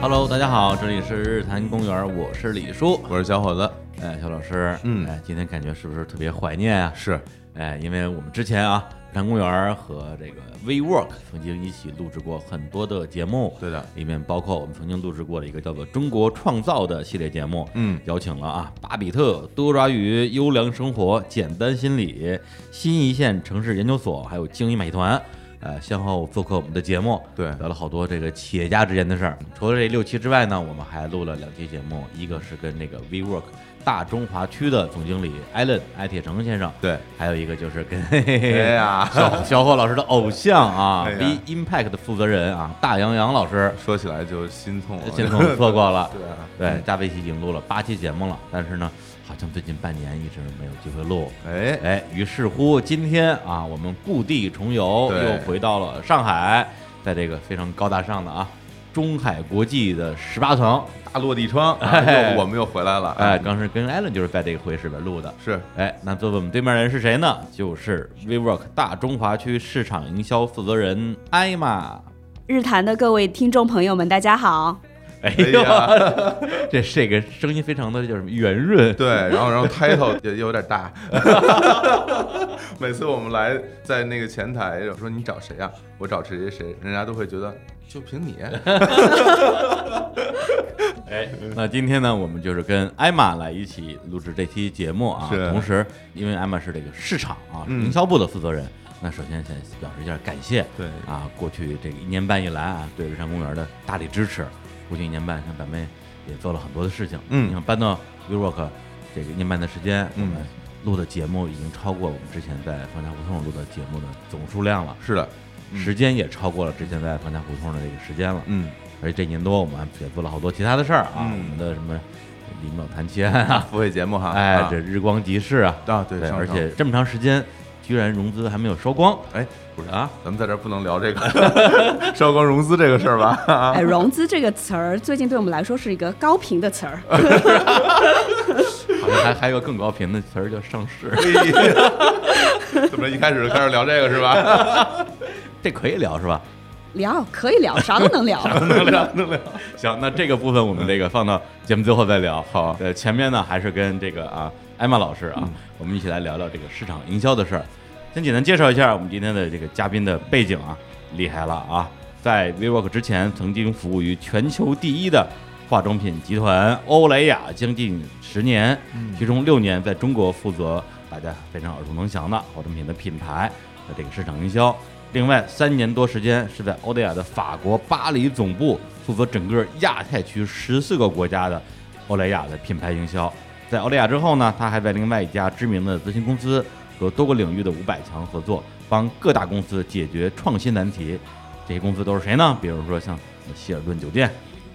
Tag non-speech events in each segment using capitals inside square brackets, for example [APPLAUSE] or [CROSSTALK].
Hello，大家好，这里是日坛公园，我是李叔，我是小伙子，哎，肖老师，嗯哎，今天感觉是不是特别怀念啊？是哎，因为我们之前啊，日坛公园和这个 WeWork 曾经一起录制过很多的节目，对的里面包括我们曾经录制过的一个叫做《中国创造》的系列节目，嗯邀请了啊，巴比特、多抓鱼、优良生活、简单心理、新一线城市研究所，还有精英买团。呃，先后做客我们的节目，对聊了好多这个企业家之间的事儿。除了这六期之外呢，我们还录了两期节目，一个是跟这个 WeWork 大中华区的总经理 Allen 艾铁成先生，对，还有一个就是跟 [LAUGHS] 哎呀小小伙老师的偶像啊哎呀，V Impact 的负责人啊，大杨洋老师，说起来就心痛了，，先跟我们做过了 [LAUGHS] 对啊对，加维奇已经录了八期节目了，但是呢，好像最近半年一直没有机会录。哎，哎，于是乎今天啊，我们故地重游，对又回到了上海，在这个非常高大上的啊中海国际的十八层，大落地窗，啊哎又我们又回来了，啊哎，，刚是跟艾伦就是在这个会议室里录的。是哎，那坐在我们对面的人是谁呢？就是 WeWork 大中华区市场营销负责人艾玛。日坛的各位听众朋友们，大家好。哎哎呦， [LAUGHS] 这这个声音非常的叫什么圆润，对，然后然后 title 也也有点 [LAUGHS] 大，每次我们来在那个前台我说你找谁啊？我找谁谁谁，人家都会觉得就 [LAUGHS] 凭你，哎，那今天呢，我们就是跟艾玛来一起录制这期节目啊。是同时，因为艾玛是这个市场啊、嗯营销部的负责人，那首先先表示一下感谢。对啊，过去这个一年半以来啊，对日山公园的大力支持。过去一年半，像咱们也做了很多的事情。嗯你看搬到 WeWork 这个一年半的时间，我嗯们录的节目已经超过我们之前在方家胡同录的节目的总数量了，是的，嗯时间也超过了之前在方家胡同的这个时间了。嗯，而且这一年多我们也做了好多其他的事儿啊，嗯我们的什么李淼谈奇案啊，付费节目哈，哎啊，这日光集市啊，啊对对，上而上且这么长时间，居然融资还没有烧光哎，不是啊，咱们在这儿不能聊这个 [LAUGHS] 烧光融资这个事儿 [LAUGHS] 吧？ [LAUGHS] 啊哎，融资这个词儿最近对我们来说是一个高频 [LAUGHS] 的词儿。好像还还有个更高频的词儿叫上市，怎么一开始就开始聊这个是吧？ [LAUGHS] 这可以聊是吧？聊可以聊，啥都能聊。能聊能聊。行，那这个部分我们这个放到节目最后再聊。好呃，前面呢还是跟这个啊艾玛老师啊，我们一起来聊聊这个市场营销的事儿。先简单介绍一下我们今天的这个嘉宾的背景啊，厉害了啊！ [LAUGHS] 在 WeWork 之前，曾经服务于全球第一的化妆品集团欧莱雅将近十年，其中六年在中国负责大家非常耳熟能详的化妆品的品牌和这个市场营销。另外，三年多时间是在欧莱雅的法国巴黎总部负责整个亚太区十四个国家的欧莱雅的品牌营销。在欧莱雅之后呢，他还在另外一家知名的咨询公司和多个领域的五百强合作，帮各大公司解决创新难题。这些公司都是谁呢？比如说像希尔顿酒店、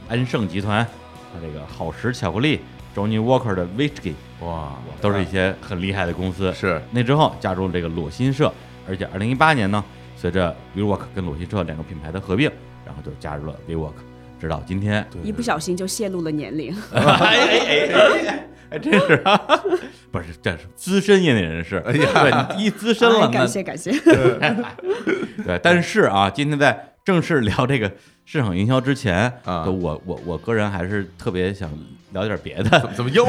安盛集团、像这个好时巧克力、Johnny Walker 的 Whisky，哇，都是一些很厉害的公司。啊是那之后加入了这个裸心社，而且二零一八年呢，随着 WeWork 跟裸心社两个品牌的合并，然后就加入了 WeWork，直到今天。 [LAUGHS] 一不小心就泄露了年龄。哎哎哎哎哎，还真是啊，不是，这是资深业内人士，哎呀对，你一资深了，哎那感谢感谢。 [LAUGHS] 对，但是啊，今天在正式聊这个市场营销之前啊我我我个人还是特别想聊点别 [LAUGHS] 的，怎么又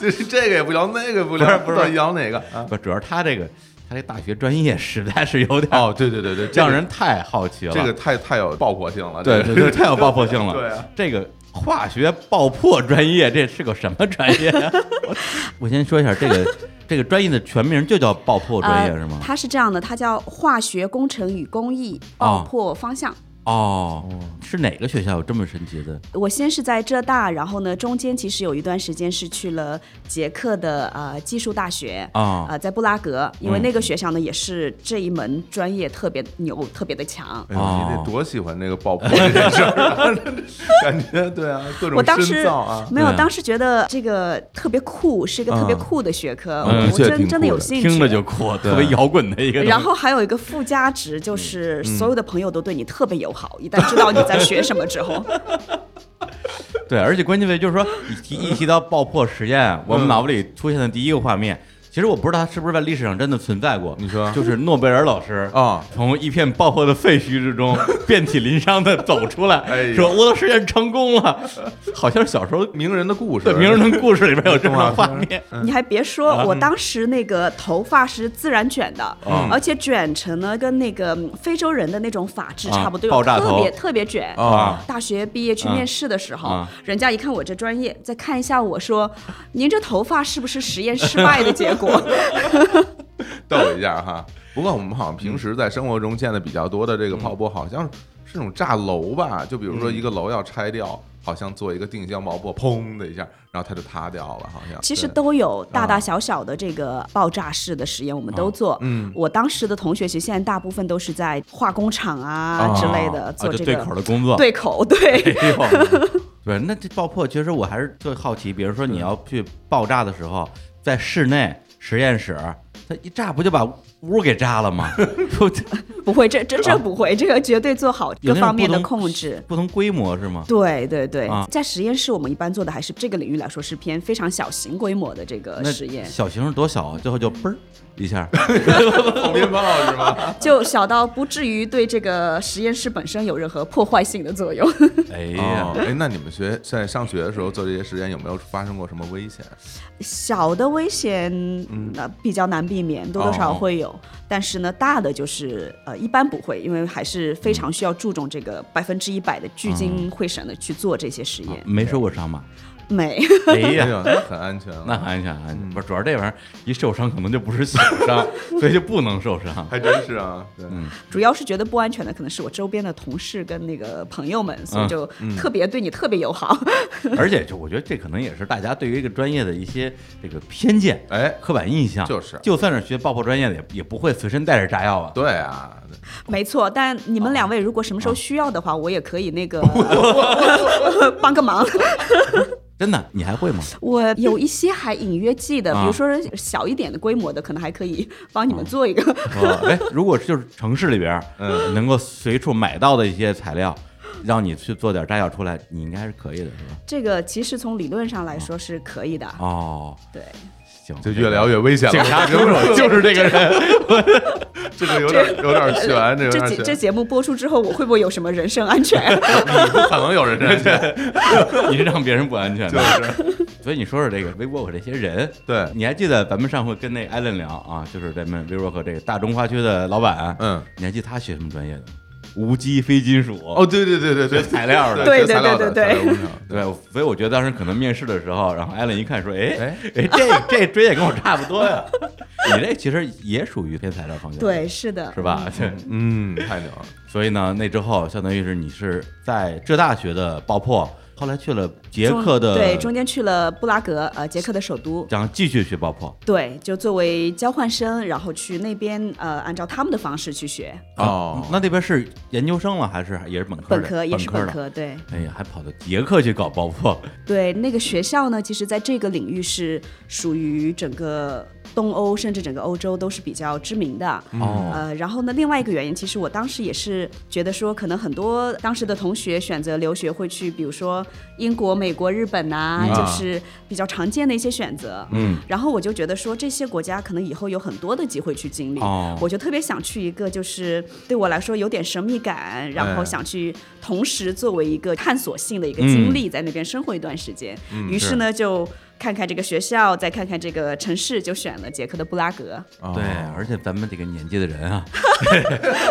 就是这个也不聊，那个也不聊，不是不是到底聊哪个啊？不，主要是他这个他这大学专业实在是有点哦，对对对对，这个让人太好奇了，这个太太有爆破性了，啊对这对个 [LAUGHS] 对，太有爆破性了。对啊这个化学爆破专业，这是个什么专业？我 [LAUGHS] 我先说一下这个这个专业的全名就叫爆破专业、是吗？呃它是这样的，它叫化学工程与工艺爆破方向。哦，是哪个学校有这么神奇的？我先是在浙大，然后呢，中间其实有一段时间是去了捷克的呃技术大学哦呃在布拉格，因为嗯那个学校呢也是这一门专业特别牛、特别的强。哎 [LAUGHS] 呦，哦你得多喜欢那个爆破这件事儿啊！感觉对啊，各我种当深时造啊，没有，对当时觉得这个特别酷，是一个特别嗯酷的学科，嗯我这挺真酷真的有的兴趣。听着就酷，特别摇滚的一个东西。[LAUGHS] 然后还有一个附加值，就是所有的朋友都对你特别友好，一旦知道你在学什么之后，嗯对，而且关键的就是说，一提一提到爆破实验，我们脑子里出现的第一个画面其实我不知道他是不是在历史上真的存在过。你说就是诺贝尔老师啊从一片爆破的废墟之中遍体鳞伤的走出哎来，呀说我的实验成功了。好像是小时候名人的故事，对嗯《名人的故事》里面有这种画 [LAUGHS] 动画面。你还别说，我当时那个头发是自然卷的，哦嗯而且卷成呢跟那个嗯非洲人的那种发质啊差不多，爆炸特别头特别卷嗯哦啊大学毕业去面试的时候，啊人家一看我这专业，再看一下我说，您这头发是不是实验失败的结果？逗一下哈。不过我们好像平时在生活中见的比较多的嗯这个爆破，好像是那种炸楼吧？就比如说一个楼要拆掉，好像做一个定向爆破，砰的一下，然后它就塌掉了，好啊像。其实对都有大大小小的这个爆炸式的实验，我们啊都做。嗯我当时的同学其实现在大部分都是在化工厂啊哦之类的啊，做就这对个、口的工作。对口对。 [LAUGHS] 哎呦， [LAUGHS] 对，那这爆破，其实我还是特好奇，比如说你要去爆炸的时候，在室内实验室，它一炸不就把屋给炸了 [LAUGHS] 吗？不不会，这这这不会，这个绝对做好有那各种方面不的同控制。不同规模是吗？对对对，啊在实验室我们一般做的还是这个领域来说是偏非常小型规模的这个那实验，小型是多小啊？最后就嘣儿一 [LAUGHS] 下， [LAUGHS] 放鞭炮是啊吗？就小到不至于对这个实验室本身有任何破坏性的作用。哎哦呀，哎，那你们学在上学的时候做这些实验，有没有发生过什么危险？小的危险那、比较难避免，多多少少嗯哦会有，但是呢，大的就是呃一般不会，因为还是非常需要注重这个嗯百分之一百的聚精会神的去做这些实验。啊没受过伤吧？ [LAUGHS] 没， [LAUGHS] [LAUGHS] 哎哎呀。呦，那很安全了，那安全，安嗯全不是主要这玩意儿一受伤可能就不是小伤，所以就不能受伤。还真是啊。对，嗯主要是觉得不安全的可能是我周边的同事跟那个朋友们，所以啊就嗯特别对你特别友好。 [LAUGHS] 而且就我觉得这可能也是大家对于一个专业的一些这个偏见，哎，刻板印象，就是就算是学爆破专业的，也也不会随身带着炸药吧？对啊，没错，但你们两位如果什么时候需要的哦话，我也可以 [LAUGHS] 那个 [LAUGHS] 帮个忙。真的，你还会 [LAUGHS] 吗？我有一些还隐约记得，啊哦比如说小一点的规模的，可能还可以帮你们做一个。哎，如果就是城市里边，嗯，能够随处买到的一些材料，让你去做点炸药出来，你应该是可以的，是吧？这个其实从理论上来说是可以的，哦，对，行，就越聊越危险了。警察叔叔 [LAUGHS] 就是这个人，这个有点有点悬，这有这点节悬，这节目播出之后，我会不会有什么人身 [LAUGHS] 安全？不可能有人这样想你是让别人不安全就的。是所以你说说这个微 w o r 这些人，对，你还记得咱们上回跟那艾伦聊啊，就是咱们微 w o r 这个大中华区的老板，嗯，你还记得他学什么专业的吗？无机非金属。哦，对对对对对，材料的对对对材料的对材对对料工厂对，所以我觉得当时可能面试的时候，然后艾伦一看说：“哎哎哎，这这专业跟我差不多呀。” [LAUGHS] 你这其实也属于偏材料方向，，对，是的，是吧？对，嗯，太牛了，所以呢，那之后相当于是你是在浙大学的爆破，后来去了捷中克的，对，中间去了布拉格，呃，捷克的首都。然后继续学爆破。对，就作为交换生，然后去那边呃，按照他们的方式去学哦啊那那边是研究生了还是也是本科的？本科，也是本的。科。对哎呀，还跑到捷克去搞爆破，对，那个学校呢，其实在这个领域是属于整个东欧甚至整个欧洲都是比较知名的。哦呃，然后呢，另外一个原因，其实我当时也是觉得说，可能很多当时的同学选择留学会去，比如说英国、美国、日本呐、嗯就是比较常见的一些选择。啊嗯，然后我就觉得说，这些国家可能以后有很多的机会去经历，哦我就特别想去一个就是对我来说有点神秘感，然后想去同时作为一个探索性的一个经嗯历，在那边生活一段时间。于是呢，就看看这个学校，再看看这个城市，就选了捷克的布拉格。 [LAUGHS] 哦对，而且咱们这个年纪的人啊， [LAUGHS]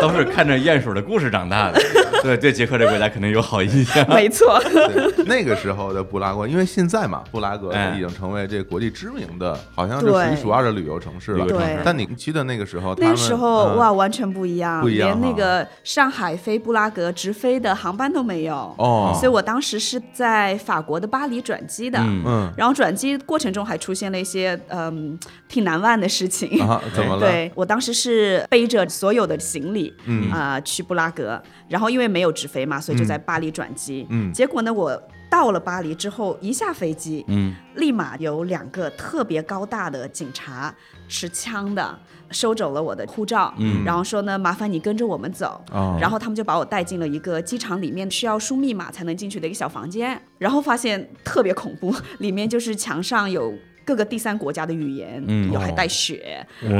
都是看着鼹鼠的故事长大 [LAUGHS] 的，对对，捷克这国家肯定有好印象。没错，对那个时候的布拉格，因为现在嘛，布拉格哎已经成为这国际知名的，好像是数对一数二的旅游城市了。旅游城市对但你去的那个时候，他那们个时候、嗯哇，完全不一样，不一样连那哈个上海飞布拉格直飞的航班都没有。哦所以我当时是在法国的巴黎转机的。嗯嗯然后转机过程中还出现了一些嗯挺难忘的事情。啊，怎么了？对我当时是背着所有的行李，嗯啊、去布拉格，然后因为没有直飞嘛，所以就在巴黎转机。嗯结果呢，我到了巴黎之后，一下飞机，嗯，立马有两个特别高大的警察持枪的收走了我的护照，嗯然后说呢，麻烦你跟着我们走。哦然后他们就把我带进了一个机场里面需要输密码才能进去的一个小房间，然后发现特别恐怖，里面就是墙上有各个第三国家的语言，嗯有还哦带血，哇，哦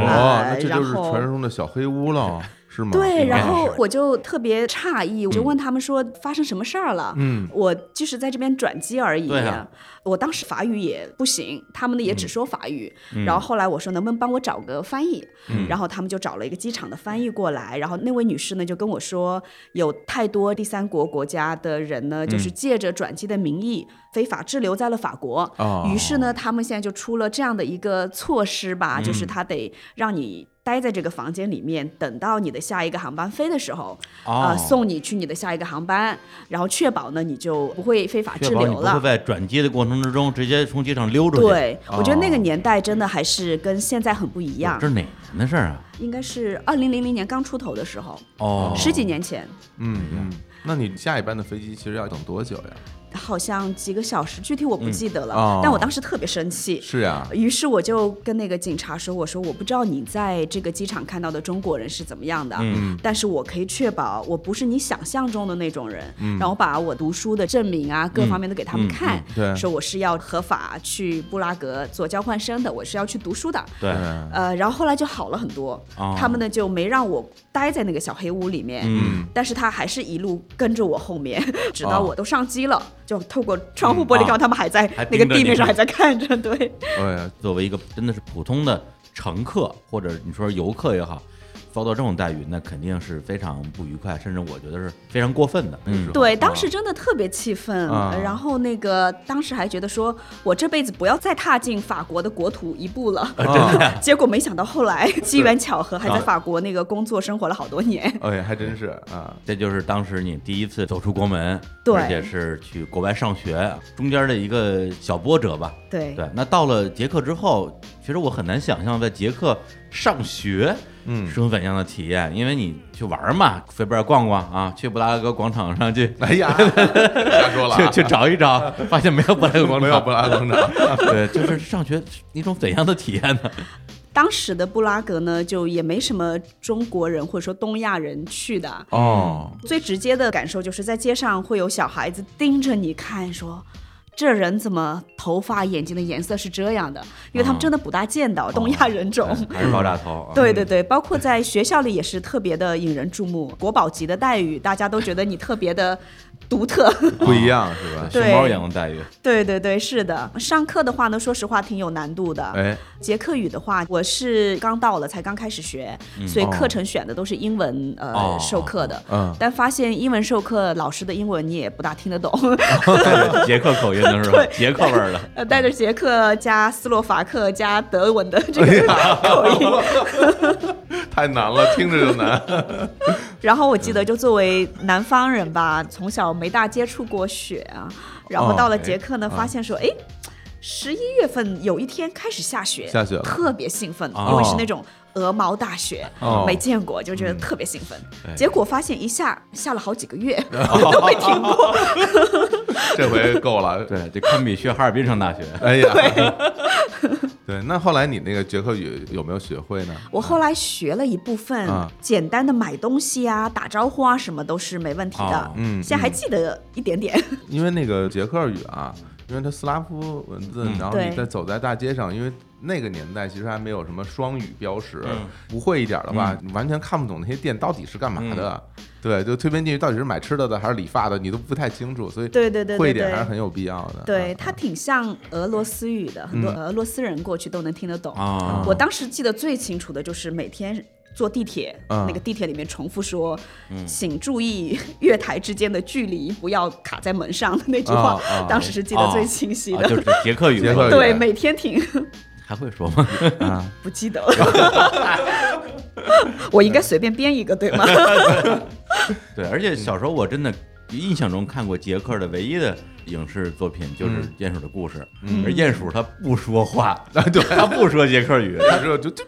那呃这然就是后传说中的小黑屋了，是吗？对，应该然后哦是我就特别诧异，我就问他们说发生什么事儿了。嗯，我就是在这边转机而已对啊，我当时法语也不行，他们的嗯也只说法语。然后后来我说能不能帮我找个翻译，嗯然后他们就找了一个机场的翻译过来。然后那位女士呢就跟我说，有太多第三国国家的人呢，嗯就是借着转机的名义非法滞留在了法国。哦于是呢，他们现在就出了这样的一个措施吧，嗯就是他得让你待在这个房间里面，等到你的下一个航班飞的时候，啊、哦送你去你的下一个航班，然后确保呢你就不会非法滞确保你留不会了。在转机的过程之中直接从机场溜出去。对，我觉得那个哦年代真的还是跟现在很不一样这，是哪年的事儿啊？应该是二零零零年刚出头的时候，哦，十几年前，嗯嗯，那你下一班的飞机其实要等多久呀？好像几个小时，具体我不记得了，哦但我当时特别生气，是呀，于是我就跟那个警察说：“我说我不知道你在这个机场看到的中国人是怎么样的，嗯但是我可以确保我不是你想象中的那种人。然后把我读书的证明啊，各方面都给他们看，嗯对说我是要合法去布拉格做交换生的，我是要去读书的。对，嗯呃，然后后来就好了很多，哦他们呢就没让我待在那个小黑屋里面，嗯但是他还是一路跟着我后面， [LAUGHS] 直到哦我都上机了，就透过窗户玻璃看到他们还在嗯哦还那个盯着地你哦面上还看在看着，对。哎呀，作为一个真的是普通的乘客或者你说游客也好，遭到这种待遇，那肯定是非常不愉快，甚至我觉得是非常过分的。嗯，对，当时真的特别气愤，啊呃然后那个当时还觉得说我这辈子不要再踏进法国的国土一步了。哦啊，结果没想到后来机缘巧合，嗯还在法国那个工作生活了好多年。哎，还真是啊，这就是当时你第一次走出国门，对而且是去国外上学，中间的一个小波折吧。对，对，那到了捷克之后，其实我很难想象在捷克上学嗯是种怎样的体验，因为你去玩儿嘛，随便逛逛啊，去布拉格广场上 [LAUGHS] 去哎呀，瞎说了啊，去去找一 [LAUGHS] 找，发现没有布拉格广没有布场。拉格广场，对，就是上学是一种怎样的体验呢？ [LAUGHS] 当时的布拉格呢，就也没什么中国人或者说东亚人去的。哦，最直接的感受就是在街上会有小孩子盯着你看，说。这人怎么头发、眼睛的颜色是这样的？因为他们啊真的不大见到、东亚人 [LAUGHS] 种，还是爆炸头？啊对对对，包括在学校里也是特别的引人注目，国宝级的待遇，大家都觉得你特别的独特。 [LAUGHS] 不一样是吧？熊对猫一样的 [LAUGHS] 待遇。对对对，是的。上课的话呢，说实话挺有难度的。哎，捷克语的话，我是刚到了，才刚开始学，所以课程选的都是英文呃、哦授课的。嗯，但发现英文授课老师的英文你也不大听得懂， [LAUGHS] 带着捷克口音的是吧？捷克味儿的。呃，带着捷克加斯洛伐克加德文的这个口音， [LAUGHS] 太难了，听着就 [LAUGHS] 难。然后我记嗯得，就作为南方人吧，从小没大接触过雪啊，然后到了捷克呢，哎发现说，哎。十一月份有一天开始下雪，下雪了特别兴奋，哦因为是那种鹅毛大雪，哦嗯没见过，就觉得特别兴奋。哎结果发现一下下了好几 [LAUGHS] 个月，我都没停过。这回够了。对，这堪比去哈尔滨上大学。哎呀， [LAUGHS] 对，那后来你那个捷克语有没有学会呢？我后来学了一部分啊，简单的买东西啊、打招呼啊，什么都是没问题的哦。嗯现在还记得一点点。 [LAUGHS] 因为那个捷克语啊，因为它斯拉夫文字，嗯然后你对在走在大街上，因为那个年代其实还没有什么双语标识，嗯不会一点的话，嗯你完全看不懂那些店到底是干嘛的。对，就推边进去到底是买吃的的还是理发的，你都不太清楚，所以对对对对会一点对还是很有必要的。对，嗯它挺像俄罗斯语的，很多俄罗斯人过去都能听得懂。嗯啊我当时记得最清楚的就是每天坐地铁，嗯啊那个地铁里面重复说，请注意月台之间的距离，不要卡在门上的那句话，啊啊当时是记得最清晰的。啊就是捷克语。捷克语对，每天听，还会说吗？不记得了。 [LAUGHS] 我应该随便编一个，对吗？对，而且小时候我真的印象中看过捷克的唯一的影视作品就是《鼹鼠的故事》，而鼹鼠它不说话，对，它不说捷克语，然后就就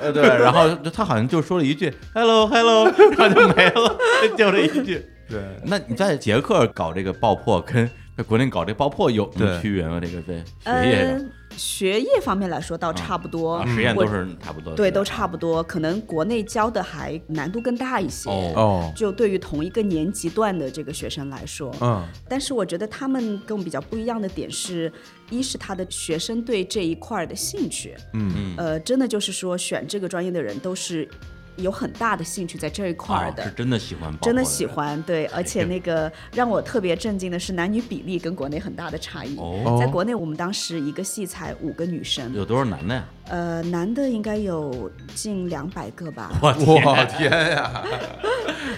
呃，对，然后就它好像就说了一句 “hello [LAUGHS] hello”，然后就没了，就这一句。对，那你在捷克搞这个爆破跟在在国内搞这爆破有什么对区别吗？这个对 [LAUGHS] 学业呃上，学业方面来说倒差不多，啊，实验呃我都是差不多的，对都差不多，可能国内教的还难度更大一些。哦哦，就对于同一个年级段的这个学生来说，嗯但是我觉得他们跟我们比较不一样的点是，一是他的学生对这一块儿的兴趣，嗯呃，真的就是说选这个专业的人都是有很大的兴趣在这一块儿啊，的。是真的喜欢爆破，真的喜欢，对，而且那个让我特别震惊的是男女比例跟国内很大的差异。哦，哦，在国内，我们当时一个系才五个女生，有多少男的呀？呃，男的应该有近两百个吧， [LAUGHS] 我我天啊呀，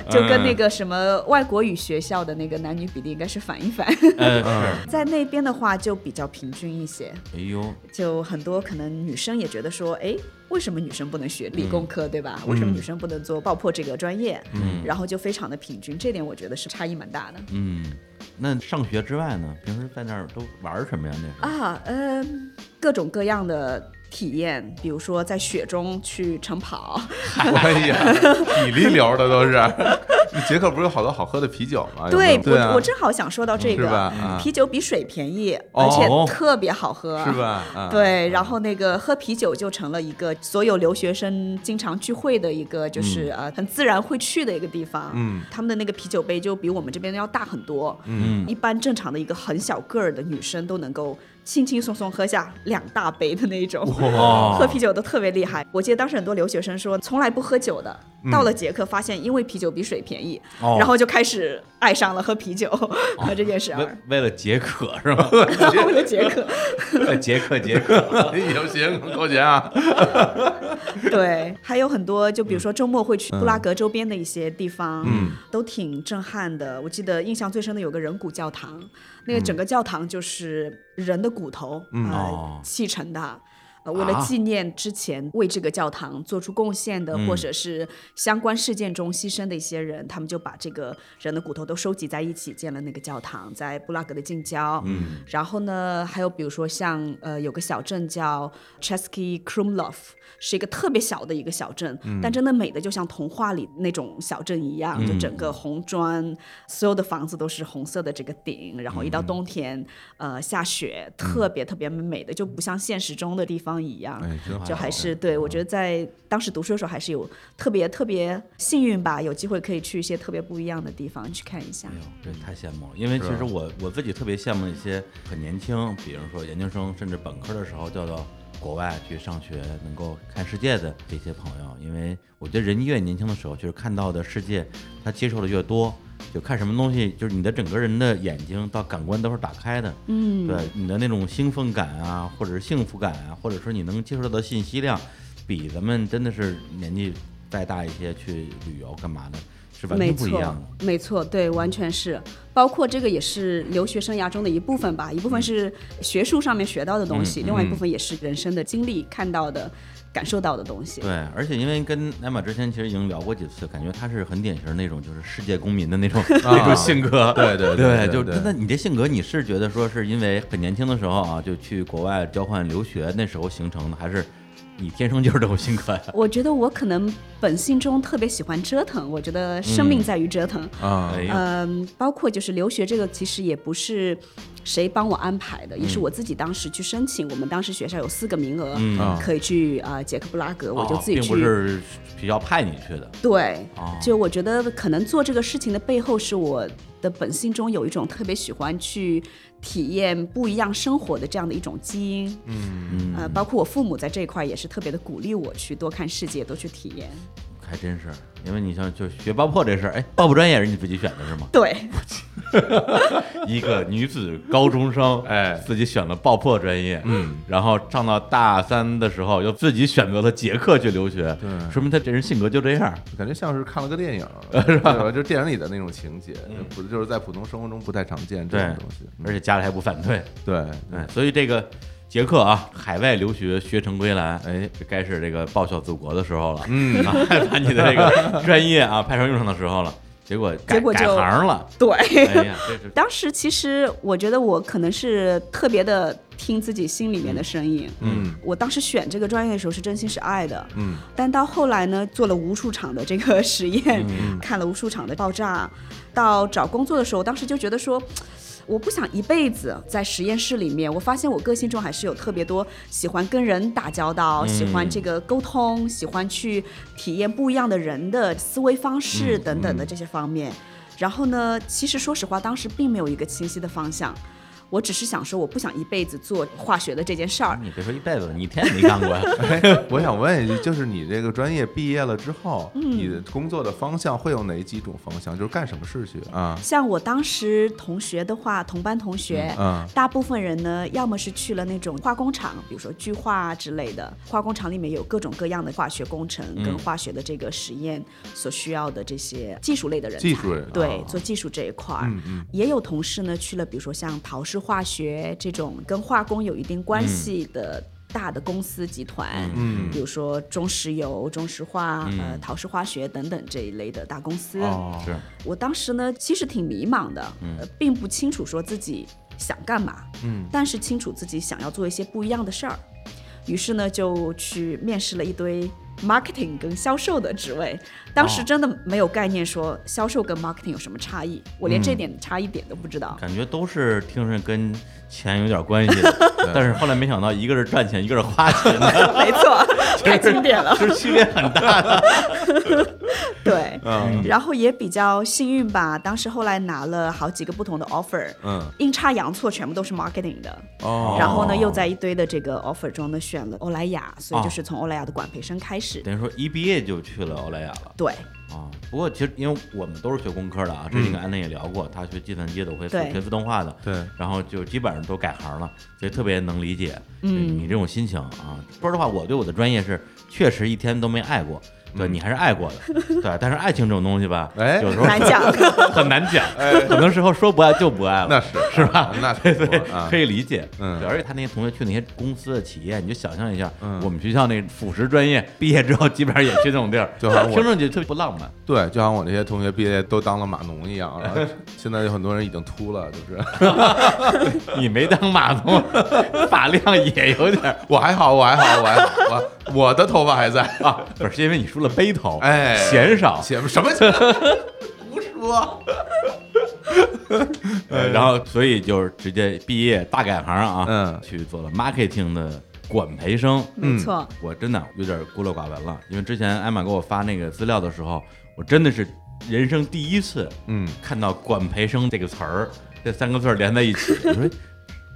就跟那个什么外国语学校的那个男女比例应该是反一反。呃是， [LAUGHS] 在那边的话就比较平均一些，哎呦，就很多可能女生也觉得说，哎，为什么女生不能学理工科，对吧？嗯为什么女生不能做爆破这个专业？嗯，然后就非常的平均，这点我觉得是差异蛮大的。嗯，那上学之外呢，平时在那儿都玩儿什么呀？那时候啊，嗯，各种各样的体验，比如说在雪中去晨跑，哎呀，体力流的都是。捷克不是有好多好喝的啤酒吗？有没有对啊我我正好想说到这是个，吧啊啤酒比水便宜，哦而且特别好喝，是？吧？啊，对，然后那个喝啤酒就成了一个所有留学生经常聚会的一个，就是、呃很自然会去的一个地方。嗯，他们的那个啤酒杯就比我们这边要大很多。嗯，一般正常的一个很小个儿的女生都能够轻轻松松喝下两大杯的那一种。哇啊喝啤酒都特别厉害。我记得当时很多留学生说，从来不喝酒的，到了捷克发现因为啤酒比水便宜，哦然后就开始爱上了喝啤酒 [LAUGHS] 和这件事为儿。为了解渴是 [LAUGHS] 吗？为了捷克，为了解渴解渴，哎有钱够钱啊！对，还有很多，就比如说周末会去布拉格周边的一些地方，嗯，都挺震撼的。我记得印象最深的有个人骨教堂，那个整个教堂就是人的骨头啊、嗯呃哦砌成的。呃为了啊纪念之前为这个教堂做出贡献的，或者是相关事件中牺牲的一些人，他们就把这个人的骨头都收集在一起，建了那个教堂，在布拉格的近郊。嗯，然后呢，还有比如说像呃，有个小镇叫 Chesky Krumlov，是一个特别小的一个小镇，但真的美的就像童话里那种小镇一样，就整个红砖，所有的房子都是红色的这个顶，然后一到冬天，呃，下雪，特别特别美的，就不像现实中的地方一样。哎，真好就还是对我嗯觉得在当时读书的时候还是有特别特别幸运吧，有机会可以去一些特别不一样的地方去看一下哎。呦，这太羡慕了。因为其实我我自己特别羡慕一些很年轻，比如说研究生甚至本科的时候调到国外去上学，能够看世界的这些朋友。因为我觉得人越年轻的时候，就是看到的世界，他接受的越多。就看什么东西，就是你的整个人的眼睛到感官都是打开的，嗯，对，你的那种兴奋感啊，或者是幸福感啊，或者说你能接受到的信息量，比咱们真的是年纪再大一些去旅游干嘛的，是完没全不错，一样的。没错，对，完全是，包括这个也是留学生涯中的一部分吧，一部嗯分是学术上面学到的东西，另外一部分也是人生的经历看到的、感受到的东西。对，而且因为跟艾玛之前其实已经聊过几次，感觉她是很典型的那种就是世界公民的那种那种性格。对对对对对就对那你这性格，你是觉得说是因为很年轻的时候啊，就去国外交换留学那时候形成的，还是你天生就是这种性格呀？我觉得我可能本性中特别喜欢折腾，我觉得嗯生命在于折腾。啊，哎呀，嗯，包括就是留学这个，其实也不是谁帮我安排的，也嗯是我自己当时去申请。我们当时学校有四个名额，啊可以去啊、呃捷克布拉格，我就哦自己并不去。是学校派你去的。对，哦就我觉得可能做这个事情的背后，是我的本性中有一种特别喜欢去体验不一样生活的这样的一种基因。嗯，呃，包括我父母在这一块也是特别的鼓励我去多看世界，多去体验。？还真是，因为你像就学爆破这事儿，哎，爆破专业是你自己选的是吗对，一个女子高中生，哎自己选了爆破专业，嗯，然后上到大三的时候又自己选择了捷克去留学，对说明她这人性格就这样。感觉像是看了个电 [LAUGHS] 影，是吧？嗯就是电影里的那种情节，不就是在普通生活中不太常见这种东西。而且家里还不反对，对，哎，所以这个捷克啊，海外留学学成归来，哎，这该是这个报效祖国的时候了，嗯， [LAUGHS] 啊把你的这个专业啊派上用场的时候了，结果改结果就改行了，对。哎呀，这是当时其实我觉得我可能是特别的听自己心里面的声音。嗯我当时选这个专业的时候是真心是爱的，嗯但到后来呢，做了无数场的这个实验，嗯看了无数场的爆炸，到找工作的时候，当时就觉得说。我不想一辈子在实验室里面。我发现我个性中还是有特别多喜欢跟人打交道，喜欢这个沟通，喜欢去体验不一样的人的思维方式等等的这些方面。然后呢，其实说实话，当时并没有一个清晰的方向。我只是想说，我不想一辈子做化学的这件事儿，你别说一辈子，你一天也没干过呀。哎， [LAUGHS] 我想问一句，就是你这个专业毕业了之后，嗯你的工作的方向会有哪几种方向？就是干什么事去啊？像我当时同学的话，同班同学，嗯大部分人呢，要么是去了那种化工厂，比如说聚化啊之类的。化工厂里面有各种各样的化学工程嗯跟化学的这个实验所需要的这些技术类的人才，技术人对哦，做技术这一块嗯儿。也有同事呢去了，比如说像陶氏化学这种跟化工有一定关系的。大的公司集团，嗯比如说中石油、中石化、呃陶氏化学等等这一类的大公司， [LAUGHS] 哦， [LAUGHS] 是，我当时呢，其实挺迷茫的，呃，并不清楚说自己想干嘛，嗯，但是清楚自己想要做一些不一样的事儿，于是呢，就去面试了一堆 marketing 跟销售的职位。当哦时真的没有概念说销售跟 marketing 有什么差异，我连嗯这点差异点都不知道。感觉都是听着跟钱有点关系的，但是后来没想到一个是赚钱，一个是花钱的，没 [LAUGHS] 错，太经典了。就是区别很大的。 [LAUGHS] 对，嗯然后也比较幸运吧，当时后来拿了好几个不同的 offer，嗯，阴差阳错全部都是 marketing 的。哦，然后呢，又在一堆的这个 offer 中呢选了欧莱雅，所以就是从欧莱雅的管培生开始。等于说一毕业就去了欧莱雅了对啊。不过其实因为我们都是学工科的啊，之前跟安娜也聊过，她学计算机的，我会对学自动化的，对，然后就基本上都改行了，所以特别能理解嗯你这种心情啊。说实话，我对我的专业是确实一天都没爱过。对你还是爱过的，对，但是爱情这种东西吧，[LAUGHS] 哎有时候难讲。很难讲，很多时候说不爱就不爱了，那是 [LAUGHS] 是吧？那对是对，啊可，以理解。嗯对而且他那些同学去那些公司的企业，你就想象一下，嗯我们学校那辅食专业毕业之后，基本上也去这种地儿，就好像我听上去特别不浪漫。对，就像我那些同学毕业都当了码农一样，[LAUGHS] 然后现在有很多人已经秃了，就是 [LAUGHS] 你没当码农，发量也有点儿我还好，我还好，我还好，我我的头发 [LAUGHS] 还在啊，不是，是因为你梳了背头，哎，嫌少。嫌什么嫌？ [LAUGHS] 胡说， [LAUGHS] 呃然后所以就是直接毕业大改行啊，嗯去做了 marketing 的管培生。没错，我真的有点孤陋寡闻了，因为之前艾玛给我发那个资料的时候，我真的是人生第一次嗯，看到“管培生”这个词儿，这三个字儿连在一起，我说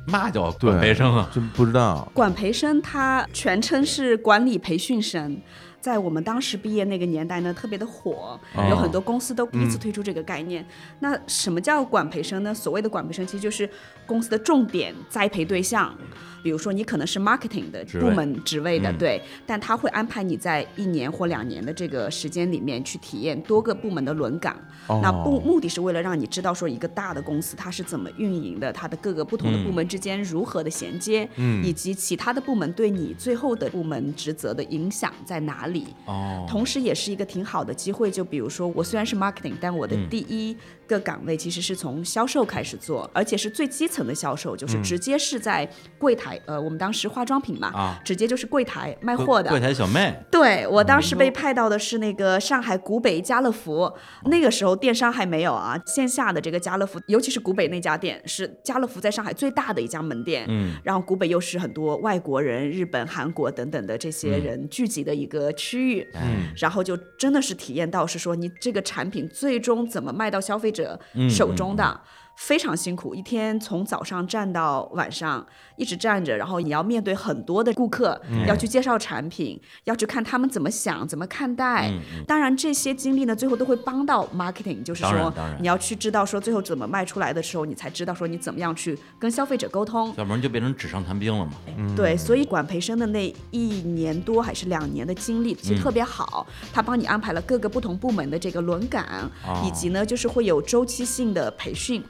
嘛叫对，管培生啊？真不知道，管培生它全称是管理培训生。在我们当时毕业那个年代呢，特别的火，有很多公司都第一次推出这个概念。那什么叫管培生呢？所谓的管培生，其实就是公司的重点栽培对象。比如说，你可能是 marketing 的职位部门职位的，对，但他会安排你在一年或两年的这个时间里面去体验多个部门的轮岗。哦那不目的是为了让你知道说一个大的公司它是怎么运营的，它的各个不同的部门之间如何的衔接，嗯以及其他的部门对你最后的部门职责的影响在哪里。哦，同时，也是一个挺好的机会。就比如说，我虽然是 marketing，但我的嗯第一个岗位其实是从销售开始做，而且是最基层的销嗯售，就是直接是在柜台，呃，我们当时化妆品嘛，啊直接就是柜台卖柜货的，柜台小妹，对我当时被派到的是那个上海古北家乐福，那个时候电商还没有啊，线下的这个家乐福，尤其是古北那家店是家乐福在上海最大的一家门店，嗯，然后古北又是很多外国人、日本、韩国等等的这些人聚集的一个区域，嗯，然后就真的是体验到是说你这个产品最终怎么卖到消费者手中的。非常辛苦，一天从早上站到晚上，一直站着，然后你要面对很多的顾客，嗯要去介绍产品，要去看他们怎么想、怎么看待。嗯当然，这些经历呢，最后都会帮到 marketing，就是当然说当然你要去知道说最后怎么卖出来的时候，你才知道说你怎么样去跟消费者沟通。要不然就变成纸上谈兵了嘛。对，所以管培生的那一年多还是两年的经历，其实特别好，他帮你安排了各个不同部门的这个轮岗，哦以及呢就是会有周期性的培训。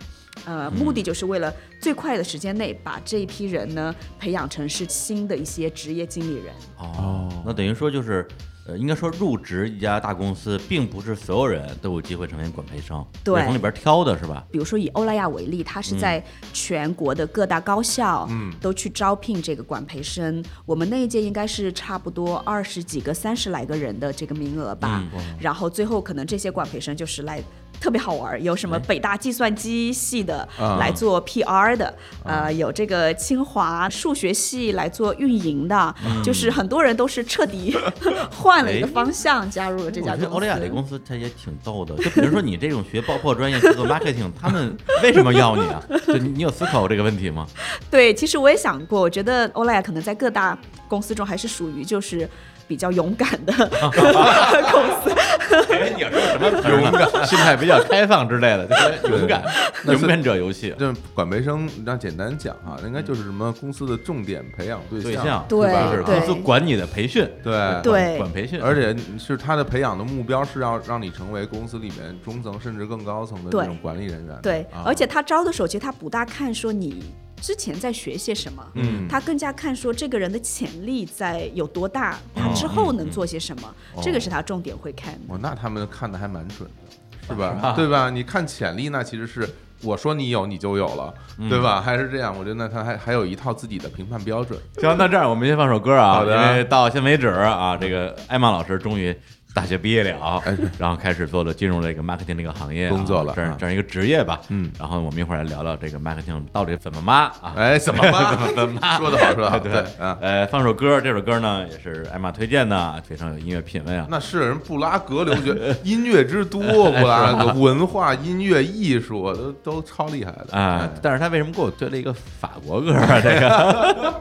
呃，目的就是为了最快的时间内把这一批人呢培养成是新的一些职业经理人。哦，那等于说就是。呃，应该说入职一家大公司，并不是所有人都有机会成为管培生，对得从里边挑的是吧？比如说以欧莱雅为例，它是嗯在全国的各大高校，嗯都去招聘这个管培生。我们那一届应该是差不多二十几个、三十来个人的这个名额吧。嗯然后最后可能这些管培生就是来。特别好玩儿，有什哎么北大计算机系的、啊来做 PR 的，啊呃，有这个清华数学系来做运营的，就是很多人都是彻底 [LAUGHS] 换了一个嗯哎方向，加入了这我家觉公司得。欧莱雅这公司它也挺逗的，就比如说你这种学爆破专业去做 marketing，他们为什么要你啊？就你你有思考过这个问题吗？对，其实我也想过，我觉得欧莱雅可能在各大公司中还是属于就是比较勇敢的啊公司。 [LAUGHS] 哎，你要说什么勇敢、心态比较开放之类的，就是勇敢、那是勇敢者游戏这管培生，那简单讲哈、应该就是什么公司的重点培养对对象，象，对是吧对是公司管你的培训，哎对对管管培训，而且是他的培养的目标是要让你成为公司里面中层甚至更高层的对这种管理人员。 [LAUGHS] 对，啊而且他招的时候，其实他不大看说你之前在学些什么。嗯，他更加看说这个人的潜力在有多大，他之后能做些什么，嗯这个是他重点会看的。哦，那他们看的还蛮准的，是吧？对吧？你看潜力，那其实是我说你有，你就有了，对吧？还是这样，我觉得那他还还有一套自己的评判标准。行，那这样我们先放首歌啊，好的因为到现为止啊，这个艾玛老师终于大学毕业了啊，然后开始做了进入这个 marketing 这个行业啊、工作了这样啊这样一个职业吧。嗯然后我们一会儿来聊聊这个 marketing 到底怎么妈啊。哎，怎么办？ [LAUGHS] 怎么说的好，说的好，对对啊。呃，放首歌，这首歌呢也是艾玛推荐的，非常有音乐品味啊。那是人布拉格留学音乐之都，布拉格文化、音乐、艺术都都超厉害的啊、但是他为什么给我推了一个法国歌 [LAUGHS] 啊？这个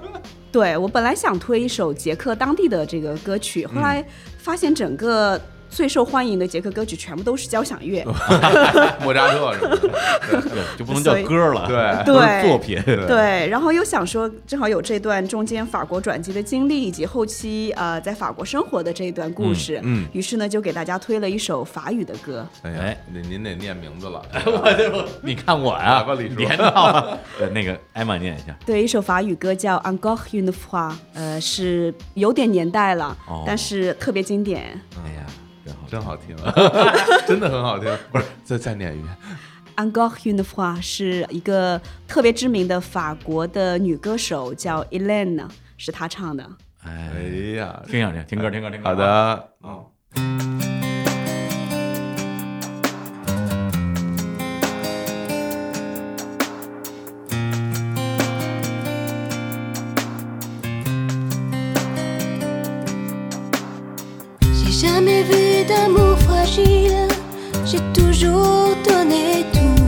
对我本来想推一首捷克当地的这个歌曲，嗯后来发现整个最受欢迎的捷克歌曲全部都是交响 [LAUGHS] 乐，哎莫扎特什么的。 [LAUGHS] 就不能叫歌了，[LAUGHS] 对都是对作品。对，然后又想说，正好有这段中间法国转机的经历，以及后期呃在法国生活的这一段故事，嗯嗯于是呢就给大家推了一一首法语的歌。哎呀哎，您您得念名 [LAUGHS] 字了。我这不， [LAUGHS] 你看我呀、来吧李叔别闹 [LAUGHS] 了。呃那个艾玛念一下。对，一首法语歌叫《Encore une fois》，呃，是有点年代了，哦但是特别经典。嗯哎呀，真好听。真好听，啊真的很好听。不是，再再念一遍。 Encore une fois 是一个特别知名的法国的女歌手叫 Elaine，是她唱的。哎啊哎，呀，听一下，听歌，听歌，听歌。好，的，嗯， J'ai jamais vu d'amour fragile, j'ai toujours donné tout.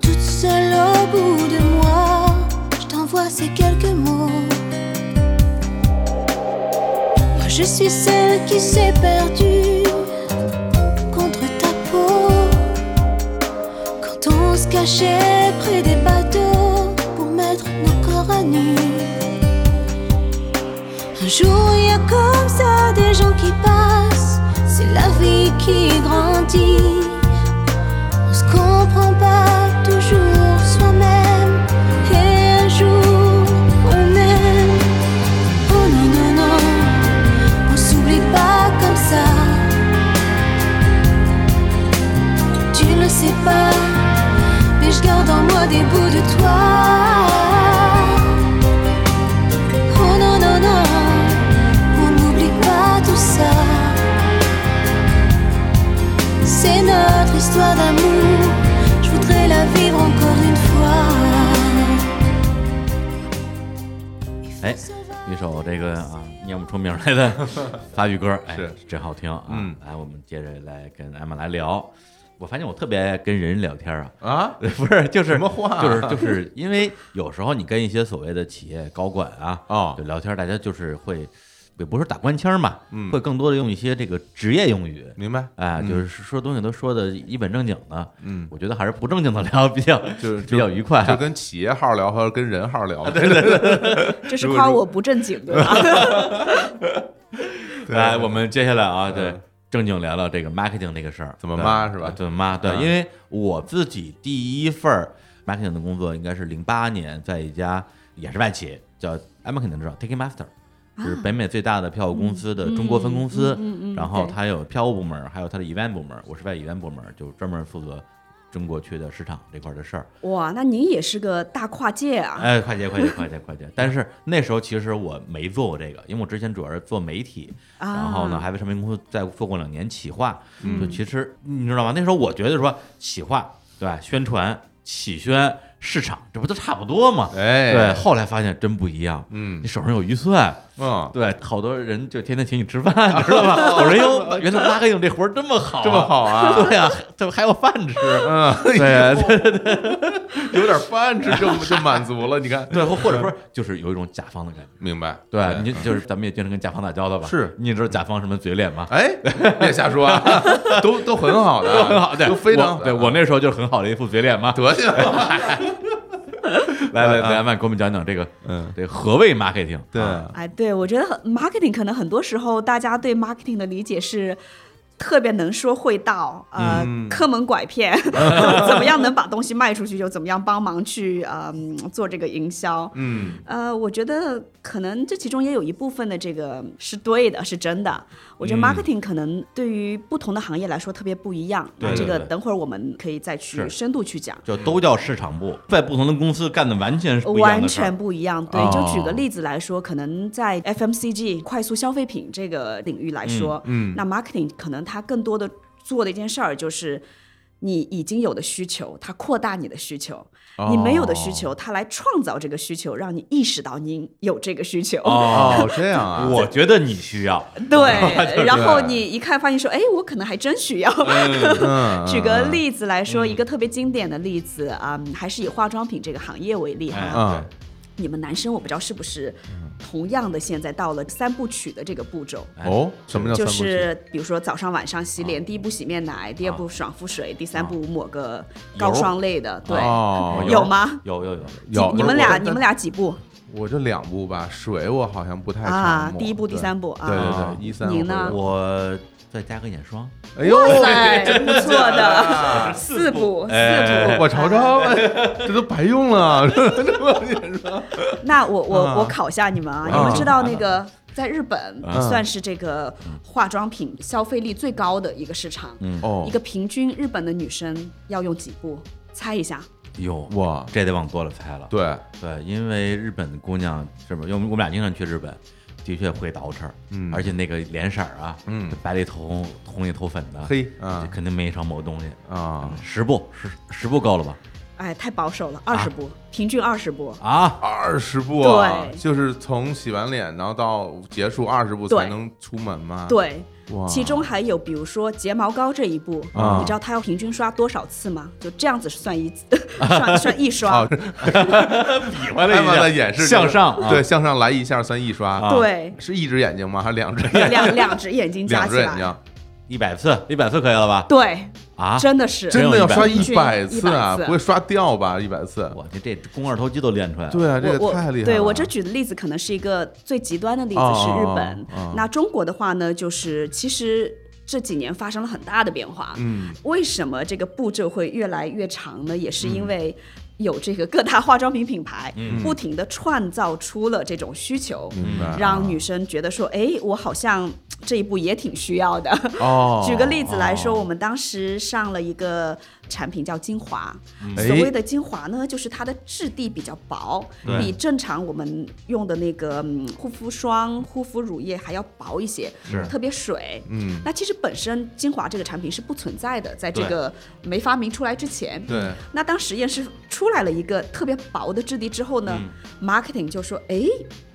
Toute seule au bout de moi, je t'envoie ces quelques mots. Moi je suis celle qui s'est perdue contre ta peau. Quand on se cachait près des bateaux pour mettre nos corps à nu. Un jour, il y a comme ça des gens qui passent. C'est la vie qui grandit. On se comprend pas toujours soi-même. Et un jour, on aime. Oh non, non, non. On s'oublie pas comme ça. Tu le sais pas. Mais je garde en moi des bouts de toi. Oh non, non, non, on n'oublie pas tout ça. C'est notre histoire d'amour, je voudrais la vivre encore une fois. 哎，一首这个啊念不出名来的 [LAUGHS] 法语歌，哎是，真好听啊。嗯来，我们接着来跟艾玛来聊。我发现我特别爱跟人聊天啊，啊， [LAUGHS] 不是，就是什么话就是就是因为有时候你跟一些所谓的企业高管啊，哦就聊天，大家就是会，也不是打官腔嘛，嗯会更多的用一些这个职业用语，明白？哎，嗯就是说东西都说的一本正经的，嗯我觉得还是不正经的聊比 [LAUGHS] 较就是比较愉快啊，就跟企业号聊和跟人号聊， [LAUGHS] 这是夸我不正经，对吧？来，我们接下来啊，对嗯，正经聊聊这个 marketing 这个事儿，怎么对骂是吧怎么妈？对，嗯因为我自己第一份儿 marketing 的工作应该是零八年，在一家也是外企，叫艾玛肯定知道，Taking Master。是北美最大的票务公司的中国分公司，然后它有票务部门，还有它的 event 部门，我是在 event 部门，就专门负责中国区的市场这块的事儿。哇，那您也是个大跨界啊！哎，快捷，快捷，快捷，快捷！但是那时候其实我没做过这个，因为我之前主要是做媒体，啊然后呢还为唱片公司再做过两年企划，嗯就其实你知道吗？那时候我觉得说企划对吧，宣传、企宣、市场，这不都差不多吗？哎对，后来发现真不一样，嗯你手上有预算，嗯，对，好多人就天天请你吃饭，你知道 [LAUGHS] 吧？我说哟，原来拉个影这活儿这么好、这么，好啊， [LAUGHS] 对呀、这还有饭吃。嗯，对啊对有点饭吃就就满足了，你看，对，或或者说就是有一种甲方的感觉。明白？哎对，你就是咱们也经常跟甲方打交道吧？是你知道甲方什么嘴脸 [LAUGHS] 吗？哎，别瞎说啊， [LAUGHS] 都都很好 [LAUGHS] 的，啊很好，对，都非常好我的对我那时候就是很好的一副嘴脸嘛。 [LAUGHS] 德行，啊 [LAUGHS] 来来来，曼给我们讲讲这个，嗯，这何谓 marketing？对，啊哎，对，我觉得很 marketing 可能很多时候大家对 marketing 的理解是。特别能说会道，呃，嗯坑蒙拐骗， [LAUGHS] 怎么样能把东西卖出去，就怎么样帮忙去，呃，嗯做这个营销。嗯，呃，我觉得可能这其中也有一部分的这个是对的，是真的。我嗯觉得 marketing 可能对于不同的行业来说特别不一样。对那这对个对等会儿我们可以再去是深度去讲。就都叫市场部，在不同的公司干的完全是不一样完的事儿全。不一样，对，哦就举个例子来说，可能在 FMCG 快速消费品这个领域来说，嗯嗯那 marketing 可能它更多的做的一件事儿就是，你已经有的需求，它扩大你的需求；哦你没有的需求，它来创造这个需求，让你意识到你有这个需求。哦，这样啊，我觉得你需要， [LAUGHS] [LAUGHS] 嗯对，然后你一看发现说，哎，我可能还真需要。嗯， [LAUGHS] 举个例子来嗯说，一个特别经典的例子啊、还是以化妆品这个行业为例哈。哎嗯你们男生我不知道是不是同样的，现在到了三部曲的这个步骤，哦，什么叫三就部曲？是比如说早上晚上洗脸，第一步洗面奶，第二步爽肤水，第三步抹个油膏霜类的，对，哦有吗？有有有，几有你们俩我你们俩几步我这两步吧，水我好像不太啊常？摸第一步、第三步对对啊，对啊对，一三您呢我再加个眼霜。哎呦，哎，真不 [LAUGHS] 错的，四步四啊哎 [LAUGHS] 步，我瞅瞅，哎这都白用了，这么眼霜那我我、啊我考一下你们啊，啊你们知道那个在日本啊算是这个化妆品消费力最高的一个市场，嗯哦一个平均日本的女生要用几步？猜一下，哟，哇，这得往多了猜了。对，对，因为日本的姑娘是不是？因为我们我们俩经常去日本，的确会捯饬，嗯而且那个脸色儿啊，嗯白里透红，红里透粉的，嘿这啊肯定没少某东西。啊，十步，十十步够了吧？哎，太保守了，二十步，平均二十步。啊，二十步啊，对就是从洗完脸然后到结束二十步对才能出门吗？，对，哇，其中还有比如说睫毛膏这一步，啊你知道它要平均刷多少次吗？就这样子算一次， [LAUGHS] [LAUGHS] 算算一刷。啊，比划哎完了一下，了演示向上，对，，向上来一下算一刷，啊对，是一只眼睛吗？还是两只眼？两两只眼睛加两起只眼睛来，，一百次，一百次可以了吧？对，啊，真的是。真的要刷一100次啊， 100次不会刷掉吧？一百次，我这这肱二头肌都练出来了。对啊，我这个我太厉害了。对我这举的例子可能是一个最极端的例子，哦是日哦本。哦那中国的话呢，就是其实这几年发生了很大的变化。嗯，为什么这个步骤会越来越长呢？也是嗯因为。有这个各大化妆品品牌、不停的创造出了这种需求，嗯明白让女生觉得说，哎，我好像这一步也挺需要的。哦，举个例子来说，我们当时上了一个产品叫精华，哎嗯所谓的精华呢，就是它的质地比较薄，对比正常我们用的那个、嗯护肤霜、护肤乳液还要薄一些，是特别水。嗯，那其实本身精华这个产品是不存在的，在这对个没发明出来之前，对，那当实验室出来了一个特别薄的质地之后嗯呢、m a r k e t i n g 就说：“哎，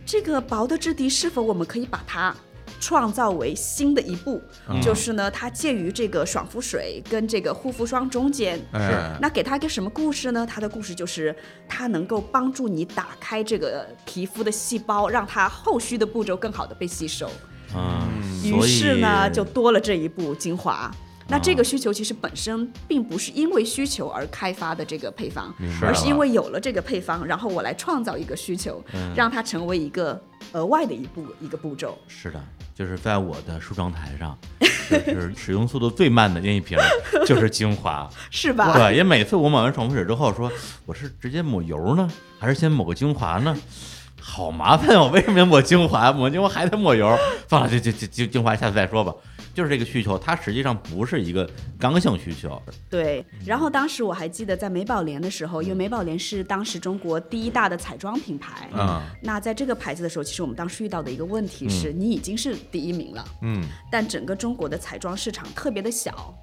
这个薄的质地是否我们可以把它创造为新的一步？嗯就是呢，它介于这个爽肤水跟这个护肤霜中间。哎，那给它一个什么故事呢？它的故事就是它能够帮助你打开这个皮肤的细胞，让它后续的步骤更好的被吸收。嗯，于所以是呢，就多了这一步精华。那这个需求其实本身并不是因为需求而开发的这个配方，白而是因为有了这个配方，然后我来创造一个需求，让它成为一个额外的一步一个步骤。是的，就是在我的梳妆台上，就是 [LAUGHS] 使用速度最慢的那一瓶儿就是精华，是 [LAUGHS] 吧？对，因为每次我抹完爽肤水之后说，我是直接抹油呢，还是先抹个精华呢？好麻烦哦，为什么要抹精华？抹精华还得抹油，算了，就就就就精华下次再说吧。就是这个需求，它实际上不是一个刚性需求，对，然后当时我还记得在美宝莲的时候，因为美宝莲是当时中国第一大的彩妆品牌。啊，那在这个牌子的时候，其实我们当时遇到的一个问题是，你已经是第一名了，嗯但整个中国的彩妆市场特别的小，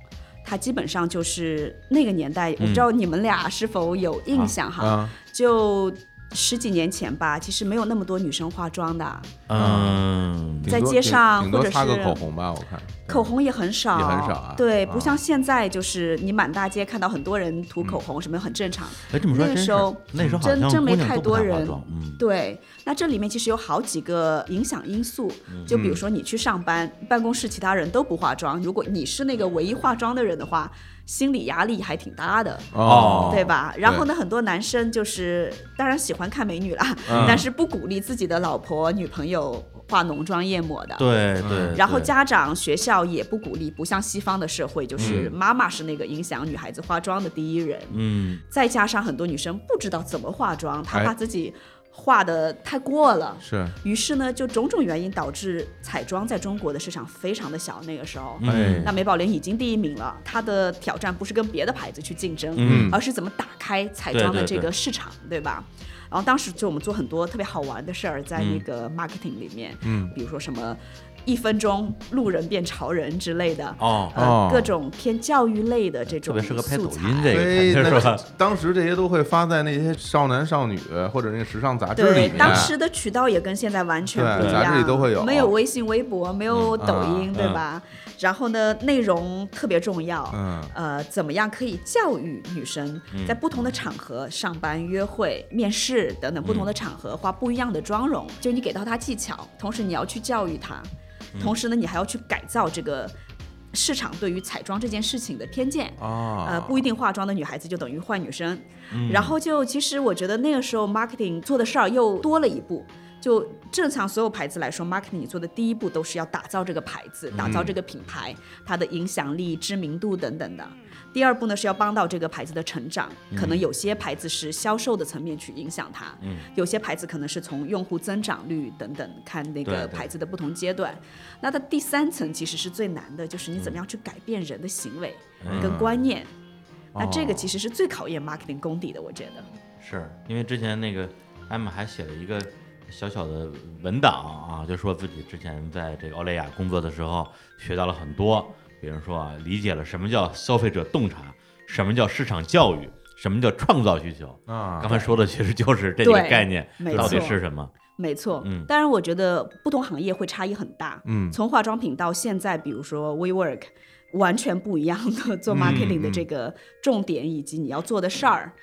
它基本上就是那个年代，我不知道你们俩是否有印象哈，啊，就十几年前吧，其实没有那么多女生化妆的，嗯，顶在多街顶上顶或多者擦个是口红吧，我看口红也很少，也很少啊对，啊不像现在就是你满大街看到很多人涂口嗯红什么很正常。哎，这么说那真个是时候那时候好真像真没姑娘太都不多太化人妆嗯，对，那这里面其实有好几个影响因素，嗯就比如说你去上班，办公室其他人都不化妆，如果你是那个唯一化妆的人的话，心理压力还挺大的。哦对吧？然后呢，很多男生就是当然喜欢看美女啦，嗯 [LAUGHS] 但是不鼓励自己的老婆、女朋友化浓妆艳抹的。对对。然后对家长、学校也不鼓励，不像西方的社会，就是妈妈是那个影响女孩子化妆的第一人。嗯，再加上很多女生不知道怎么化妆，她哎怕自己化的太过了。是，于是呢，就种种原因导致彩妆在中国的市场非常的小。那个时嗯候，哎那美宝莲已经第一名了，它的挑战不是跟别的牌子去竞争，嗯而是怎么打开彩妆的对对这对个市场，对吧？然后当时就我们做很多特别好玩的事儿，在那个 marketing 里面，嗯，比如说什么一分钟路人变潮人之类的，哦，哦呃，各种偏教育类的这特种别适合拍抖素材。音这对，个，那是吧？当时这些都会发在那些少男少女或者那个时尚杂志里对面，，当时的渠道也跟现在完全啊对不一杂志样，里都会有没有微信、微博，没有抖音，嗯对吧？然后呢，内容特别重要。嗯呃，怎么样可以教育女生在不同的场合，上班、约会、面试等等不同的场合，化不一样的妆容？就你给到她技巧，同时你要去教育她，同时呢，你还要去改造这个市场对于彩妆这件事情的偏见。啊，哦呃，不一定化妆的女孩子就等于坏女生。嗯然后就其实我觉得那个时候 marketing 做的事儿又多了一步。就正常所有牌子来说，marketing 你做的第一步都是要打造这个牌嗯子，打造这个品牌，它的影响力、知名度等等的。第二步呢是要帮到这个牌子的成长，嗯可能有些牌子是销售的层面去影响它，有些牌子可能是从用户增长率等等看那对对个牌子的不同阶段。那它第三层其实是最难的，就是你怎么样去改变人的行为跟观念。那这个其实是最考验 marketing 功底的，我觉得。是因为之前那个艾玛还写了一个小小的文档啊，就说自己之前在这个欧莱雅工作的时候学到了很多，比如说啊，理解了什么叫消费者洞察，什么叫市场教育，什么叫创造需求。啊刚才说的其实就是这几个对概念没到底错是什么？没错，嗯当然我觉得不同行业会差异很大，嗯从化妆品到现在，比如说 WeWork，完全不一样的做 marketing 的这个重点以及你要做的事儿。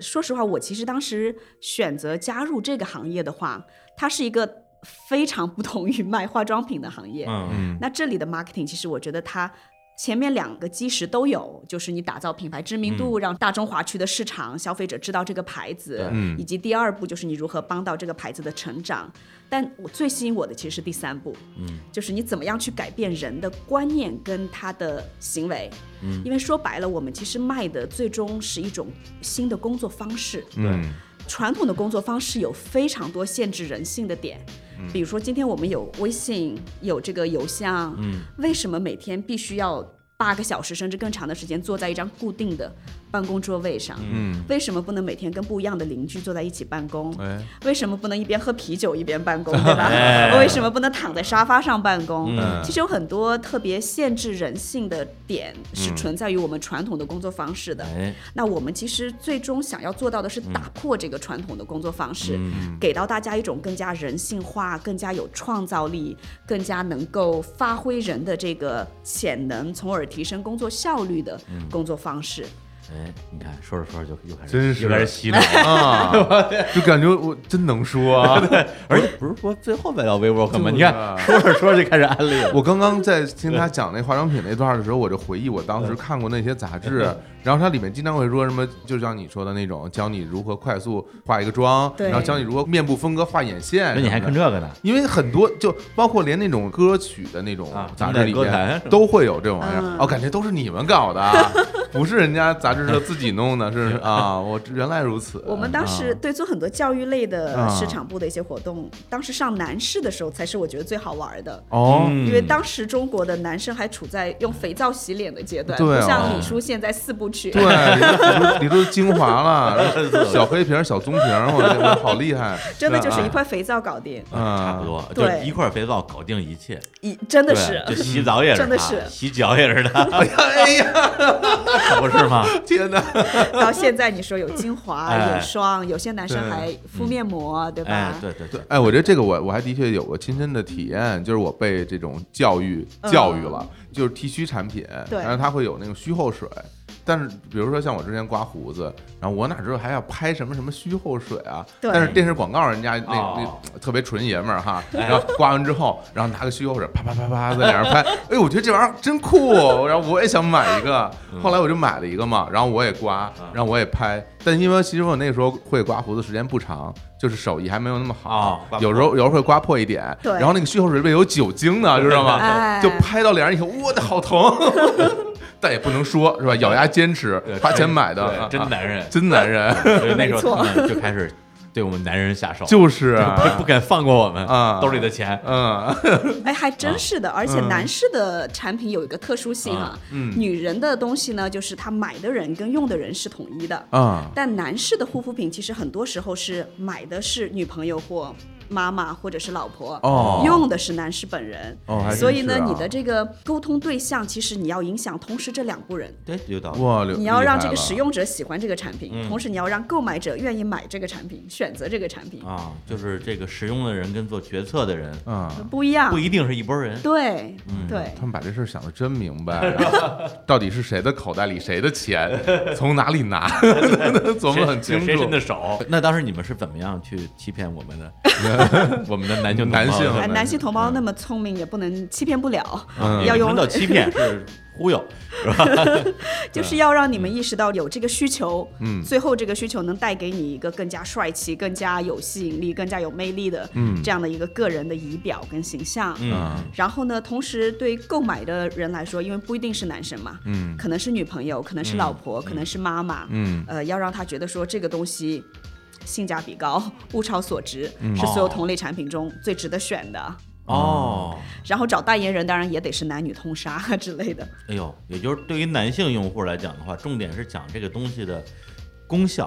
说实话，我其实当时选择加入这个行业的话，它是一个非常不同于卖化妆品的行业。嗯那这里的 marketing，其实我觉得它前面两个基石都有，就是你打造品牌知嗯名度，让大中华区的市场消费者知道这个牌子，嗯以及第二步就是你如何帮到这个牌子的成长。但我最吸引我的其实是第三步，嗯，就是你怎么样去改变人的观念跟他的行为，嗯，因为说白了，我们其实卖的最终是一种新的工作方式，嗯传统的工作方式有非常多限制人性的点，嗯比如说今天我们有微信，有这个邮箱，嗯为什么每天必须要八个小时甚至更长的时间坐在一张固定的办公座位上？嗯，为什么不能每天跟不一样的邻居坐在一起办公？哎，为什么不能一边喝啤酒一边办 [LAUGHS] 公，对吧？为什么不能躺在沙发上办公？嗯其实有很多特别限制人性的点是嗯存在于我们传统的工作方式的。哎，那我们其实最终想要做到的是嗯打破这个传统的工作方式，给到大家一种更加人性化、更加有创造力、更加能够发挥人的这个潜能，从而提升工作效率的嗯工作方式。哎，你看，说着说着就又开始，真是又开始洗脑了。啊，就感觉我真能说啊。而且不是说最后再到 WeWork 吗？对你看，说着说着就开始安 [LAUGHS] 利了。我刚刚在听他讲那化妆品那段的时候，我就回忆我当时看过那些杂志，然后它里面经常会说什么，就像你说的那种，教你如何快速化一个妆，对然后教你如何面部分割、画眼线。那你还看？这个呢？因为很多就包括连那种歌曲的那种啊杂志里当代歌坛面是吧都会有这种玩意嗯儿，哦，感觉都是你们搞的啊，不是人家杂志社自己弄的， [LAUGHS] 是啊，我原来如此。我们当时啊对做很多教育类的啊市场部的一些活动，当时上男士的时候才是我觉得最好玩的。哦，嗯因为当时中国的男生还处在用肥皂洗脸的阶段，对啊不像李叔现在四部曲。对，你都你都精华 [LAUGHS] 了，小黑瓶儿、小棕瓶儿，我我好厉害，真的就是一块肥皂搞定，啊， [LAUGHS] 差不多，就对一块肥皂搞定一切。一真的对是就洗澡也是他，真的是洗脚也是他，哎呀，哎呀，可不是吗？天哪！ [LAUGHS] 到现在你说有精华、哎眼霜，有些男生还敷面膜，嗯对哎吧，？对对对，哎，我觉得这个我我还的确有过亲身的体验，就是我被这种教育嗯教育了，就是剃须产品，对然后它会有那种须后水。但是，比如说像我之前刮胡子，然后我哪知道还要拍什么什么须后水啊？对但是电视广告人家那、哦哎那特别纯爷们儿哈，然后刮完之后，然后拿个须后水啪啪啪啪在脸上拍， [LAUGHS] 哎，我觉得这玩意儿真酷，然后我也想买一个。嗯后来我就买了一个嘛，然后我也刮，然后我也拍。但因为其实我那时候会刮胡子时间不长，就是手艺还没有那么好。哦刮啊有时候有时候会刮破一点，对然后那个蓄口水里面有酒精呢，知道吗？哎就拍到脸上以后，我的好疼， [LAUGHS] 但也不能说是吧？咬牙坚持，花钱买的，啊对真男人， [LAUGHS] 真男人，所以那时候没错他们就开始对我们男人下手，就是啊 [LAUGHS] 不不敢放过我们啊兜里的钱。嗯，哎，还真是的。而且男士的产品有一个特殊性啊，啊嗯女人的东西呢，就是他买的人跟用的人是统一的。啊，但男士的护肤品其实很多时候是买的是女朋友或妈妈或者是老婆，哦用的是男士本人。哦还真所以是呢，啊你的这个沟通对象，其实你要影响同时这两拨人。对，哎有道理。哇，你要让厉害这个了嗯使用者喜欢这个产品，同时你要让购买者愿意买这个产品，选择这个产品，啊，就是这个使用的人跟做决策的人啊。不一样。不一定是一拨人。对，对，他们把这事儿想得真 [LAUGHS] 明白，然后到底是谁的口袋里谁的钱，从哪里拿， [LAUGHS] 琢磨得很谁清谁楚伸。的手？那当时你们是怎么样去欺骗我们的？ [LAUGHS] 我们的男性同胞男性哎，嗯男性同胞那么聪明，也不能欺骗不了， [LAUGHS] 嗯要也不用能叫欺骗，是忽 [LAUGHS] 悠。就是要让你们意识到有这个需求，嗯最后这个需求能带给你一个更加帅气、更加有吸引力、更加有魅力的，嗯这样的一个个人的仪表跟形象。嗯，嗯然后呢，同时对购买的人来说，因为不一定是男生嘛，嗯可能是女朋友，可能是老婆，可能是妈妈，嗯呃，要让他觉得说这个东西性价比高，物超所值，是所有同类产品中最值得选的。哦，然后找代言人，当然也得是男女通杀啊之类的。哎呦，也就是对于男性用户来讲的话，重点是讲这个东西的功效，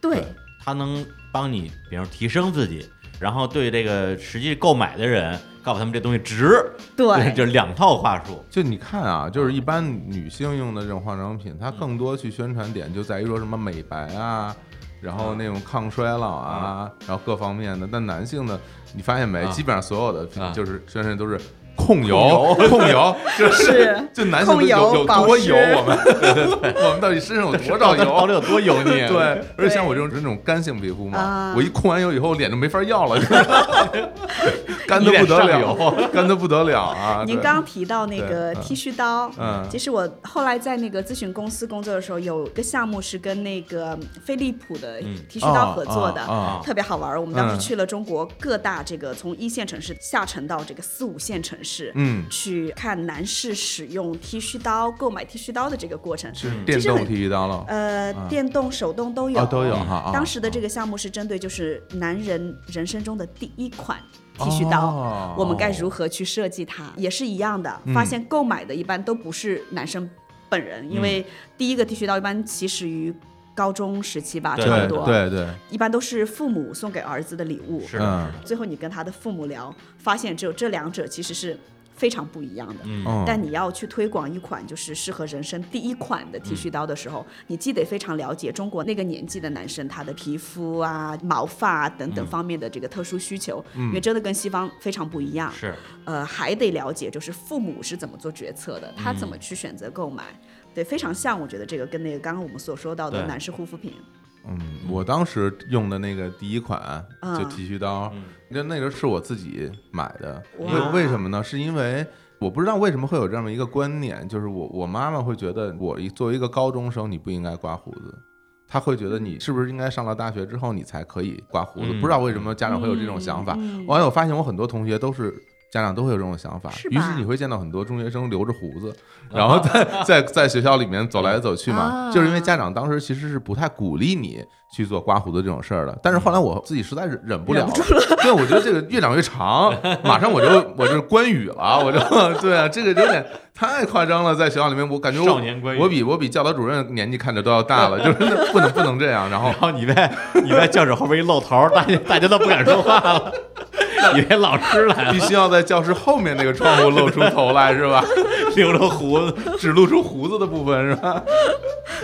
对，它能帮你，比如提升自己，然后对这个实际购买的人告诉他们这东西值， [LAUGHS] 对就是两套话术。就你看啊，就是一般女性用的这种化妆品，它更多去宣传点就在于说什么美白啊，然后那种抗衰老啊，然后各方面的。但男性的，你发现没？啊基本上所有的啊就是宣传都是控油，控 [LAUGHS] 油，就是是 [LAUGHS] 就男性控油有有多保湿油？我们我们到底身上有多少油？到底有多油腻？ [LAUGHS] 对，，而且像我这种这种干性皮肤嘛啊，我一控完油以后，脸就没法要 [LAUGHS] 了， [LAUGHS] 干的不得一脸上了，干的不得了啊！您对刚刚提到那个对嗯剃须刀，嗯其实我后来在那个咨询公司工作的时候，有一个项目是跟那个飞利浦的剃须刀合作的，哦哦哦特别好玩儿。我们当嗯时去了中国各大这个从一线城市下沉到这个四五线城市，嗯去看男士使用剃须刀、购买剃须刀的这个过程。是电其实动很剃须刀了，呃，电动、手动都有，啊都有哈。啊当时的这个项目是针对就是男人人生中的第一款剃须刀，哦我们该如何去设计它，也是一样的。发现购买的一般都不是男生本人，因嗯为第一个剃须刀一般起始于高中时期吧，对差对不多，对对，一般都是父母送给儿子的礼物。是嗯的，最后你跟他的父母聊，发现只有这两者其实是非常不一样的。嗯但你要去推广一款就是适合人生第一款的剃须嗯刀的时候，你既得非常了解中国那个年纪的男生他的皮肤啊、毛发、啊、等嗯等方面的这个特殊需求，因为真的跟西方非常不一 [LAUGHS] 样。是的，是呃，还得了解就是父母是怎么做决策的，他嗯怎么去选择购买。对，非常像，我觉得这个跟那个刚刚我们所说到的对男士护肤品，嗯，我当时用的那个第一款嗯就剃须刀嗯，就那个是我自己买的，哇为为什么呢？是因为。我不知道为什么会有这么一个观念，就是我我妈妈会觉得我一作为一个高中生，你不应该刮胡子，她会觉得你是不是应该上了大学之后你才可以刮胡子？嗯不知道为什么家长会有这种想法。嗯嗯完了，我发现我很多同学都是。家长都会有这种想法，是于吧是你会见到很多中学生留着胡子，然后在在在学校里面走来走去嘛，啊就是因为家长当时其实是不太鼓励你去做刮胡子这种事儿的。但是后来我自己实在忍忍不了了，对，我觉得这个越长越长，马上我就我就是关羽了，我就对啊，这个有点太夸张了，在学校里面，我感觉我少年关羽我比我比教导主任年纪看着都要大了， [LAUGHS] 就是不能不能这样。然后然后哦你在你在教室后边一露头，大家大家都不敢说话 [LAUGHS] 了，以为老师来了必，须要在教室后面那个窗户露出头来，是吧？ [LAUGHS] 留着胡子，只露出胡子的部分，是吧？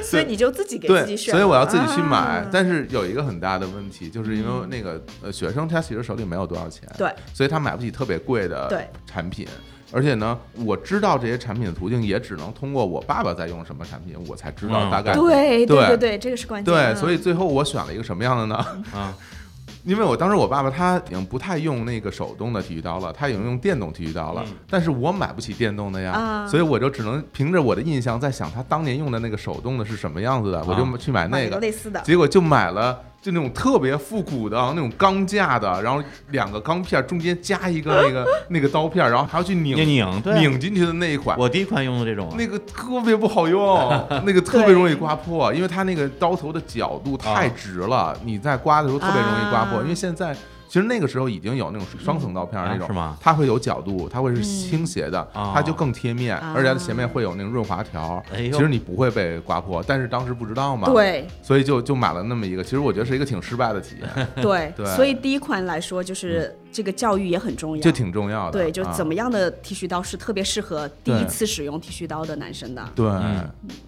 所以你就自己给自对，己选，所以我要自己去买啊。但是有一个很大的问题，就是因为那个呃学生他其实手里没有多少钱，对，所以他买不起特别贵的对产品。而且呢，我知道这些产品的途径也只能通过我爸爸在用什么产品，我才知道嗯大概。对对对对，这个是关键。对，嗯所以最后我选了一个什么样的呢？啊， [LAUGHS] 因为我当时我爸爸他已经不太用那个手动的剃须刀了，他已经用电动剃须刀了，嗯但是我买不起电动的呀，啊所以我就只能凭着我的印象在想他当年用的那个手动的是什么样子的，我啊就去买买那了个个，类似的，结果就买了就那种特别复古的啊那种钢架的，然后两个钢片中间加一个那 [LAUGHS] 个那个刀片，然后还要去 [LAUGHS] 拧拧拧对拧进去的那一款。我第一款用的这种啊，那个特别不好 [LAUGHS] 用，那个特别容易刮破，因为它那个刀头的角度太直了，你在刮的时候特别容易刮破。啊因为现在其实那个时候已经有那种双层刀片儿那种，嗯啊是吗它会有角度，它会是倾斜的，哦它就更贴面，啊而且它前面会有那种润滑条，哎呦其实你不会被刮破，但是当时不知道嘛，，对所以就就买了那么一个，其实我觉得是一个挺失败的体验， [LAUGHS] 对 [LAUGHS] 对嗯所以第一款来说，就是这个教育也很重要，就挺重要的，对，就啊怎么样的剃须刀是特别适合第对一次使用剃须刀的男生的。对，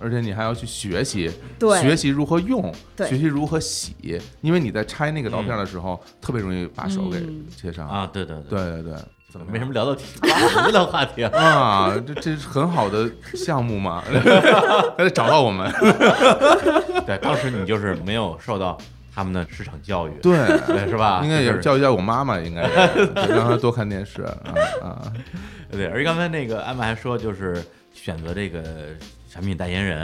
而且你还要去学习，对学习如何用，对学习如何洗，因为你在拆那个刀片的时候，特别容易把手给切伤。啊，对对对，对对对，怎么样没什么聊到题，我们聊话题 [LAUGHS] 啊。啊？这这是很好的项目 [LAUGHS] 嘛，还得找到我们。对，当时你就是没有受到他们的市场教育， [LAUGHS] [LAUGHS] 对。对，是吧？应该也就是教育教育我妈妈，应该也 [LAUGHS] 是就让她多看电视啊啊！对，而刚才那个艾玛还说，就是选择这个产品代言人、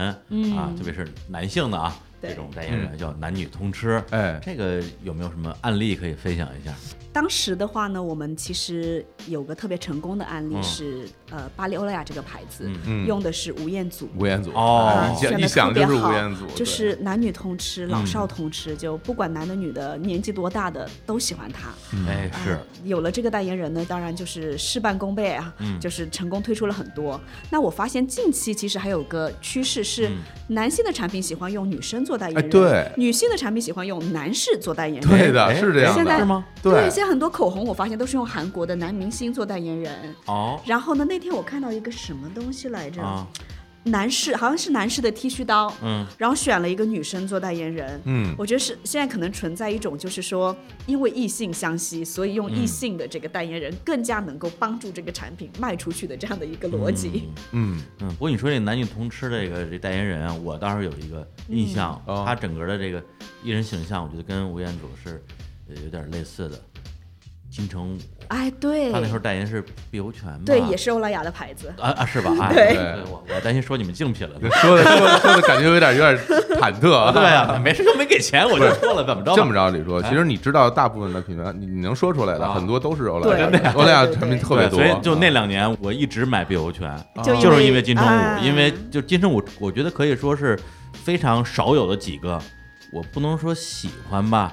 啊，特别是男性的啊，嗯对这种代言人叫男女通吃。嗯哎这个有没有什么案例可以分享一下？当时的话呢，我们其实有个特别成功的案例嗯是，呃，巴黎欧莱雅这个牌子、嗯嗯用的是无烟组。吴彦祖哦啊啊一选想选一的想特就别是吴好彦祖，，就对是男女通吃、老嗯少通吃，就不管男的女的，年纪多大的都喜欢它。嗯哎，是啊，有了这个代言人呢，当然就是事半功倍啊，嗯就是成功推出了很多。那我发现近期其实还有个趋势是嗯，男性的产品喜欢用女生做代言人，哎对女性的产品喜欢用男士做代言人。对的，哎是这样现在的，是吗？对现在很多口红我发现都是用韩国的男明星做代言人。哦然后呢，那天我看到一个什么东西来着，啊，男士好像是男士的剃须刀，嗯然后选了一个女生做代言人。嗯我觉得是现在可能存在一种，就是说，因为异性相吸，所以用异性的这个代言人更加能够帮助这个产品卖出去的这样的一个逻辑。嗯，嗯。不过你说这男女通吃这个这代言人啊，我倒是有一个印象，嗯哦他整个的这个艺人形象，我觉得跟吴彦祖是呃有点类似的。金城武，哎，对他，那时候代啊言是碧欧泉嘛？对，也是欧莱雅的牌子。啊啊，是 [LAUGHS] 吧？哎，对我我担心说你们竞品了。 [LAUGHS] 说的说的说的感觉有点有点忐忑 [LAUGHS] 啊，对啊， [LAUGHS] 没事就没给钱，我就说了，怎么着吧？这么着，李叔，其实你知道大部分的品牌，你你能说出来的哎啊很多都是欧莱雅对真的的，呀欧莱雅产品特别对，多，所以就那两年我一直买碧欧泉，哦就就啊因是为因为金城啊武，因为就金城武，我觉得可以说是非常少有的几个，我不能说喜欢吧，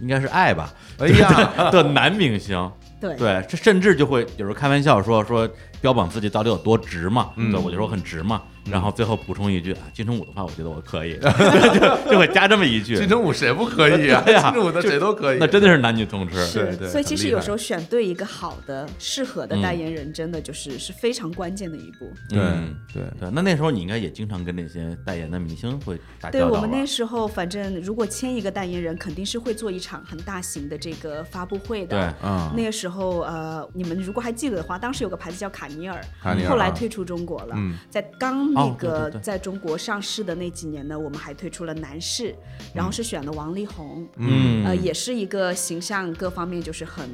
应该是爱吧。哎呀， [LAUGHS] 的男明星，对对，这甚至就会有时候开玩笑说说标榜自己到底有多直嘛，嗯对，我就说很直嘛，然后最后补充一句啊，金城武的话，我觉得我可 [LAUGHS] 以，就就会加这么一句， [LAUGHS] 金城武谁不可以啊？对呀金城武的谁都可以，那真的是男女通吃，对对所以其很实厉害有时候选对一个好的、适合的嗯代言人，真的就是是非常关键的一步。对嗯对对，那那时候你应该也经常跟那些代言的明星会打对交我道吧？们那时候，反正如果签一个代言人，肯定是会做一场很大型的这个发布会的。对啊，那个时候，呃，你们如果还记得的话，当时有个牌子叫卡尼尔，卡尼尔后来啊退出中国了。嗯在刚那哦对对个对在中国上市的那几年呢，我们还推出了男士，然后是选了王力宏，嗯呃，也是一个形象各方面就是很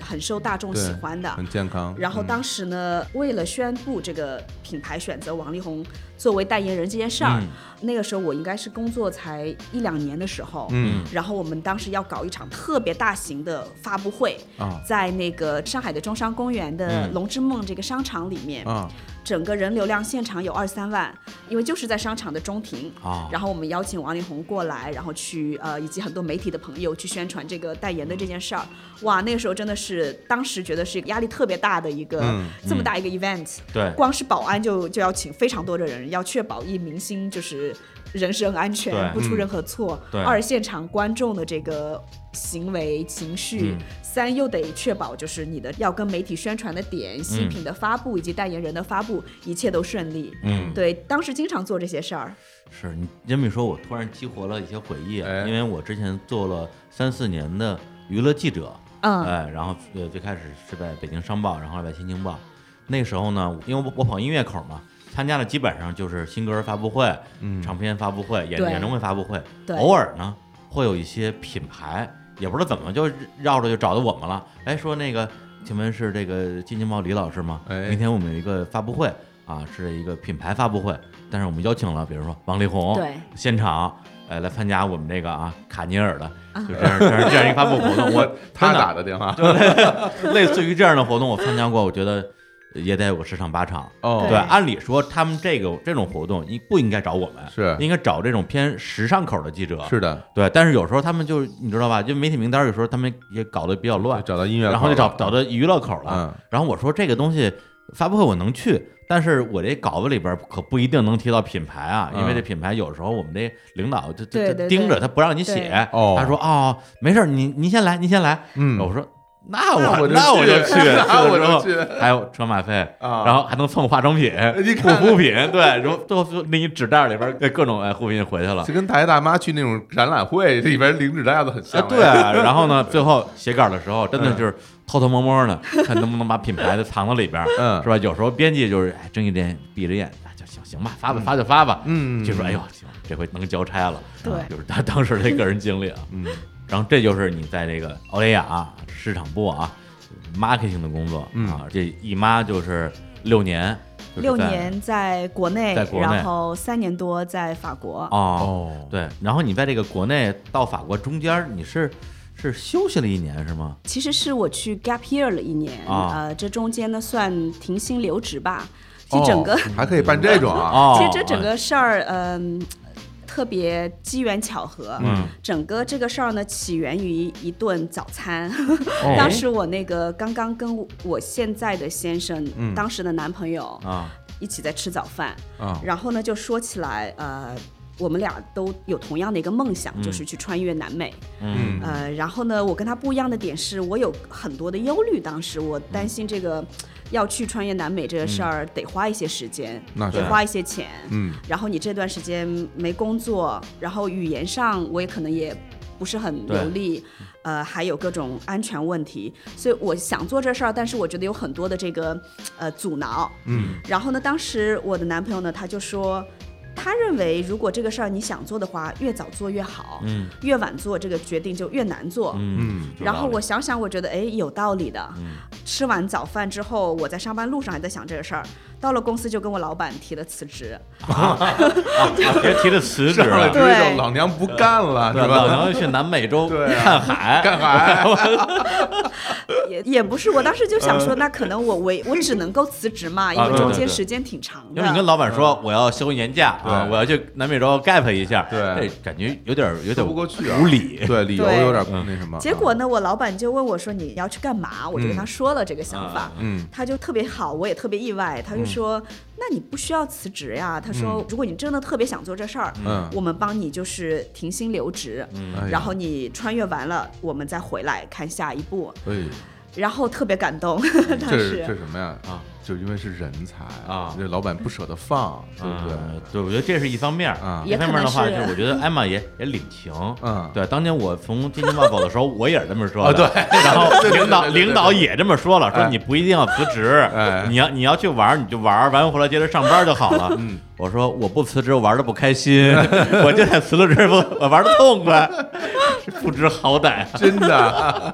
很受大众对喜欢的。很健康。嗯然后当时呢，为了宣布这个品牌选择王力宏作为代言人这件事嗯儿，那个时候我应该是工作才一两年的时候，嗯，然后我们当时要搞一场特别大型的发布会，啊嗯在那个上海的中山公园的龙之梦这个商场里面，啊，整个人流量现场有二三万，因为就是在商场的中庭。啊然后我们邀请王力宏过来，然后去呃以及很多媒体的朋友去宣传这个代言的这件事儿。哇，那个时候真的是当时觉得是压力特别大的一个、嗯这么大一个 event，、对光是保安就就要请非常多的人，要确保一明星就是人身安对嗯全，不出任何错。对二现场观众的这个行为情嗯绪，三又得确保就是你的要跟媒体宣传的点、新品的发布以及代言人的发布，一切都顺利。嗯对，当时经常做这些事儿。是你这么一说，我突然激活了一些回忆，啊哎因为我之前做了三四年的娱乐记者，嗯哎，然后呃最开始是在北京商报，然后后来在新京报，那时候呢，因为我我跑音乐口嘛，参加的基本上就是新歌发布会、嗯唱片发布会、演对演唱会发布会，对偶尔呢会有一些品牌，也不知道怎么就绕着就找到我们了，哎，说那个，请问是这个金京报李老师吗？哎明天我们有一个发布会啊，是一个品牌发布会，但是我们邀请了，比如说王力宏，对，现场。呃，来参加我们这个啊卡尼尔的，就这样这样这样一个发布活动，我他 [LAUGHS] 真打的电话 [LAUGHS] 类似于这样的活动，我参加过，我觉得也得有个十场八场。哦，对，按理说他们这个这种活动，应不应该找我们？是应该找这种偏时尚口的记者。是的，对，但是有时候他们就你知道吧，就媒体名单有时候他们也搞得比较 [LAUGHS] 乱，找到音乐口了，然后就找找到娱乐口了。嗯然后我说这个东西发布会我能去，但是我这稿子里边可不一定能提到品牌啊，嗯因为这品牌有时候我们这领导就就对就对盯着对他不让你写对，哦他说哦没事儿，您您先来，您先来。嗯我说那我我就那我就去，去那去了我之就后去还有车马费啊然后还能蹭化妆品、你护看肤品，对，然后最后就那一纸袋里边各种哎护肤品回去了。嗯就跟大爷大妈去那种展览会里边领纸袋子很啊，像，对啊，然后 [LAUGHS] 呢，最后写稿的时候，真的就是偷偷摸摸的，看能不能把品牌的藏到里边儿，嗯是吧？有时候编辑就是哎睁一只眼闭一只眼，哎就行行吧，发吧发就发吧，嗯就说哎呦，行，这回能交差了，对啊就是他当 [LAUGHS] 时的个人经历啊，嗯，然后这就是你在这个欧莱雅啊市场部啊，marketing 的工作嗯啊，这一妈就是六年，就是六在年在国内，在国内然后三年多在法国。哦，哦，对，然后你在这个国内到法国中间儿，你是是休息了一年是吗？其实是我去 gap year 了一年，啊呃，这中间呢算停薪留职吧。其实整个、哦还可以办这种 [LAUGHS] 啊，哦，其实这整个事儿，嗯、特别机缘巧合。嗯，整个这个事儿呢，起源于一顿早餐。 [LAUGHS] 哦当时我那个刚刚跟我现在的先生，嗯当时的男朋友啊，一起在吃早饭，啊然后呢就说起来，呃。我们俩都有同样的一个梦想，嗯就是去穿越南美。嗯呃，然后呢，我跟他不一样的点是我有很多的忧虑，当时我担心这个、要去穿越南美这个事儿、得花一些时间，那嗯是得花一些钱，嗯然后你这段时间没工作，然后语言上我也可能也不是很流利，呃，还有各种安全问题，所以我想做这事儿，但是我觉得有很多的这个呃阻挠。嗯然后呢，当时我的男朋友呢，他就说。他认为，如果这个事儿你想做的话，越早做越好，嗯越晚做这个决定就越难做。嗯有然道后理嗯我想想，我觉得哎有道理的。吃完早饭之后，我在上班路上还在想这个事儿，到了公司就跟我老板提了辞职。啊别提了辞职上来了之，对后老娘不干了，对是老吧？娘去南美洲对啊看海，[LAUGHS] 干啥呀？也也不是，我当时就想说，那可能我我我只能够辞职嘛，嗯因啊对为中对间对时间挺长因为你跟的。老板说我要休年假啊，对我要去南美洲 gap 一下，对这感觉有点儿有点说儿不过去啊无理。对，理由对有点那什么。啊结果呢，我老板就问我说你要去干嘛？我就嗯跟他说了这个想啊法，嗯他就特别好，我也特别意外，嗯他就说那你不需要辞职呀，他说如果你真的特别想做这事儿，嗯我们帮你就是停薪留职，嗯哎呀然后你穿越完了，我们再回来看下一步，哎， [LAUGHS] 然后特别感动，当这是这时什么呀？啊，就是因为是人才啊这老板不舍得放，对不对？嗯对，我觉得这是一方面儿啊一也可方面儿的能话，就是是我觉得艾玛也也领情。嗯对，当年我从《天津晚报》的时候，我也是这么说的。啊对 [LAUGHS] 然后对对对领导对对对领导也这么说了，说哎你不一定要辞职哎，你要你要去玩儿你就玩儿，玩完回来接着上班就好了。嗯，我说我不辞职，我玩的不开心， [LAUGHS] 我就想辞了职，我我玩的痛快， [LAUGHS] 不知好 [LAUGHS] 歹。真 [LAUGHS] 的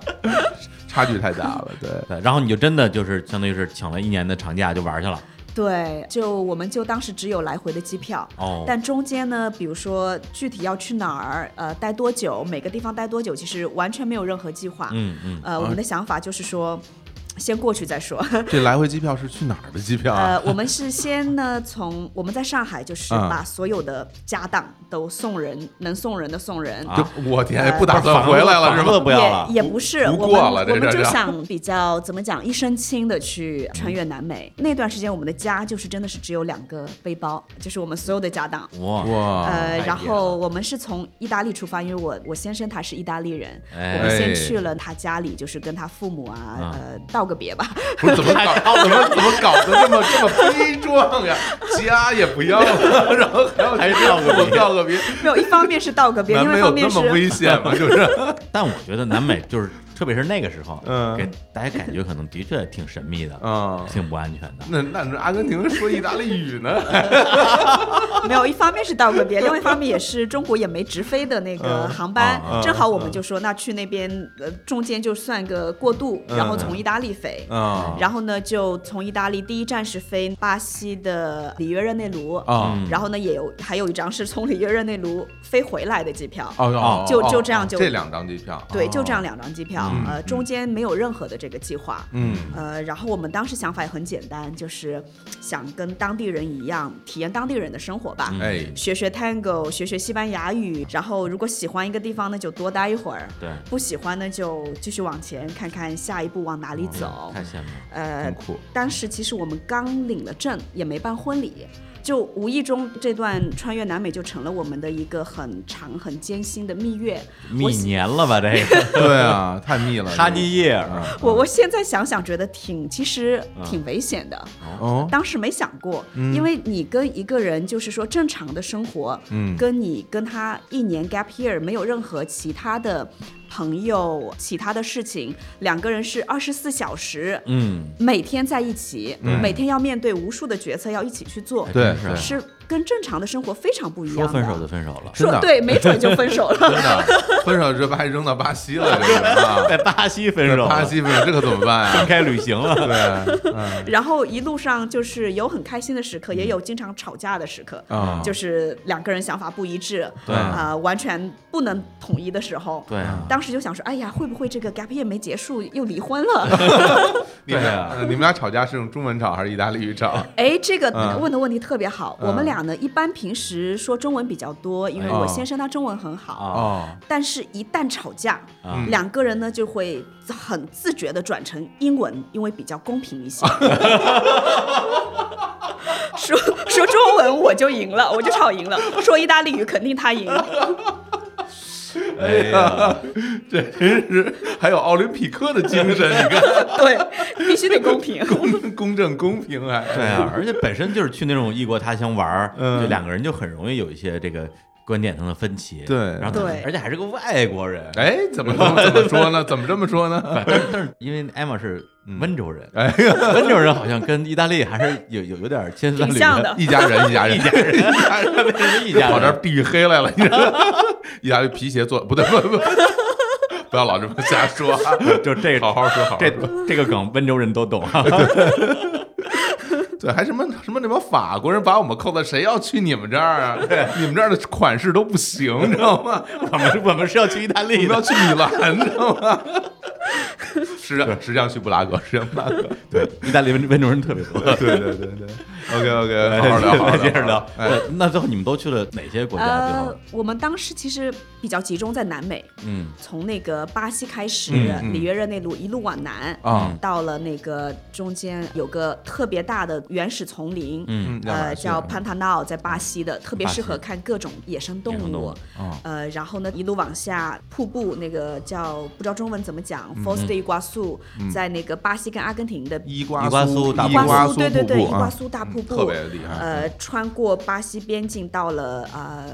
差距太大了，对。对，然后你就真的就是相当于是请了一年的长假就玩去了。对，就我们就当时只有来回的机票，哦但中间呢，比如说具体要去哪儿，呃，待多久，每个地方待多久，其实完全没有任何计划。嗯嗯，呃，啊我们的想法就是说，先过去再说。这来回机票是去哪儿的机票啊呃？，我们是先呢，从我们在上海就是嗯把所有的家当都送人，能送人的送人。啊就我呃天，不打不是算房回来了子是房子吧？不要了也也不是，不我过了们这我们这这就想比较怎么讲，一身轻的去穿越南美。那段时间，我们的家就是真的是只有两个背包，就是我们所有的家当。哇，哇，呃，然厉害了后我们是从意大利出发，因为我我先生他是意大利人，哎我们先去了他家里，就是跟他父母啊啊，呃，道个别吧。 [LAUGHS] 不是怎么 [LAUGHS] 搞，怎么怎么搞得这么这么悲壮呀？家也不要 [LAUGHS] 了，然后还要还去要个我别要个别，没有，一方面是道个别，难另外没一有方面那么 [LAUGHS] 是危险吗？ [LAUGHS] 就是，但我觉得南美就是，特别是那个时 [LAUGHS] 候，嗯给大家感觉可能的确挺神秘的，嗯，挺不安全的。那那那阿根廷说意大利语呢？没有，一方面是道个别，另外一方面也是中国也没直飞 [LAUGHS] 的那个嗯航班嗯，正好我啊们就说那去那边，呃，中间就算个过渡，然后从意大利飞。嗯啊然后呢，就从意大利第一站是飞巴西的里约热内卢，啊嗯然后呢，也有还有一张是从里约热内卢飞回来的机票。哦哦，就哦就这样就这两张机票，对，就哦这样两张机票，呃，中间没有任何的这个计划。嗯呃，然后我们当时想法也很简单，就是想跟当地人一样，体验当地人的生活吧，哎学学 tango，学学西班牙语，然后如果喜欢一个地方呢，就多待一会儿；对，不喜欢呢，就继续往前看看下一步往哪里走。太羡慕了。呃真，酷，当时其实我们刚领了证，也没办婚礼，就无意中这段穿越南美就成了我们的一个很长、很艰辛的蜜月。密我喜年了吧？这个对啊，太密了，哈尼叶尔，嗯我我现在想想，觉得挺其实挺危险的。哦，当时没想过，因为你跟一个人就是说正常的生活，嗯跟你跟他一年 gap year 没有任何其他的朋友、其他的事情，两个人是二十四小时，嗯，每天在一起，每天要面对无数的决策要一起去做还，对真是是跟正常的生活非常不一样说的。分手就分手了，真的说对，没准就分手了。真的，分手这把还扔到巴西了，这个啊 [LAUGHS] 在巴西分手了，巴西分手，这可怎么办分呀？开旅行 [LAUGHS] 了。对，嗯然后一路上就是有很开心的时刻，也有经常吵架的时刻，啊就是两个人想法不一致，对啊、完全不能统一的时候，对啊，当时就想说，哎呀，会不会这个 gap year 没结束又离婚 [LAUGHS] 了？你们对俩啊呃你们俩吵架是用中文吵还是意大利语吵？哎，这个嗯问的问题特别好。嗯我们俩呢，一般平时说中文比较多，因为哎我哦先生他中文很好，啊哦，但是一旦吵架，啊两个人呢就会很自觉的转成英文，因为比较公平一些。 [LAUGHS] 说说中文我就赢了，我就吵赢了；说意大利语肯定他赢。哎呀，这真是还有奥林匹克的精神，你看 [LAUGHS] [LAUGHS] 对，必须得公平。公公正公平还对啊，而且本身就是去那种异国他乡玩儿，嗯就两个人就很容易有一些这个观点上的分歧。对然后他对而且还是个外国人，哎，怎么怎么怎么说呢？怎么这么说呢？ [LAUGHS] 但是但是因为艾玛是温州人，哎温州人好像跟意大利还是有有有点千丝万缕挺像的一家人，一家 [LAUGHS] [LAUGHS] 人，一家人，一家人，一家人跑这儿避黑来了，你知道吗？意大利皮鞋做不对，不不，不要老这么瞎说啊，就这个好好说，好好这说。这个梗温州人都懂。啊对，还什么什么那帮法国人把我们扣在，谁要去你们这儿啊？你们这儿的款式都不行，你知道吗？ [LAUGHS] 我们我们是要去意大我利们要的，去米兰，你知道吗？实际上实际上去布拉格，实际上布拉格。对，意大利温温州人特别多。哎对对对对， OK OK，好好聊，好 [LAUGHS] 好接着聊聊。。哎呃，那最后你们都去了哪些国家？最后呃，，我们当时其实比较集中在南美，嗯从那个巴西开始，嗯嗯里约热内卢一路往南，啊，到了那个中间有个特别大的原始丛林，嗯嗯，亚马呃，逊叫潘塔纳尔，在巴西的，特别巴西适合看各种野生动野生动物物。啊呃，然后呢，一路往下，瀑布那个叫不知道中文怎么讲，Foz de Iguaçu，在那个巴西跟阿根廷的伊瓜伊瓜苏大伊瀑布瓜瓜苏苏，对对对，伊瀑布啊瓜苏大瀑特布别，厉害。呃，穿过巴西边境到了呃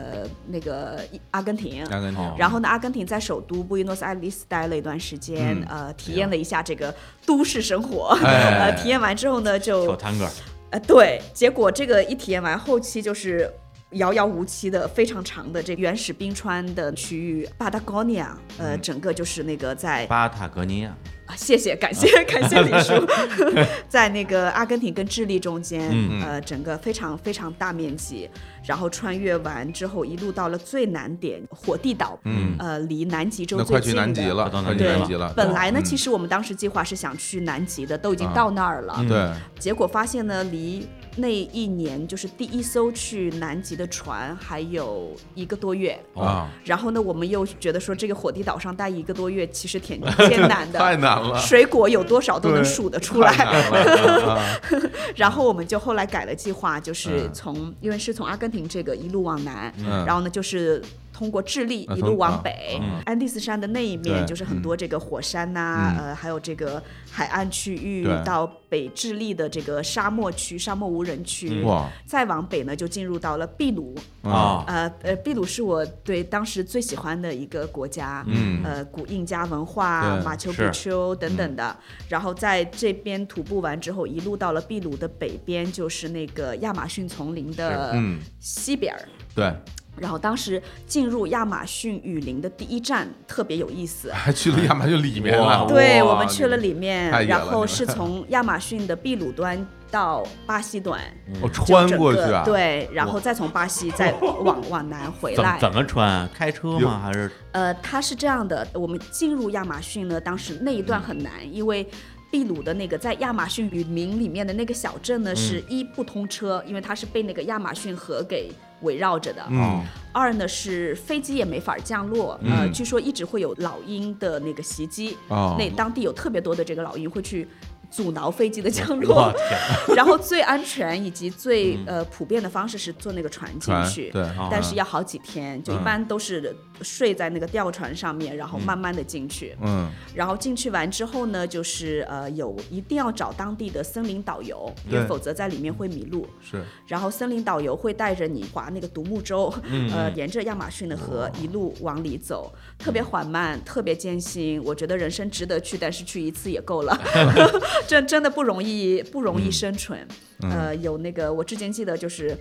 那个伊阿根廷。阿根廷然后呢，阿根廷在首都布宜诺斯艾利斯待了一段时间，嗯呃，体验了一下这个都市生活。哎 [LAUGHS] 呃，体验完之后呢，就跳探戈，呃，对，结果这个一体验完，后期就是遥遥无期的非常长的这原始冰川的区域，Patagonia，呃，嗯整个就是那个在巴塔哥尼亚，啊，谢谢，感 [LAUGHS] 谢，感谢李叔， [LAUGHS] 在那个阿根廷跟智利中间，嗯呃，整个非常非常大面积，然后穿越完之后，一路到了最南点火地岛，嗯呃，离南极洲那最近快去南极的了，到快南去极南了极了。本来呢，嗯其实我们当时计划是想去南极的，都已经啊到那儿了，对，嗯结果发现呢，离那一年就是第一艘去南极的船还有一个多月。啊，然后呢，我们又觉得说这个火地岛上待一个多月其实 [LAUGHS] 挺艰难的，太难了水果有多少都能啊对数得出太来。难了啊 [LAUGHS] 然后我们就后来改了计划，就是嗯从、因为是从阿根廷这个一路往南，嗯然后呢就是。通过智利啊一从路啊往北嗯，安第斯山的那一对面就是很多这个火山呐、嗯呃，还有这个海岸区域对，到北智利的这个沙漠区、沙漠无人区，嗯哇再往北呢就进入到了秘鲁，嗯啊呃呃，秘鲁是我对当时最喜欢的一个国家，嗯呃，古印加文化、对嗯马丘比是丘等等的。然后在这边徒步完之后，一路到了秘鲁的北边，就是那个亚马逊丛林的嗯西边儿。对，然后当时进入亚马逊雨林的第一站特别有意思，还去了亚马逊里面哇了。对哇我们去了，里面太，野然了后你是们从亚马逊的秘鲁端到巴西 [LAUGHS] 端。你我就哦穿整过去个啊，，对，然后再从巴西再往往南回怎来么。怎么穿啊？开车有吗？还 [LAUGHS] 是呃，它是这样的，我们进入亚马逊呢，当时那一段很难，因为。秘鲁的那个在亚马逊雨林里面的那个小镇呢，是一不通车，因为它是被那个亚马逊河给围绕着的。嗯二呢是飞机也没法降落，呃，据说一直会有老鹰的那个袭击，哦那当地有特别多的这个老鹰会去阻挠飞机的降我落。天， [LAUGHS] [LAUGHS] 然后最安全以及最、呃普遍的方式是坐那个船进嗯船去，对嗯啊但是要好几天，就一般都是睡在那个吊船上面，然后慢慢的进去。嗯然后进去完之后呢，就是呃有一定要找当地的森林导游，因为对否则在里面会迷路。是然后森林导游会带着你划那个独木舟，呃，沿着亚马逊的河一路往里走，特别缓慢，特别艰辛。我觉得人生值得去，但是去一次也够了， [LAUGHS] 真真的不容易，不容易生存。呃，有那个我至今记得就是。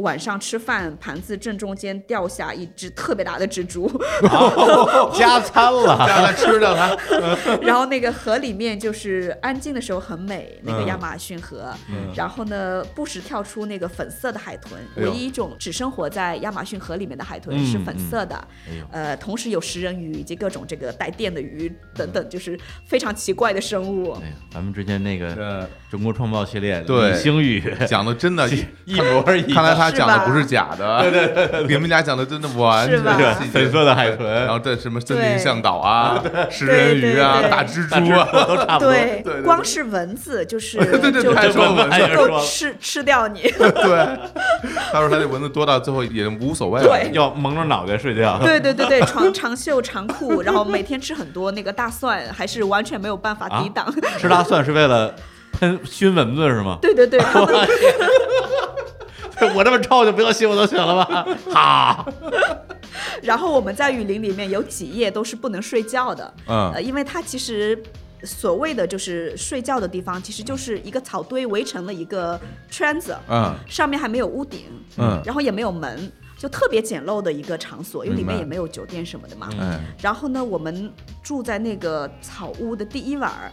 晚上吃饭，盘子正中间掉下一只特别大的蜘蛛，加餐 [LAUGHS] 了。让他吃掉它，然后那个河里面就是安静的时候很美，那个嗯亚马逊河。然后呢，不时跳出那个粉色的海豚，哎呦唯一一种只生活在亚马逊河里面的海豚嗯是粉色的。嗯呃，同时有食人鱼以及各种这个带电的鱼等等，就是非常奇怪的生物。哎呀，咱们之前那个呃，中国创造系列，对李星宇讲的真的一模一看来样，他讲的是吧不是假的，对对对，你们俩讲的真的完全是吧细节粉色的海豚然后这什么森林对向导啊、食人鱼啊、对对对大蜘蛛啊，都差不多。对，对对光是蚊子就是 [LAUGHS] 对对就太就说蚊子就了够吃吃掉你。 [LAUGHS] [LAUGHS] 对。他说他这蚊子多到最后也无所谓了，对要蒙着脑袋睡觉。对对对对，长长袖长裤，然后每天吃很多那个大蒜，还是完全没有办法啊抵挡。 [LAUGHS] 吃大蒜是为了喷熏蚊子是吗？对对对， [LAUGHS] 他们我这么臭就不要熏我就行了吧？ [LAUGHS] 哈，然后我们在雨林里面有几夜都是不能睡觉的，嗯呃，因为它其实。所谓的就是睡觉的地方，其实就是一个草堆围成了一个圈子，嗯上面还没有屋顶，嗯然后也没有门，就特别简陋的一个场所，因为里明白面也没有酒店什么的嘛。哎，然后呢，我们住在那个草屋的第一晚儿，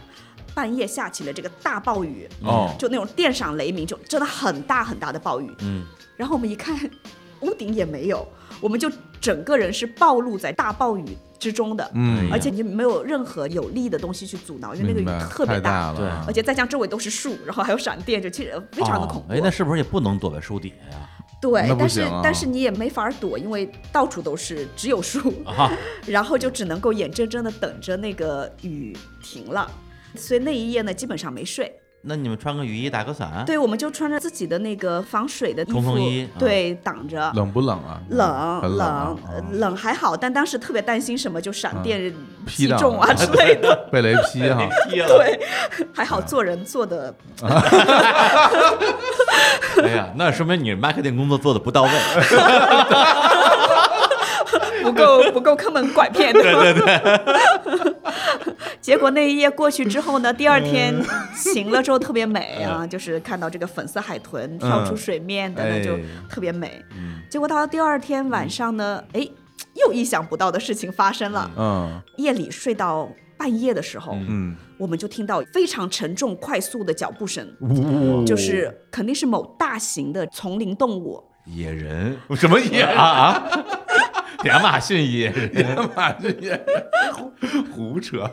半夜下起了这个大暴雨，哦就那种电闪雷鸣，就真的很大很大的暴雨。嗯， [LAUGHS] 然后我们一看，屋顶也没有，我们就整个人是暴露在大暴雨之中的，嗯而且你没有任何有力的东西去阻挠，因为那个明白雨特别太大了啊，而且再加上周围都是树，然后还有闪电，就其实非常的恐怖。哦哎，那是不是也不能躲在树底下呀？对那，不但是、行啊但是你也没法躲，因为到处都是，只有树，啊， [LAUGHS] 然后就只能够眼睁睁的等着那个雨停了。所以那一夜呢，基本上没睡。那你们穿个雨衣，打个伞，对，我们就穿着自己的那个防水的衣服，冲锋衣嗯啊对，挡着。冷不冷啊？冷很冷啊嗯冷，呃冷还好，但当时特别担心什么就闪电劈击到 [LAUGHS] 中啊了之类的，被雷劈 [LAUGHS] 哈。劈了。对，还好做人做的哎呀，那说明你 marketing 工作做的不到 [LAUGHS] 位。[LAUGHS] 不够不够坑蒙拐骗，对吧？对对 [LAUGHS] 结果那一夜过去之后呢，第二天嗯晴了之后特别美啊，就是看到这个粉色海豚跳出水面等等，就哎嗯特别美。结果到了第二天晚上呢，哎，又意想不到的事情发生了。嗯夜里睡到半夜的时候，嗯，我们就听到非常沉重、快速的脚步声，呜就是肯定是某大型的丛林动 [LAUGHS] 物。野人什么野啊啊，亚马逊野人，野马这野胡胡扯，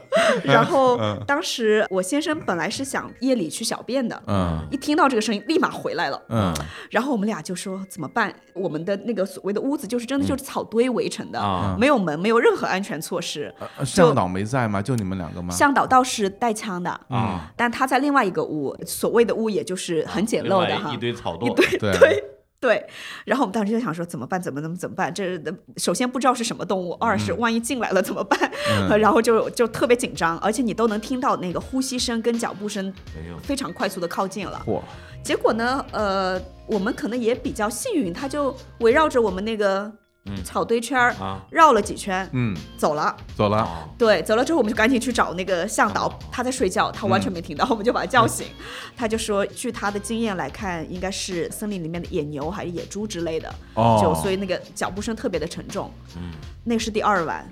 然后嗯当时我先生本来是想夜里去小便的，嗯一听到这个声音立马回来了。嗯然后我们俩就说怎么办？我们的那个所谓的屋子就是真的就是草堆围成的，啊没有门，没有任何安全措施。呃向导没在吗？就你们两个吗？向导倒是带枪的，啊，但他在另外一个屋，所谓的屋也就是很简另陋外的哈一。堆草垛，对对，然后我们当时就想说怎么办？怎么怎么怎么办？这首先不知道是什么动物，二是万一进来了怎么办？嗯 [LAUGHS] 然后就就特别紧张，而且你都能听到那个呼吸声跟脚步声哎呦非常快速的靠近了。嚯，结果呢，呃，我们可能也比较幸运，它就围绕着我们那个草堆圈儿、啊绕了几圈，嗯，走了。走了，啊，对，走了之后我们就赶紧去找那个向导，他在睡觉，他完全没听到，我们就把他叫醒。嗯他就说，据他的经验来看，应该是森林里面的野牛还是野猪之类的，哦就所以那个脚步声特别的沉重。嗯，那是第二晚，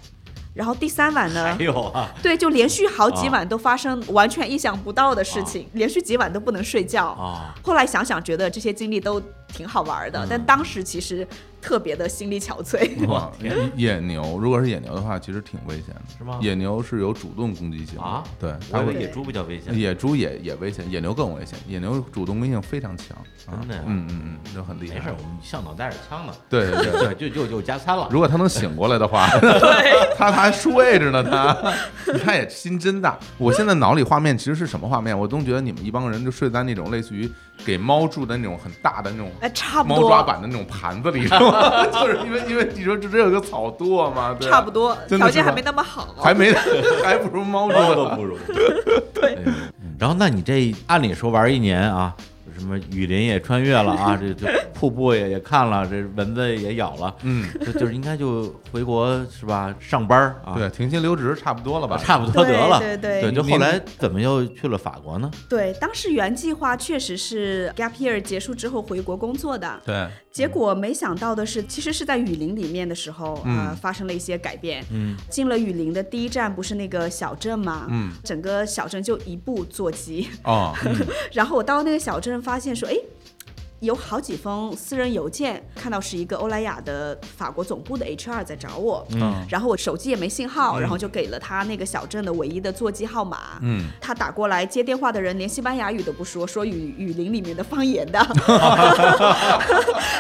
然后第三晚呢还？有啊，对，就连续好几晚都发生完全意想不到的事哦情，连续几晚都不能睡觉。啊后来想想，觉得这些经历都挺好玩嗯的，但当时其实特别的心力憔悴。 [LAUGHS] 哇，野野牛如果是野牛的话，其实挺危险的，是吗野牛是有主动攻击性的啊对，我它以为会。野猪比较危险，野猪也也危险，野牛更危险。野牛主动攻击性非常强，啊真的呀嗯嗯嗯，就很厉没害。事，我们向导带着枪呢，对对对，对，就就就加餐了如。果他能醒过来的 [LAUGHS] 话，他他还睡着呢，他你看也心真大。我现在脑里画面其实是什么画面？我总觉得你们一帮人就睡在那种类似于给猫住的那种很大的那种。哎，差不猫抓多，板的那种盘子里，是 [LAUGHS] 吗？就是因为因为你说这只有个草垛嘛，对吧啊差不多，真的条是件还吧没那么好。还没还不如猫住猫的 [LAUGHS] 都不如。对，哎嗯然后那你这按理说玩一年啊，什么雨林也穿越了啊，这这瀑布也也看了，这蚊子也咬了，嗯，就就是应该就回国是吧？上班儿啊，对，停薪留职差不多了吧？差不多得了。对对对就后来怎么又去了法国呢？对，当时原计划确实是 gap year 结束之后回国工作的，对，嗯结果没想到的是，其实是在雨林里面的时候，呃，发生了一些改变。嗯，进了雨林的第一站不是那个小镇吗？嗯，整个小镇就一部座机。 [LAUGHS] 哦，然后我到那个小镇，发现说，哎，有好几封私人邮件，看到是一个欧莱雅的法国总部的 HR 在找我，嗯然后我手机也没信号，然后就给了他那个小镇的唯一的座机号码，嗯，他打过来接电话的人连西班牙语都不说，说雨雨林里面的 [LAUGHS] 方言的，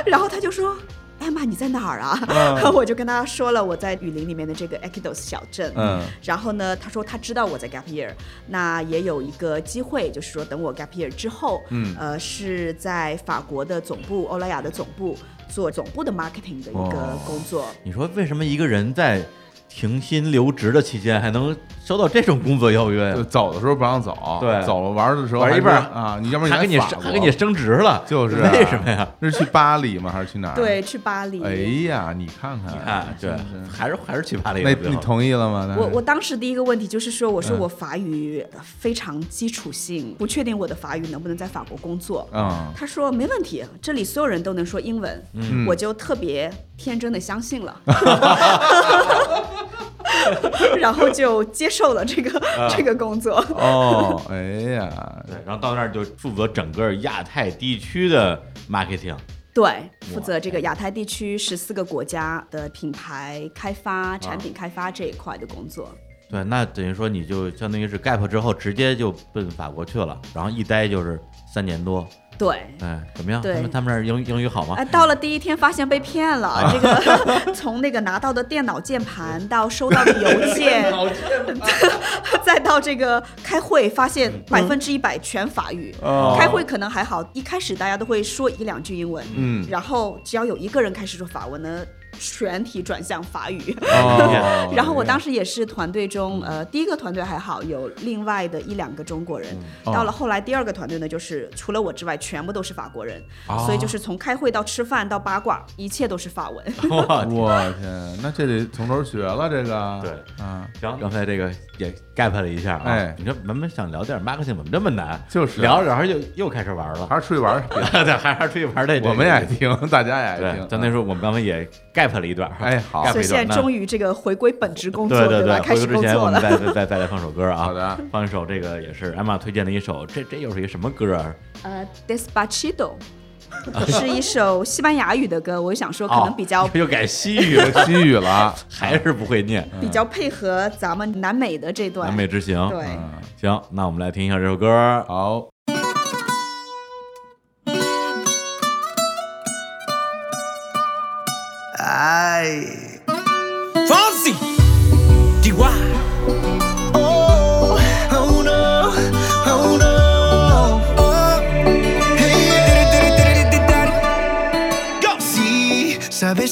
然后他就说。艾玛，你在哪儿啊？嗯 [LAUGHS] 我就跟他说了我在雨林里面的这个 Equidos 小镇。嗯，然后呢，他说他知道我在 gap year，那也有一个机会，就是说等我 gap year 之后，嗯呃，是在法国的总部欧莱雅的总部做总部的 marketing 的一个哦工作。你说为什么一个人在停薪留职的期间还能收到这种工作邀约啊就呀？走的时候不让走，对走了玩儿的时候玩一还是半儿啊，你要不然还给你你来升法还国给你升职了，就是啊为什么呀？是去巴黎吗？还是去哪儿？对，，去巴黎。啊哎呀，你看看，啊，对真是，还是还是去巴黎那比较你好同意了吗？我我当时第一个问题就是说，我说嗯我法语非常基础性，不确定我的法语能不能在法国工作。啊，他说没问题，这里所有人都能说英文，嗯我就特别天真的相信 [LAUGHS] 了，然后就接受了这个、啊这个工作。哦， [LAUGHS] 哎呀，对，然后到那儿就负责整个亚太地区的 marketing，对，负责这个亚太地区十四个国家的品牌开发、啊产品开发这一块的工作。对，那等于说你就相当于是 gap 之后直接就奔法国去了，然后一待就是三年多。对，哎，怎么样？对他们他们那儿英英语好吗哎，？到了第一天发现被骗了，这个 [LAUGHS] 从那个拿到的电脑键盘到收到的邮件， [LAUGHS] 再到这个开会，发现百分之一百全法语。哦开会可能还好，一开始大家都会说一两句英文，嗯然后只要有一个人开始说法文呢，全体转向法语。哦然后我当时也是团队中，呃，第一个团队还好，有另外的一两个中国人。嗯哦到了后来第二个团队呢，就是除了我之外，全部都是法国人，哦所以就是从开会到吃饭到八卦，一切都 [LAUGHS] 是法文。哎我天，那这得从头学了这个。对，啊，行，刚才这个也 gap 了一下啊。哎你说咱们想聊点 marketing 怎么这么难？就是啊聊着聊着又又开始玩了，还是出去玩儿，别 [LAUGHS] 对，还还出去玩的。我们也爱听，大家也爱对，听。咱那时候我们刚才也 gap 了一段。哎好 gap 所以一段现那在终于这个回归本职工作，对对吧？对，开回头始之工前作我们了。再再再再来放首歌啊。好的，放一首这个也是艾玛推荐的一首，这这又是一什么歌啊？ [LAUGHS] 呃，Despacito 是一首西班牙语的歌，我想说可能比 [LAUGHS] 较、哦又改西语 [LAUGHS] 了，有西语了，还是不会念。比较配合咱们南美的这 [LAUGHS] 段。南美之行，嗯对，行，那我们来听一下这首歌。哦好。 Ay. Fonsi. DY. Oh, oh no, oh no. Oh. Hey, yeah. Go. Sí, sabes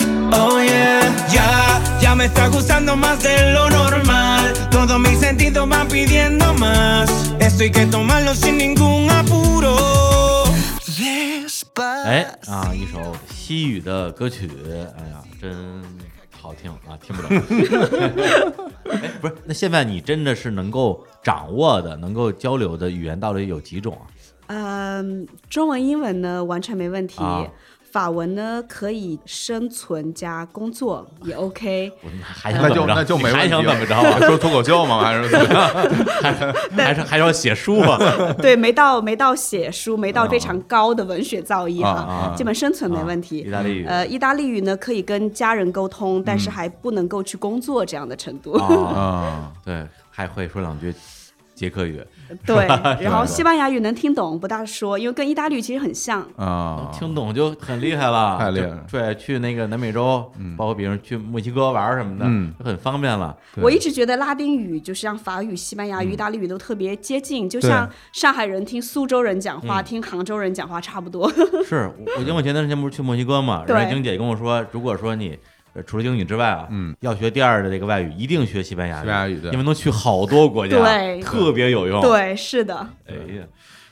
Oh yeah, ya, ya me está gustando más de lo normal. Todos mis sentidos van pidiendo más. Esto hay que tomarlo sin ningún apuro. Despacio. 哎呃啊，一首西语的歌曲，哎呀，真好听啊，听不懂。 [LAUGHS] 哎，不是，那现在你真的是能够掌握的、能够交流的语言到底有几种啊？嗯，中文、英文呢完全没问题。啊法文呢可以生存加工作也 [LAUGHS] OK，我还想那怎就么着？那就没你还想问题了。怎么着啊？ [LAUGHS] 说脱口秀吗？还是怎 [LAUGHS] 么样？还是还要写书啊？对，没到没到写书，没到非常高的文学造诣啊啊哈，基本生存没问啊题。意大利语嗯呃，意大利语呢可以跟家人沟通，但是还不能够去工作这样的程度。啊，啊，对，还会说两句捷克语， [LAUGHS] 对，然后西班牙语能听懂，不大说，因为跟意大利语其实很像。啊，听懂就很厉害了， [LAUGHS] 太厉害了就对，去那个南美洲，包括比如去墨西哥玩儿什么的，嗯就很方便 [LAUGHS] 了。对嗯我一直觉得拉丁语就像法语、西班牙语、意大利语都特别接近，就对嗯像上海人听苏州人讲话、听杭州人讲话差不多。哦是我，我因为我前段时间不是去墨西哥嘛，对然后英姐跟我说，如果说你。呃除了英语之外啊，嗯，要学第二的这个外语，一定学西班牙语，西班牙语对因为能去好多国家，对特别有用。， [LAUGHS] 对，是的，哎呀，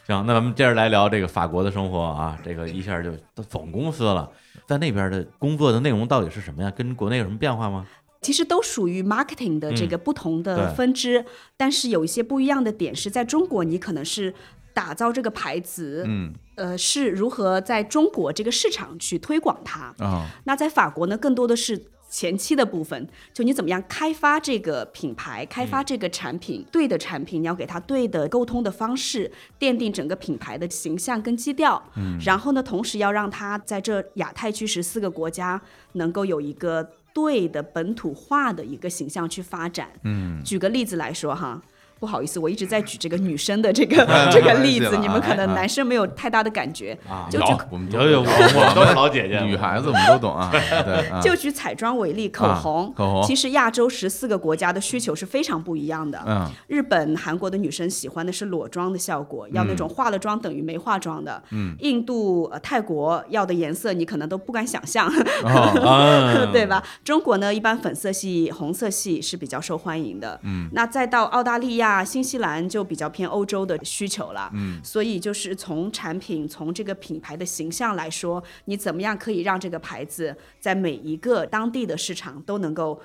行，那咱们接着来聊这个法国的生活啊，这个一下就都总公司了，在那边的工作的内容到底是什么呀？跟国内有什么变化吗？其实都属嗯于 marketing 的这个不同的对分支，但是有一些不一样的点是在中国，你可能是打造这个牌子，嗯呃，是如何在中国这个市场去推广它。 [LAUGHS] 啊，那在法国呢，更多的是前期的部分，就你怎么样开发这个品牌，开发这个产品，对的产品，你要给它对的沟通的方式，奠定整个品牌的形象跟基调。嗯，然后呢，同时要让它在这亚太区十四个国家能够有一个对的本土化的一个形象去发展。嗯，举个例子来说哈。不好意思，我一直在举这个女生的这个这个 [LAUGHS] 没关系例子了，你们可哎能哎男生没有太大的感觉。啊，就有就我们都有有，我我都是老姐姐，女孩子我们都懂啊，对啊，就举彩妆为例，口啊红，口红其实亚洲十四个国家的需求是非常不一样的。嗯日本、韩国的女生喜欢的是裸妆的效果，要那种化了妆等于没化妆的。嗯，印度、呃、泰国要的颜色你可能都不敢想象， [LAUGHS] 啊对吧？中国呢，一般粉色系、红色系是比较受欢迎的。嗯，那再到澳大利亚亚、新西兰就比较偏欧洲的需求了。嗯，所以就是从产品、从这个品牌的形象来说，你怎么样可以让这个牌子在每一个当地的市场都能够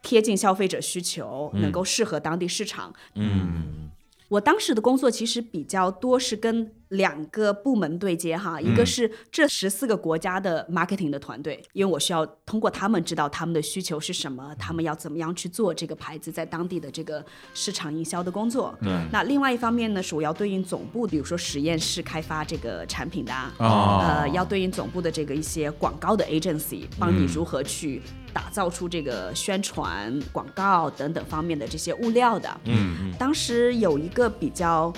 贴近消费者需求，能够适合当地市场？嗯我当时的工作其实比较多是跟两个部门对接哈，一个嗯是这十四个国家的 marketing 的团队，因为我需要通过他们知道他们的需求是什么，他们要怎么样去做这个牌子在当地的这个市场营销的工作。对那另外一方面呢，是我要对应总部，比如说实验室开发这个产品的啊，哦呃，要对应总部的这个一些广告的 agency，帮嗯你如何去打造出这个宣传、广告等等方面的这些物料的。嗯当时有一个比较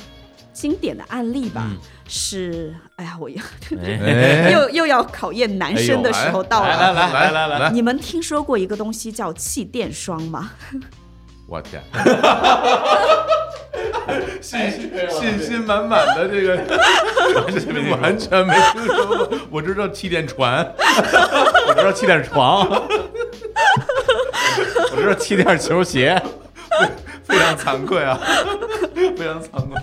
经典的案例嗯吧，是，哎呀，我又、 [LAUGHS] 哎又又要考验男生的时候到了。哎来来来来来来，你们听说过一个东西叫气垫霜吗？我 [LAUGHS] 天，信心信心满满的这个， [LAUGHS] 完全没听说过，我知道气垫船，我知道气垫床， [LAUGHS] 我知道气垫球鞋，非常惭愧啊， [LAUGHS] 非常惭愧。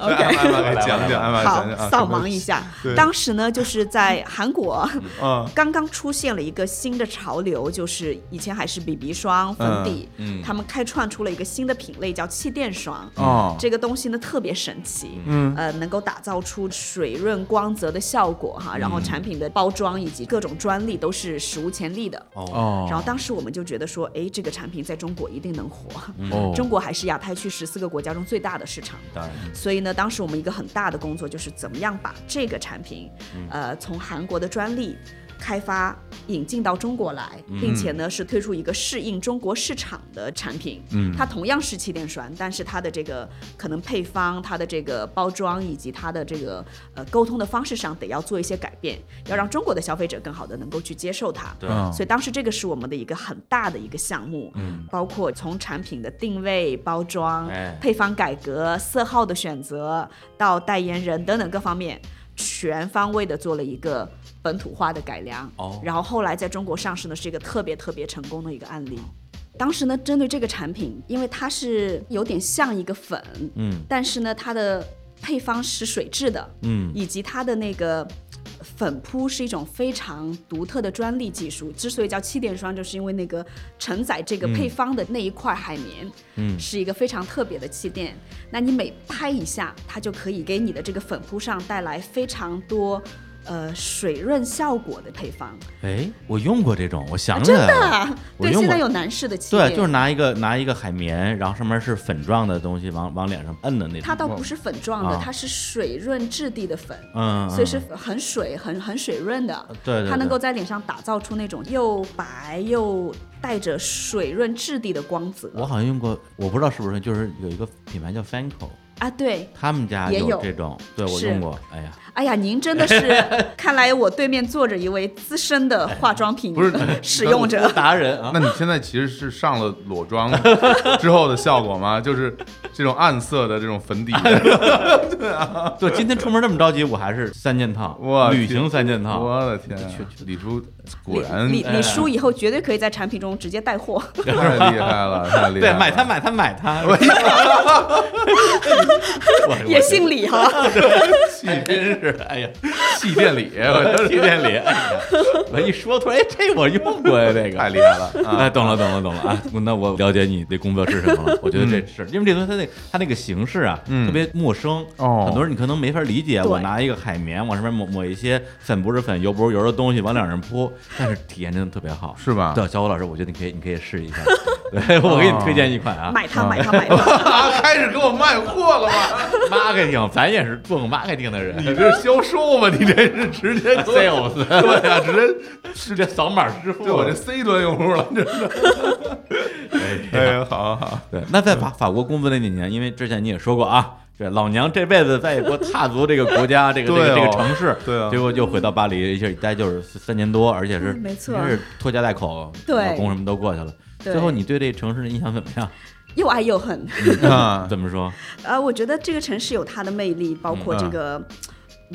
来，艾玛给讲讲，艾玛好讲讲，啊，扫盲一下对。当时呢，就是在韩国，嗯啊，刚刚出现了一个新的潮流，就是以前还是 BB 霜、粉底，他们开创出了一个新的品类叫气垫霜。哦这个东西呢特别神奇，嗯，呃，能够打造出水润光泽的效果哈，然后产品的包装以及各种专利都是史无前例的。哦，哦然后当时我们就觉得说，哎，这个产品在中国一定能火。哦中国还是亚太区十四个国家中最大的市场，当然，所以呢，当时我们一个很大的工作就是怎么样把这个产品，呃，从韩国的专利开发引进到中国来，并且呢是推出一个适应中国市场的产品。嗯，它同样是气垫栓，但是它的这个可能配方、它的这个包装以及它的这个呃沟通的方式上得要做一些改变，要让中国的消费者更好的能够去接受它。对嗯所以当时这个是我们的一个很大的一个项目，嗯，包括从产品的定位、包装、哎配方改革、色号的选择到代言人等等各方面，全方位的做了一个本土化的改良。哦然后后来在中国上市呢，是一个特别特别成功的一个案例。当时呢，针对这个产品，因为它是有点像一个粉，嗯但是呢，它的配方是水质的，嗯以及它的那个粉扑是一种非常独特的专利技术。之所以叫气垫霜，就是因为那个承载这个配方的那一块海绵，嗯是一个非常特别的气垫。那你每拍一下，它就可以给你的这个粉扑上带来非常多。呃，水润效果的配 [LAUGHS] 方，哎，我用过这种，我想起真来的了，啊，我对，用现在过有男士的气垫，对，就是拿一个拿一个海绵，然后上面是粉状的东西，往往脸上摁的那它种，倒不是粉状的，啊它是水润质地的粉，嗯，呃所以是很水、很很水润的。对对它能对够在脸上打造出那种又白又带着水润质地的光泽。我好像用过，我不知道是不是，就是有一个品牌叫 Fanco，啊，对，他们家也有这种，对我是用过，哎呀，哎呀，您真 [LAUGHS] 的是，看来我对面坐着一位资深的哎化妆品不是 [LAUGHS] 使用者。达人啊那，你现在其实是上了裸妆之后的效果吗？就是这种暗色的这种粉底，对，今天出门这么着急，我还是三件套，我旅天行三件套，我的天啊，李叔果李然李哎李叔以后绝对可以在产品中直接带货。 [LAUGHS] 太厉害了，太厉害了！对，买它买它买 [LAUGHS] 它， [LAUGHS] 我也姓李 [LAUGHS] 哈，气，真是，哎呀，气垫 [LAUGHS] 里，我真气是垫里，哎呀，我一说突然，哎，这我用过呀，这个 [LAUGHS] 太厉害了 [LAUGHS] 啊！哎，懂了，懂了，懂了啊！那我了解你的工作是什么了。我觉得这是因为这东西它那它那个形式啊，嗯特别陌生，哦很多人你可能没法理解。对我拿一个海绵往上面抹抹一些粉不是粉、油不是油的东西往脸上扑，但是体验真的特别好，是吧哦对，小虎老师，我觉得你可以，你可以试 [LAUGHS] 一下。对，我给你推荐一款啊买它买它买它。啊，开始给我卖货了吗？ ，marketing，咱也是做过 marketing 的人你这是销售吗？你这是直接给我，sales， [LAUGHS] 对呀、直接是这扫码支付。 [LAUGHS] 对我这 C 端用户了，真的。 [LAUGHS] 哎呀，好好好，对，那在法法国工作那几年，因为之前你也说过啊，这老娘这辈子再 [LAUGHS] 也不踏足这个国家、这个这个这对个哦 [LAUGHS] 城市，对啊结果就回到巴黎，一下一待就是三年多，而且是嗯没错真是拖家带口，对老公什么都过去了。对最后你对这城市的印象怎么样？又爱又恨。啊怎么说？呃，我觉得这个城市有它的魅力，包括嗯这啊个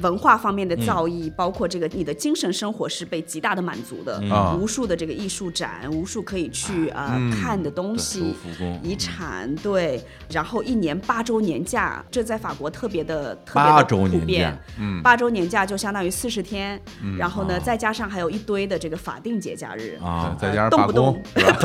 文化方面的造诣，包括这个你的精神生活是被极大的满足的，啊无数的这个艺术展，无数可以去呃、嗯看的东对嗯西手复工，遗产对，然后一年八周年假，这在法国特别的特别八的周年普遍假，嗯八周年假就相当于四十天，然后呢、再加上还有一堆的这个法定节假日，啊，再加上动罢不动工，是 [LAUGHS] 吧？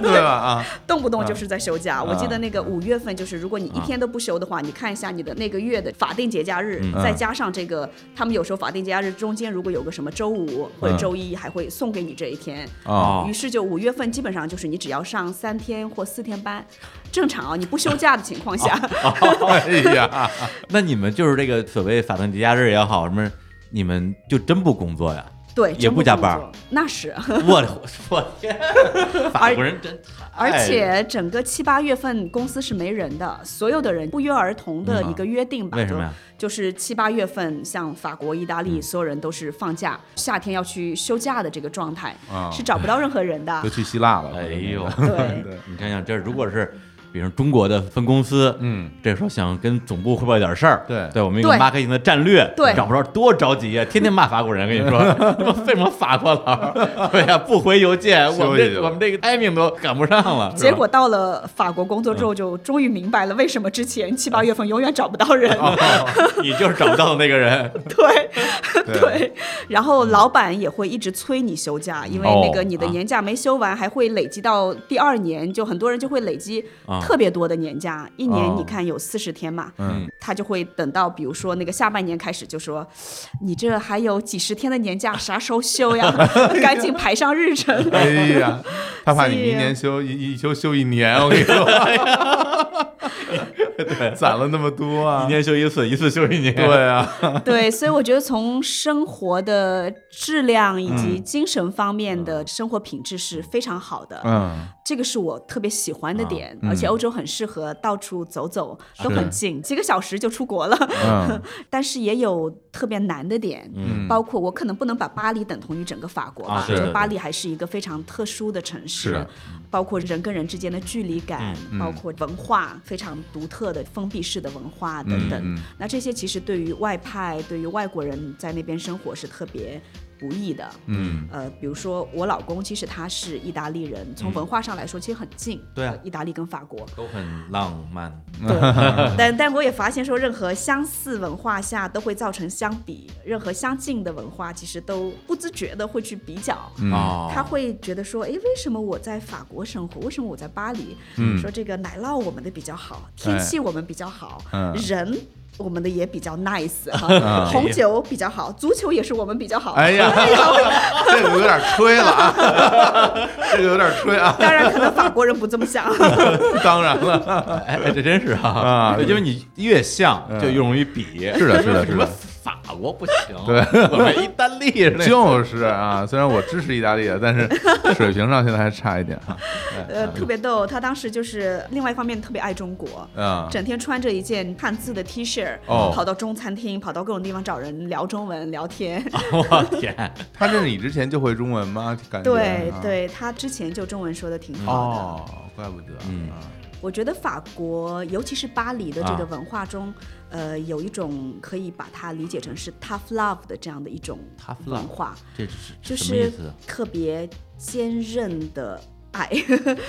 对吧？ [LAUGHS] 啊，动不嗯动就是在休假。我记得那个五月份，就是如果你一天都不休的话，你看一下你的那个月的法定节假日，嗯再加上这个，他们有时候法定节假日中间如果有个什么周五或嗯者周一，还会送给你这一天。哦，于是就五月份基本上就是你只要上三天或四天班，正常啊，你不休假的情况下，哦哎呀，那你们就是这个所谓法定节假日也好，什么，你们就真不工 [LAUGHS] 作呀？对，也不加班真工作，那是。我我天，法国人真太而且整个七八月份公司是没人的，所有的人不约而同的一个约定吧？嗯为什么呀嗯就？就是七八月份，像法国、意大利，所有人都是放假，夏天要去休假的这个状态，啊是找不到任何人 [LAUGHS] 的都。去希腊了，哎呦，对，对，你想想，这如果是。比如中国的分公司，嗯，这时候想跟总部汇报一点事儿，对对我们一个对 marketing 的战略，对找不着多着急呀，天天骂法国人，跟你 [LAUGHS] 说，他妈费什么法国佬？对呀，不回邮件，我们休息这休息我们这个 timing 都赶不上了。是吧结果到了法国工作之后，就终于明白了为什么之前七八月份永远找不到人。你就是找不到的那个 [LAUGHS] 人， [LAUGHS] 对对对，然后老板也会一直催你休假，因为那哦个你的年假没休完，还会累积到第二年，就很多人就会累积啊特别多的年假，一哦年你看有四十天嘛，嗯他就会等到比如说那个下半年开始就说，你这还有几十天的年假，啥时候 [LAUGHS] 休呀？ [LAUGHS] 赶紧排上日程。哎 [LAUGHS] 呀，他怕你所一以年休一一休休一年，我跟你 [LAUGHS] 说，攒了那么多啊一，年休一次，一次休一年。对啊，对，所以我觉得从生活的质量以嗯及精神方面的生活品质是非常好的。嗯，这个是我特别喜欢的点，嗯而且欧洲很适合到处走走，都是很近，几个小时就出国了。嗯 [LAUGHS] 但是也有特别难的点，嗯包括我可能不能把巴黎等同于整个法国吧，啊因是为巴黎还是一个非常特殊的城市，是包括人跟人之间的距离感，嗯包括文化非常独特的封闭式的文化等嗯等。嗯那这些其实对于外派、对于外国人在那边生活是特别不易的。嗯呃，比如说我老公，其实他是意大利人，嗯从文化上来说其实很近，对啊呃意大利跟法国，都很浪漫，嗯对， [LAUGHS] 但但我也发现说，任何相似文化下都会造成相比，任何相近的文化其实都不自觉的会去比较。嗯哦他会觉得说，哎，为什么我在法国生活？为什么我在巴黎？嗯说这个奶酪我们的比较好，天气我们比较好，嗯人我们的也比较 [LAUGHS] nice 哈，红酒比较好，足球也是我们比较好。哎呀，这个有点吹了啊， [LAUGHS] 这个有点吹啊，当然，可能法国人不这么 [LAUGHS] 想。当然了，哎哎，这真是啊啊，对因为你越像嗯就越容易比，是的是的什么是的法国不行，对，我们意大利是 [LAUGHS] 那就是啊，虽然我支持意大利啊，但是水平上现在还差一点啊，呃，特别逗，他当时就是另外一方面特别爱中国， [LAUGHS] 啊，整天穿着一件汉字的 T 恤，哦跑到中餐厅，跑到各种地方找人聊中文聊天。哎我天，他认识你之前就会中文吗？感觉对啊，对，他之前就中文说的挺好的。哦，怪不得，嗯啊我觉得法国，尤其是巴黎的这个啊文化中，呃，有一种可以把它理解成是 tough love 的这样的一种 Tough love 文化，这是就什么意是思？特别坚韧的 [LAUGHS] 爱。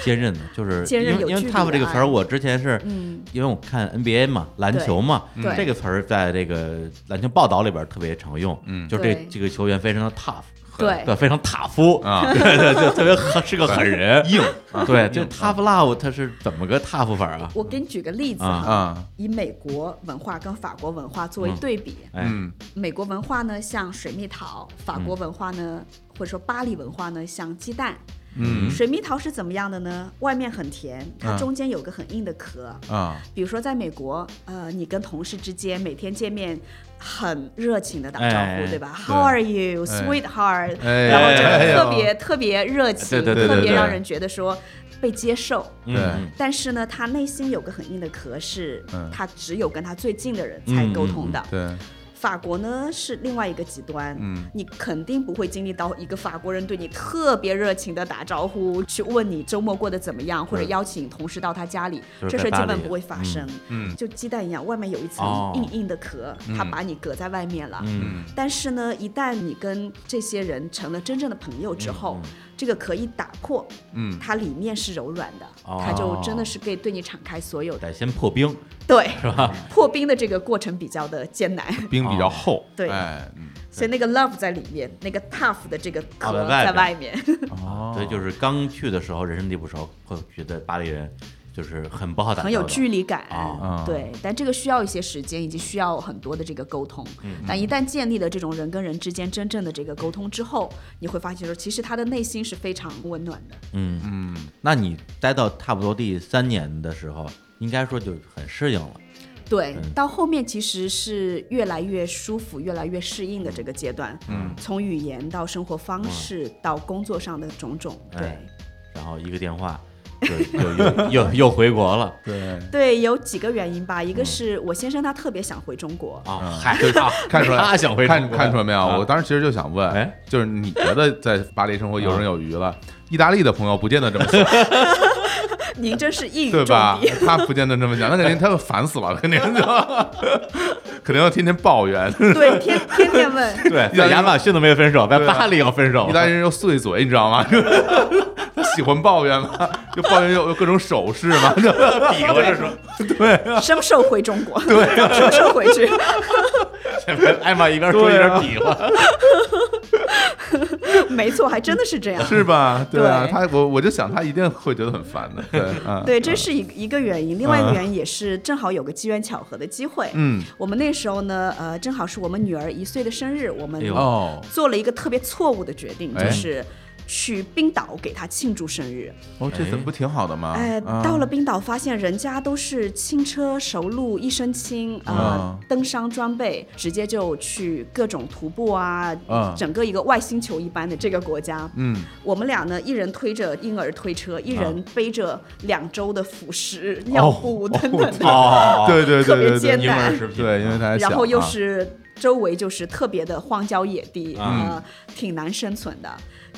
坚韧的，就是坚韧因有为因距为离 tough 的这个词儿，爱我之前是嗯，因为我看 NBA 嘛，篮球嘛，对这个词儿在这个篮球报道里边儿特别常用，嗯就是这对这个球员非常的 tough，对对，非常塔夫啊 [LAUGHS] 嗯对对对，特别狠是个狠人，硬，对，就硬 tough love 他是怎么个 tough 法啊？我给你举个例子啊哈，啊，以美国文化跟法国文化作为嗯对比，哎，嗯美国文化呢像水蜜桃，法国嗯文化呢、或者说巴黎文化呢像鸡蛋。嗯水蜜桃是怎么样的呢？外面很甜，它嗯中间有个很硬的壳。啊，比如说在美国，呃，你跟同事之间每天见面，很热情的打招哎呼，对吧？How are you, 哎 sweetheart？、哎然后哎就呦特别、特别热情，对对对特对别对让人觉得说被接受。嗯对嗯但是呢，他内心有个很硬的壳，是嗯他只有跟他最近的人嗯才嗯沟通的。对，法国呢是另外一个极端，嗯，你肯定不会经历到一个法国人对你特别热情的打招呼，去问你周末过得怎么样，或者对邀请同事到他家里，就是在这事儿巴基本黎不会发生。嗯就鸡蛋一样，外面有一哦层硬硬的壳，它把你隔在外面了。嗯但是呢，一旦你跟这些人成了真正的朋友之后，嗯这个壳一打破，嗯它里面是柔软的，哦它就真的是可以对你敞开所有的。得先破冰，对，破冰的这个过程比较的艰难，冰比较厚，对哎，嗯所以那个 love 在里面，那个 tough 的这个壳哦在在外外面。哦所以就是刚去的时候人生地不熟，会觉得巴黎人就是很不好打交道，很有距离感，啊对，但这个需要一些时间，以及需要很多的这个沟通。但一旦建立了这种人跟人之间真正的这个沟通之后，你会发现说，其实他的内心是非常温暖的。嗯嗯，那你待到差不多第三年的时候，应该说就很适应了。对，到后面其实是越来越舒服、越来越适应的这个阶段。嗯，从语言到生活方式到工作上的种种，对哎。然后一个电话就就又又又回国 [LAUGHS] 了对，对，有几个原因吧。一个是我先生他特别想回中国，啊，嗨，啊看出来他想回中看国看出来没有？啊我当时其实就想问哎，就是你觉得在巴黎生活游刃有余了？意大利的朋友不见得这么想，您真是一 [LAUGHS] 语对中吧的。？他不见得这么想，那肯定他就烦死了，肯定就 [LAUGHS] 肯定要天天抱怨。 [LAUGHS] [LAUGHS] 对，天天天问，对，在亚马逊都没有分手，在巴黎要分手意，大利人又碎嘴，你知道吗？ [LAUGHS] 他喜欢抱怨嘛，就抱怨又有各种手势嘛， [LAUGHS] 就 [LAUGHS] 比划着说，什么时候回中国？对、 [LAUGHS] 什么时候回去？艾玛一边说一 [LAUGHS] 对边啊比划，没错，还真的是这样。是吧？对啊，对他我我就想他一定会觉得很烦的，对，嗯，对，这是一一个原因，另外一个原因也是正好有个机缘巧合的机会。嗯，我们那时候呢，呃，正好是我们女儿一岁的生日，我们哎呦哦，做了一个特别错误的决定，哎就是去冰岛给她庆祝生日。 [LAUGHS] 哦，这怎么不挺好的吗？哎，啊到了冰岛发现人家都是轻车熟路，一身轻，啊呃，登山装备，直接就去各种徒步啊啊，整个一个外星球一般的这个国家。嗯，我们俩呢，一人推着婴儿推车，一人背着两周的辅哦食、尿布等等的，哦对对特对别对对艰婴儿难。食品，对，因为他还小然后又啊是周围就是特别的荒郊野地，啊呃，挺难生存的。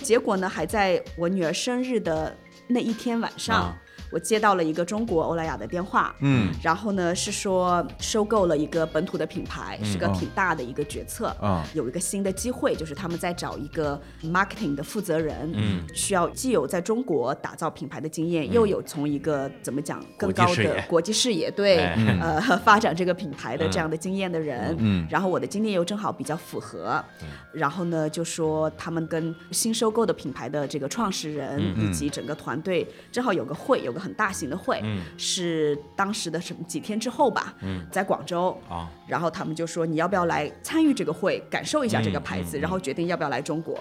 结果呢，还在我女儿生日的那一天晚上啊，我接到了一个中国欧莱雅的电话，嗯然后呢是说收购了一个本土的品牌，嗯是哦个挺大的一个决策，啊有一个新的机会，就是他们在找一个 marketing 的负责人，嗯需要既有在中国打造品牌的经验，又有从一个怎么讲更国际高视的野国际视野对、哎呃 [LAUGHS] 发展这个品牌的嗯这样的经验的人，嗯然后我的经验又正好比较符合，嗯然后呢就说他们跟新收购的品牌的这个创始人嗯以及整个团队正好有个会，有个很大型的会，嗯是当时的什么几天之后吧，嗯在广州啊，然后他们就说你要不要来参与这个会，感受一下这个牌嗯子，嗯嗯然后决定要不要来中国。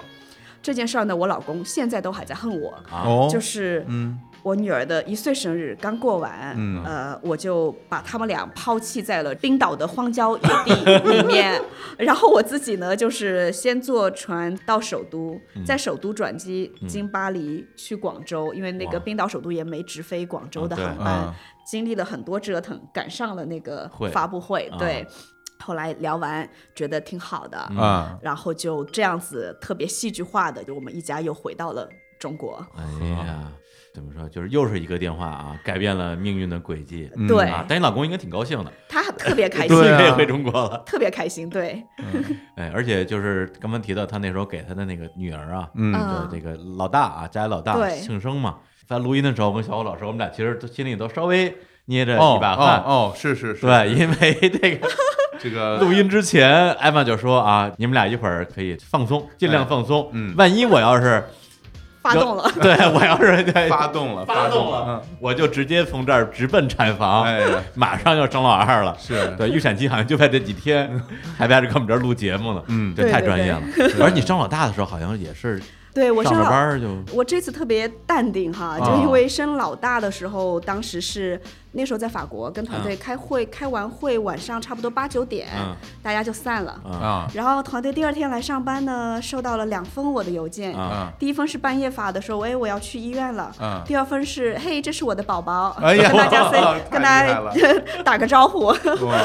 这件事儿呢，我老公现在都还在恨我，哦，就是嗯我女儿的一岁生日刚过完，嗯呃，我就把他们俩抛弃在了冰岛的荒郊野地里面， [LAUGHS] 然后我自己呢，就是先坐船到首都，嗯在首都转机经巴黎去广州，因为那哇个冰岛首都也没直飞广州的啊对航班，嗯经历了很多折腾，赶上了那个会发布会，啊嗯对，后来聊完觉得挺好的，啊，然后就这样子特别戏剧化的，就我们一家又回到了中国。哎啊呀，怎么说，就是又是一个电话啊，改变了命运的轨迹。对啊，但你老公应该挺高兴的，他特别开心，对啊可以回中国了。特别开心，对，哎，而且就是刚刚提到他那时候给他的那个女儿啊，嗯的嗯这个老大啊，家里老大对庆生嘛，在录音的时候，我跟小虎老师，我们俩其实都心里都稍微捏着哦一把汗。哦哦，是是是，对，因为这个这个录音之前， [LAUGHS] 艾玛就说啊，你们俩一会儿可以放松，尽量放松。嗯万一我要是发动了。对我要是对发动了，发动动了，，嗯我就直接从这儿直奔产嗯房，哎呀，马上要生老二了。是对，预产期好像就在这几天，还在这跟我们这儿录节目呢。嗯这对太对专对业了。而你生老大的时候，好像也是对我上生着老班儿就我这次特别淡定哈，啊就因为生老大的时候，当时是那时候在法国跟团啊队开会，开完会晚上差不多八九点，嗯大家就散了。啊啊然后团队第二天来上班呢，收到了两封我的邮件。啊，啊，第一封是半夜发的，说哎喂我要去医院了。嗯第二封是嘿这是我的宝宝，哎呀跟大家 [LAUGHS] say 太厉害 [LAUGHS] 跟大家打个招呼。哇，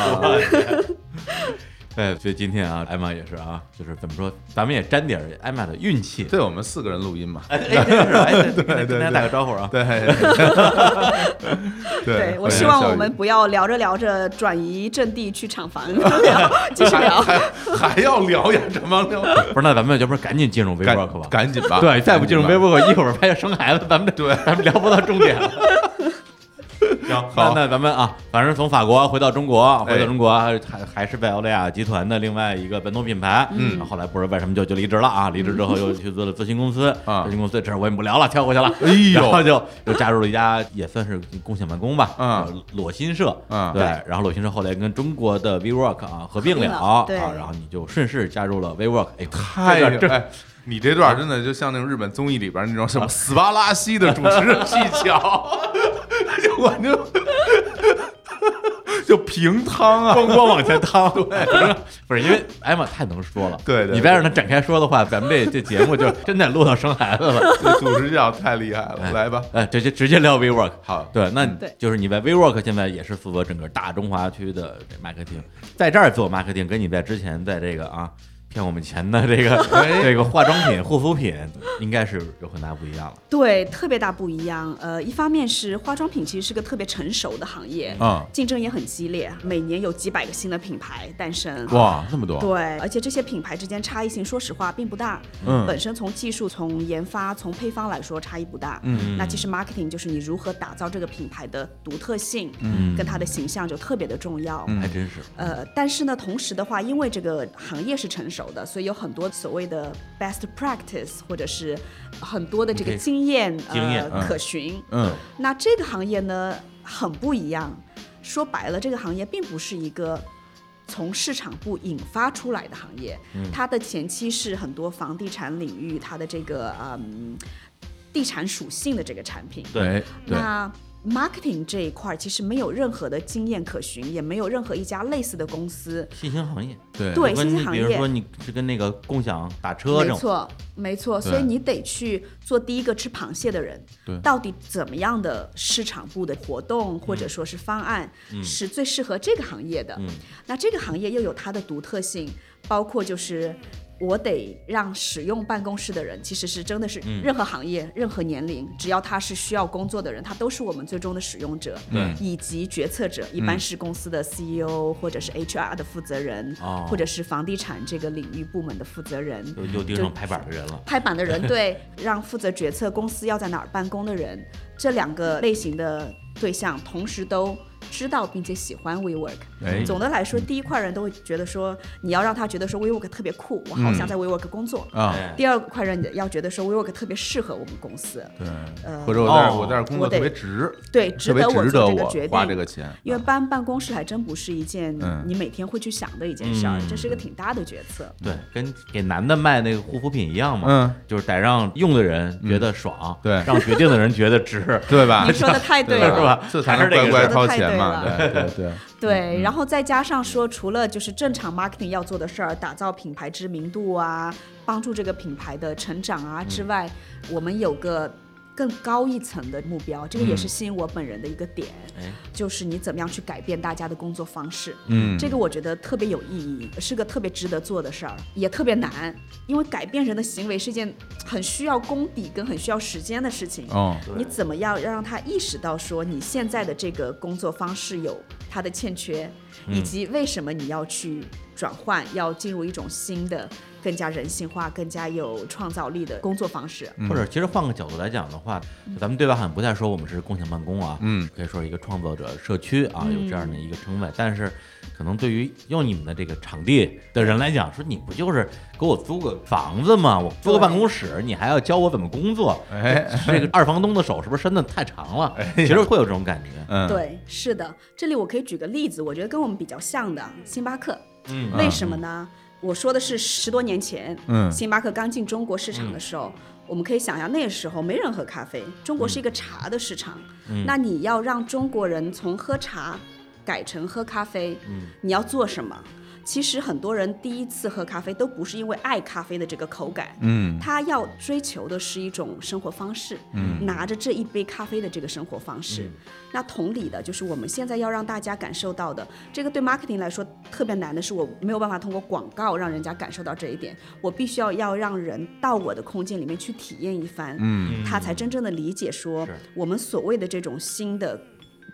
哎，所以今天啊，艾玛也是啊，就是怎么说，咱们也沾点儿艾玛的运气。 [LAUGHS] 对我们四个人录音嘛，哎，哎真是哎，对跟大家打个招呼啊。 [LAUGHS] 对对，我会希有望效我益们不要聊着聊着转移阵地去 [LAUGHS] 厂房聊，继续聊。还要聊呀，怎么聊？不是，那咱们要不然赶紧进入 WeWork 吧赶。赶紧吧，对，再不进入赶紧吧 WeWork，一会儿拍生孩子，咱们对咱们聊不到重点了。行那好，那咱们啊，反正从法国回到中国，回哎到中国还还是拜欧莱啊雅集团的另外一个本土品牌。嗯，后来不知道为什么就就离职了啊，离职之后又去做了咨询公司。嗯啊咨询公司这事儿我也不聊了，跳过去了。哎呦然后就又加入了一家也算是共享办公吧，嗯啊，裸心社。嗯对，然后裸心社后来跟中国的 WeWork 啊合并合并了了啊，对然后你就顺势加入了 WeWork。哎呦，太这段真哎，你这段真的就像那种日本综艺里边那种什么斯巴拉西的主持人技巧， [LAUGHS] 就我就就平汤啊，咣咣往前趟，对， [LAUGHS] 不是不是因为艾玛太能说了，对对对你再让她展开说的话，咱们这这节目就真得录到生孩子 [LAUGHS] 了。 [LAUGHS] 这主持技巧太厉害了，来吧，哎，直接直接聊 WeWork。好对，那嗯对就是你在 WeWork 现在也是负责整个大中华区的这 marketing，在这儿做 marketing，跟你在之前在这个啊骗我们钱的这 [LAUGHS] 个这哎个化妆品、护肤品，应该是有很大不一样了。对，特别大不一样。呃，一方面是化妆品其实是个特别成熟的行业，嗯竞争也很激烈，每年有几百个新的品牌诞生。哇，这么多，对，而且这些品牌之间差异性，说实话并不大。嗯本身从技术、从研发、从配方来说差异不大。嗯，那其实 marketing 就是你如何打造这个品牌的独特性，嗯，跟它的形象就特别的重要。还真是，呃，但是呢，同时的话，因为这个行业是成熟的，所以有很多所谓的 best practice，或者是很多的这个 OK，经验经验呃可循。嗯，那这个行业呢，很不一样。说白了，这个行业并不是一个从市场部引发出来的行业，嗯它的前期是很多房地产领域它的这个嗯地产属性的这个产品。对对，那 marketing 这一块儿其实没有任何的经验可循，也没有任何一家类似的公司。新兴行业。对对跟新你兴行比如业说你是跟那个共享打车这没种，错，没错，所以你得去做第一个吃螃蟹的人。对到底怎么样的市场部的活动或嗯者说是方案、是最适合这个行业的？那这个行业又有它的独特性，包括就是。我得让使用办公室的人，其实是真的是嗯任何行业、任何年龄，只要他是需要工作的人，他都是我们最终的使用者，对嗯以及决策者，一般是公司的 CEO 或者是 HR 的负责人，哦或者是房地产这个领域部门的负责人，又又盯上拍板的人了。拍板的人对 [LAUGHS] 让负责决策公司要在哪儿办公的人，这两个类型的对象同时都知道并且喜欢 WeWork。哎总的来说，第一块人都会觉得说，你要让他觉得说 WeWork 特别酷，我好想在 WeWork 工作。嗯啊，哎第二块人要觉得说 WeWork 特别适合我们公司，对，呃或者我在这儿哦我在这儿工作我得特别值，对，特值别得我值得做这我个决定。花这个钱，因为搬办公室还真不是一件嗯你每天会去想的一件事儿，这是一个挺大的决策。对，跟给男的卖那个护肤品一样嘛，嗯，就是得让用的人觉得爽，对让决定的人觉得值 [LAUGHS] ，对吧？你说的太对了，是吧这才还能是这乖个乖事儿掏钱嘛，太对对对，对，然后再加上说，除了就是正常 marketing 要做的事儿，打造品牌知名度啊，帮助这个品牌的成长啊之外，我们有个更高一层的目标，这个也是吸引我本人的一个点，哎就是你怎么样去改变大家的工作方式。嗯，这个我觉得特别有意义，是个特别值得做的事儿，也特别难，因为改变人的行为是一件很需要功底跟很需要时间的事情。哦，你怎么样要让他意识到说你现在的这个工作方式有它的欠缺，嗯以及为什么你要去转换，要进入一种新的、更加人性化、更加有创造力的工作方式？或者其实换个角度来讲的话，咱们对外好像不太说我们是共享办公啊，嗯，可以说是一个创作者社区啊，有这样的一个称谓，但是。可能对于用你们的这个场地的人来讲，说你不就是给我租个房子吗？我租个对办公室，你还要教我怎么工作？ [LAUGHS] 哎，这个二房东的手是不是伸的太长了？其实会有这种感觉。嗯，对，是的。这里我可以举个例子，我觉得跟我们比较像的星巴克，嗯为什么呢？我说的是十多年前，嗯星巴克刚进中国市场的时候，我们可以想象那个时候没人喝咖啡，中国是一个茶的市场，那你要让中国人从喝茶改成喝咖啡，你要做什么？其实很多人第一次喝咖啡都不是因为爱咖啡的这个口感，嗯他要追求的是一种生活方式，拿着这一杯咖啡的这个生活方式。嗯那同理的，就是我们现在要让大家感受到的，这个对 marketing 来说特别难的是，我没有办法通过广告让人家感受到这一点，我必须要要让人到我的空间里面去体验一番，嗯他才真正的理解说是我们所谓的这种新的。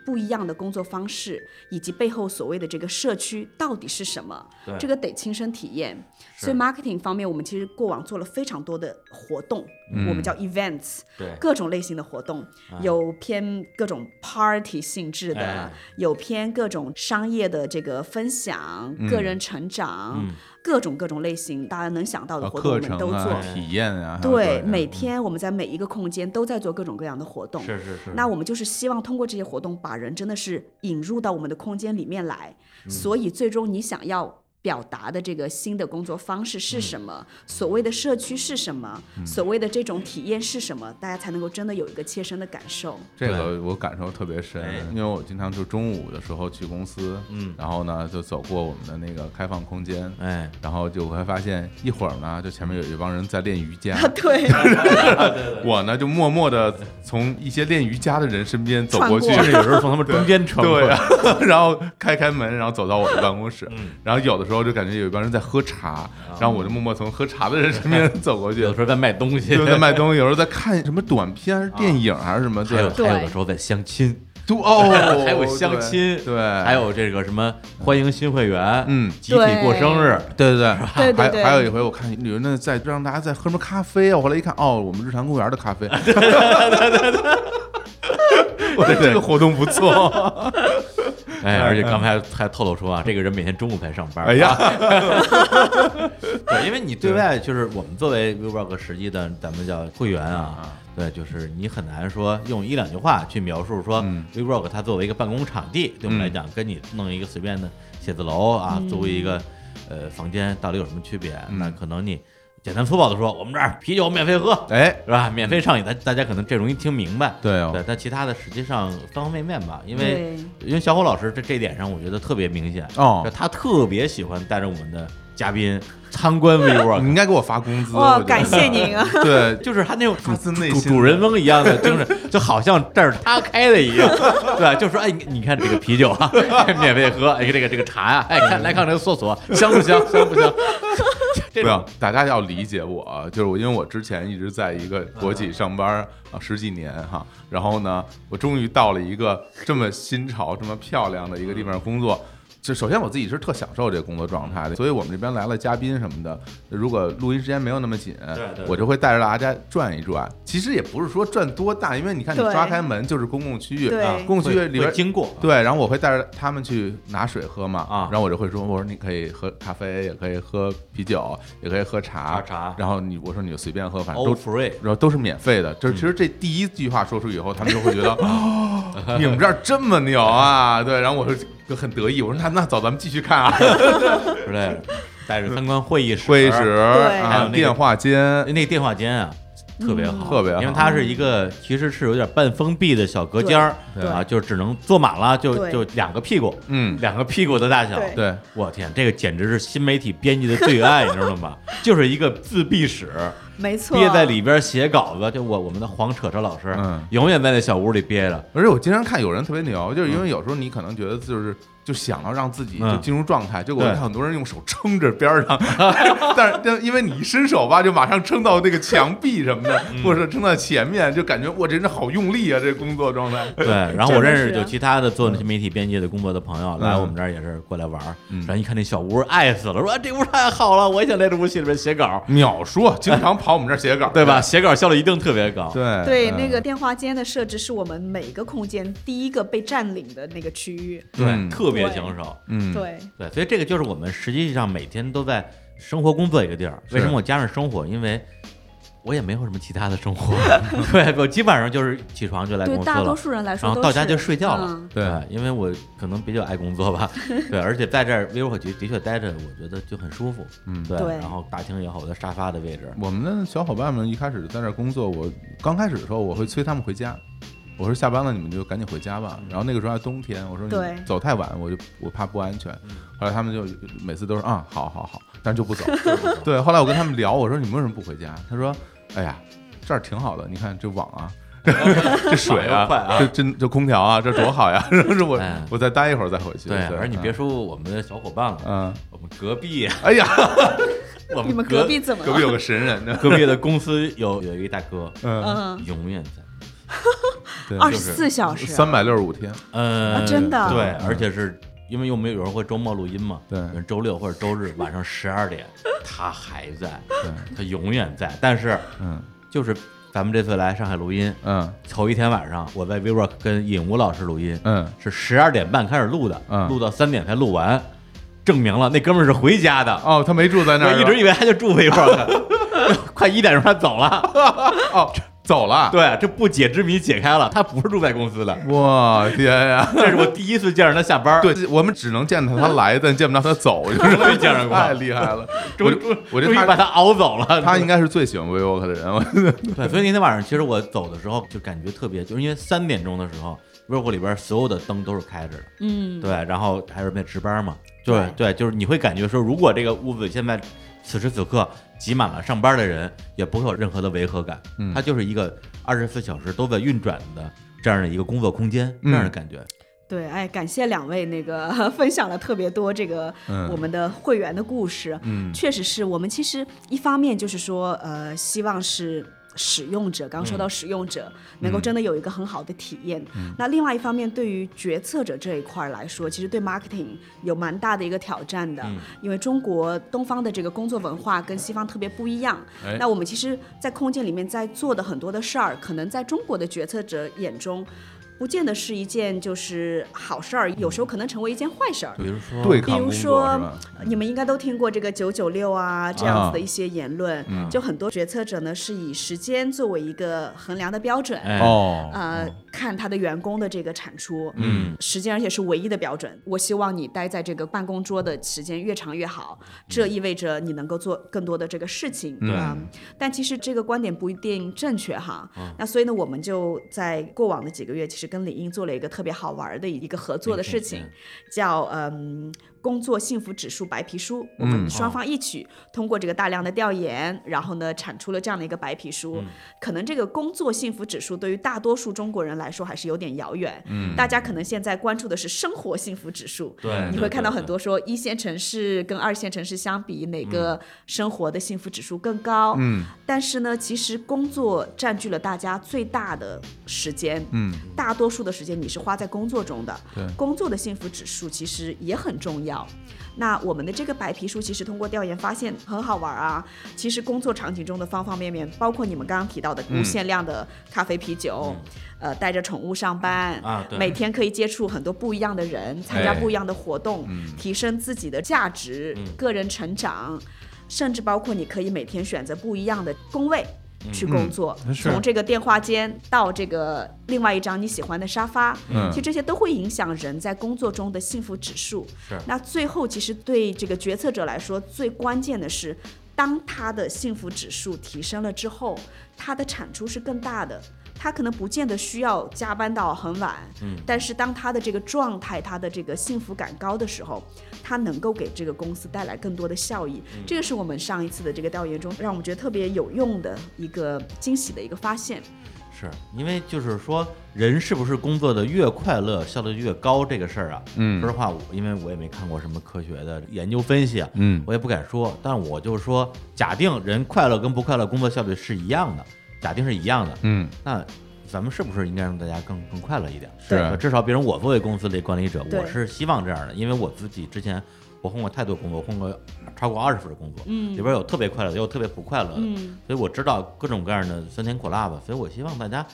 不一样的工作方式，以及背后所谓的这个社区到底是什么对，这个得亲身体验。所以 marketing 方面，我们其实过往做了非常多的活动，我们叫 events，嗯对各种类型的活动，有偏各种 party 性质的，哎有偏各种商业的这个分享、嗯个人成长，各种各种类型，大家能想到的哦啊活动我课们程都做。啊、体验啊，还有各对，嗯种每天我们在每一个空间都在做各种各样的活动。是是是，嗯那我们就是希望通过这些活动，把人真的是引入到我们的空间里面来。嗯所以，最终你想要表达的这个新的工作方式嗯是什么？所谓的社区是什么？所谓的这种体验是什么？大家才能够真的有一个切身的感受。这个我感受特别深哎，因为我经常就中午的时候去公司，嗯然后呢就走过我们的那个开放空间，哎，然后就会发现一会儿呢，就前面有一帮人在练瑜伽，啊 [LAUGHS] [LAUGHS] 对，我呢就默默的从一些练瑜伽的人身边走过去，穿甚至有时候从他们中间穿过对、 [LAUGHS] 来，啊，然后开开门，然后走到我的办公室，嗯然后有的时候就感觉有一帮人在喝茶，然后我就默默从喝茶的人 [LAUGHS] 身边走过去，啊有时候在卖东西，就在卖东西，有时候在看什么短片、还是电影还是什么，还有对，还有的时候在相亲，都哦，啊 [LAUGHS] 还有相亲，对，对还。有这个什么欢迎新会员，嗯集体过生日，对对对，对对对还还有一回我看有那在让大家在喝什么咖啡啊，我后来一看，哦，我们日坛公园的 [LAUGHS] 咖啡，对对对，我觉得这个活动不 [LAUGHS] 错，哎，而且刚才还透露出啊，这个人每天中午才上班，嗯哎呀，对，因为你对外就是我们作为 WeWork 实际的咱们叫会员啊，对，就是你很难说用一两句话去描述说嗯 WeWork 它作为一个办公场地，对我们来讲，跟你弄一个随便的写字楼啊，租一个呃房间到底有什么区别？那可能你简单粗暴的说，我们这儿啤酒免费喝。哎，是吧？免费上瘾，大大家可能这容易听明白。对哦对，但其他的实际上方方面面吧，因为对因为小虎老师这这一点上，我觉得特别明显哦就他特别喜欢带着我们的嘉宾参观 WeWork，你应该给我发工资，哇，我觉得感谢 [LAUGHS] 您啊！对， [LAUGHS] 就是他那种发自内主心主人翁一样的精神，就好像这儿是他开的一样，对吧？就说哎，你你看这个啤酒啊， [LAUGHS] 免费喝；哎，这个这个茶呀、哎，看来看这个厕所香不香，香不香？这不种要，大家要理解我啊，就是我，因为我之前一直在一个国嗯企上班啊十几年哈，然后呢，我终于到了一个这么新潮、这么漂亮的一个地嗯方工作。就首先我自己是特享受这个工作状态的，所以我们这边来了嘉宾什么的，如果录音时间没有那么紧，对我就会带着大家转一转。其实也不是说转多大，因为你看你对刷开门就是公共区域，对啊公共区域会里边会经过，对，然后我会带着他们去拿水喝嘛，啊然后我就会说，我说你可以喝咖啡，也可以喝啤酒，也可以喝茶，喝茶哦然后你我说你就随便喝，反正 all 都。 free，然后都是免费的，嗯就是其实这第一句话说出以后，他们就会觉得，哦，你们这儿这么牛啊，对，然后我就很得意，我说那那走，咱们继续看 [LAUGHS] 啊，是的，带着参观会议室，会议室还有啊那，个电话间，那个电话间啊。特别好，嗯特别好因为它是一个其实是有点半封闭的小隔间儿对啊，就只能坐满了，就对就两个屁股，嗯两个屁股的大小，对对，我天，这个简直是新媒体编辑的最爱，你知道 [LAUGHS] 吗？就是一个自闭室，没错，憋在里边写稿子。就我我们的黄扯扯老师，嗯永远在那小屋里憋 [LAUGHS] 着。而且我经常看有人特别牛，就是因为有时候你可能觉得就是就想要让自己嗯就进入状态，结果我对看很多人用手撑着边儿上， [LAUGHS] 但是但因为你一伸手吧，就马上撑到那个墙壁什么的，嗯或者是撑到前面，就感觉我这人好用力啊，这工作状态。对，然后我认识真的是就其他的做新媒体编辑的工作的朋嗯友，来我们这儿也是过来玩儿，然后一看那小屋，爱死了，说啊这屋太好了，我也想在这屋戏里边写稿，秒说，经常跑我们这儿写稿，对吧？？写稿效率一定特别高。对对，嗯那个电话间的设置是我们每个空间第一个被占领的那个区域。对，嗯特别抢手。嗯，对，对，所以这个就是我们实际上每天都在生活工作一个地儿。为什么我加上生活？因为我也没有什么其他的生 [LAUGHS] 活，对我基本上就是起床就来对公司大多了。数人来说然都后是，到家就睡觉了，嗯对因为我可能比较爱工作 [LAUGHS] 吧，对，而且在这儿 vivo 局的确待着，我觉得就很舒服，嗯，对，对然后大厅也好，我的沙发的位置，我们的小伙伴们一开始在这儿工作，我刚开始的时候我会催他们回家，我说下班了你们就赶紧回家吧。然后那个时候还冬天，我说你对们走太晚我就我怕不安全。后来他们就每次都说啊、好好好，但是就不走。对，后来我跟他们聊，我说你们为什么不回家？他说，哎呀，这儿挺好的，你看这网啊。这水网又快啊 [LAUGHS] 这这这空调啊，这多好呀！然后是我哎我再待一会儿再回去。对，嗯而你别说，说我们的小伙伴了，嗯，我们隔壁，哎呀，我你们隔隔壁怎么隔壁了？有个神人 [LAUGHS] 呢。隔壁的公司有有一个大哥，嗯，嗯，永远在，对，二就十是四小时，三百六十五天，呃，啊真的对，嗯而且是因为又没有人会周末录音嘛，对周六或者周日晚上十二 [LAUGHS] 点，他还在，他永远在，但是嗯就是咱们这次来上海录音，嗯头一天晚上我在 WeWork 跟尹武老师录音，嗯，是十二点半开始录的，嗯录到三点才录完，证明了那哥们儿是回家的。哦，他没住在那我儿，一直以为他就住 [LAUGHS] WeWork，快一点钟他走了。哦走了，对，这不解之谜解开了，他不是住在公司的。哇天呀！ [LAUGHS] 这是我第一次见着他下班。， [LAUGHS] 对，我们只能见到他来，但见不到他走，就是没见 [LAUGHS] 着过太厉害了。终哎我于就我觉终得于把他他熬走了。他应该是最喜欢 vivo 的人，我觉得对，所以那天晚上，其实我走的时候就感觉特别，就是因为三点钟的时候 w o r k 里边所有的灯都是开着的，嗯，对，然后还有人在值班嘛，对对，就是你会感觉说，如果这个屋子现在此时此刻挤满了上班的人，也不会有任何的违和感，嗯它就是一个二十四小时都在运转的这样的一个工作空间，这嗯样的感觉。对，哎，感谢两位那个 [LAUGHS] 分享了特别多这个嗯我们的会员的故事，嗯确实是我们其实一方面就是说，呃，希望是。使用者刚嗯说到使用者、能够真的有一个很好的体验，那另外一方面，对于决策者这一块儿来说，其实对 marketing 有蛮大的一个挑战的，嗯因为中国东方的这个工作文化跟西方特别不一样。哎那我们其实，在空间里面在做的很多的事儿，可能在中国的决策者眼中，不见得是一件就是好事儿，有时候可能成为一件坏事儿。比如说，对比抗如工作是说吧？，你们应该都听过这个“九九六”啊，这样啊嗯子的一些言论，就很多决策者呢是以时间作为一个衡量的标准，哎，哦，呃，看他的员工的这个产出，嗯，时间而且是唯一的标准。我希望你待在这个办公桌的时间越长越好，嗯这意味着你能够做更多的这个事情，对吧？但其实这个观点不一定正确哈。哦那所以呢，我们就在过往的几个月，其实跟李英做了一个特别好玩的一个合作的事情，叫嗯。工作幸福指数白皮书，嗯我们双方一起通过这个大量的调研，然后呢产出了这样的一个白皮书。嗯可能这个工作幸福指数对于大多数中国人来说还是有点遥远。嗯，大家可能现在关注的是生活幸福指数。对你对会看到对很多说一线城市跟二线城市相比，哪嗯个生活的幸福指数更高？嗯但是呢，其实工作占据了大家最大的时间，嗯，大多数的时间你是花在工作中的，对工作的幸福指数其实也很重要。那我们的这个白皮书其实通过调研发现很好玩啊，其实工作场景中的方方面面，包括你们刚刚提到的无限量的咖啡、啤酒，呃，带着宠物上班啊对每天可以接触很多不一样的人，参加哎嗯不一样的活动，提升自己的价值、个人成长。甚至包括你可以每天选择不一样的工位去工作，嗯是从这个电话间到这个另外一张你喜欢的沙发，嗯其实这些都会影响人在工作中的幸福指数。是那最后其实对这个决策者来说，最关键的是。当他的幸福指数提升了之后，他的产出是更大的，他可能不见得需要加班到很晚，嗯，但是当他的这个状态，他的这个幸福感高的时候，他能够给这个公司带来更多的效益。这个是我们上一次的这个调研中，让我们觉得特别有用的一个惊喜的一个发现。是因为就是说，人是不是工作的越快乐，效率越高这个事儿啊？嗯说实话，我因为我也没看过什么科学的研究分析啊，嗯我也不敢说。但我就是说，假定人快乐跟不快乐，工作效率是一样的，假定是一样的，嗯，那咱们是不是应该让大家更更快乐一点？是啊呃至少比如我作为公司的管理者，对我是希望这样的，因为我自己之前我换过太多工作，我换过超过二十份工作，嗯里边有特别快乐的，也有特别不快乐的，嗯所以我知道各种各样的酸甜苦辣吧，所以我希望大家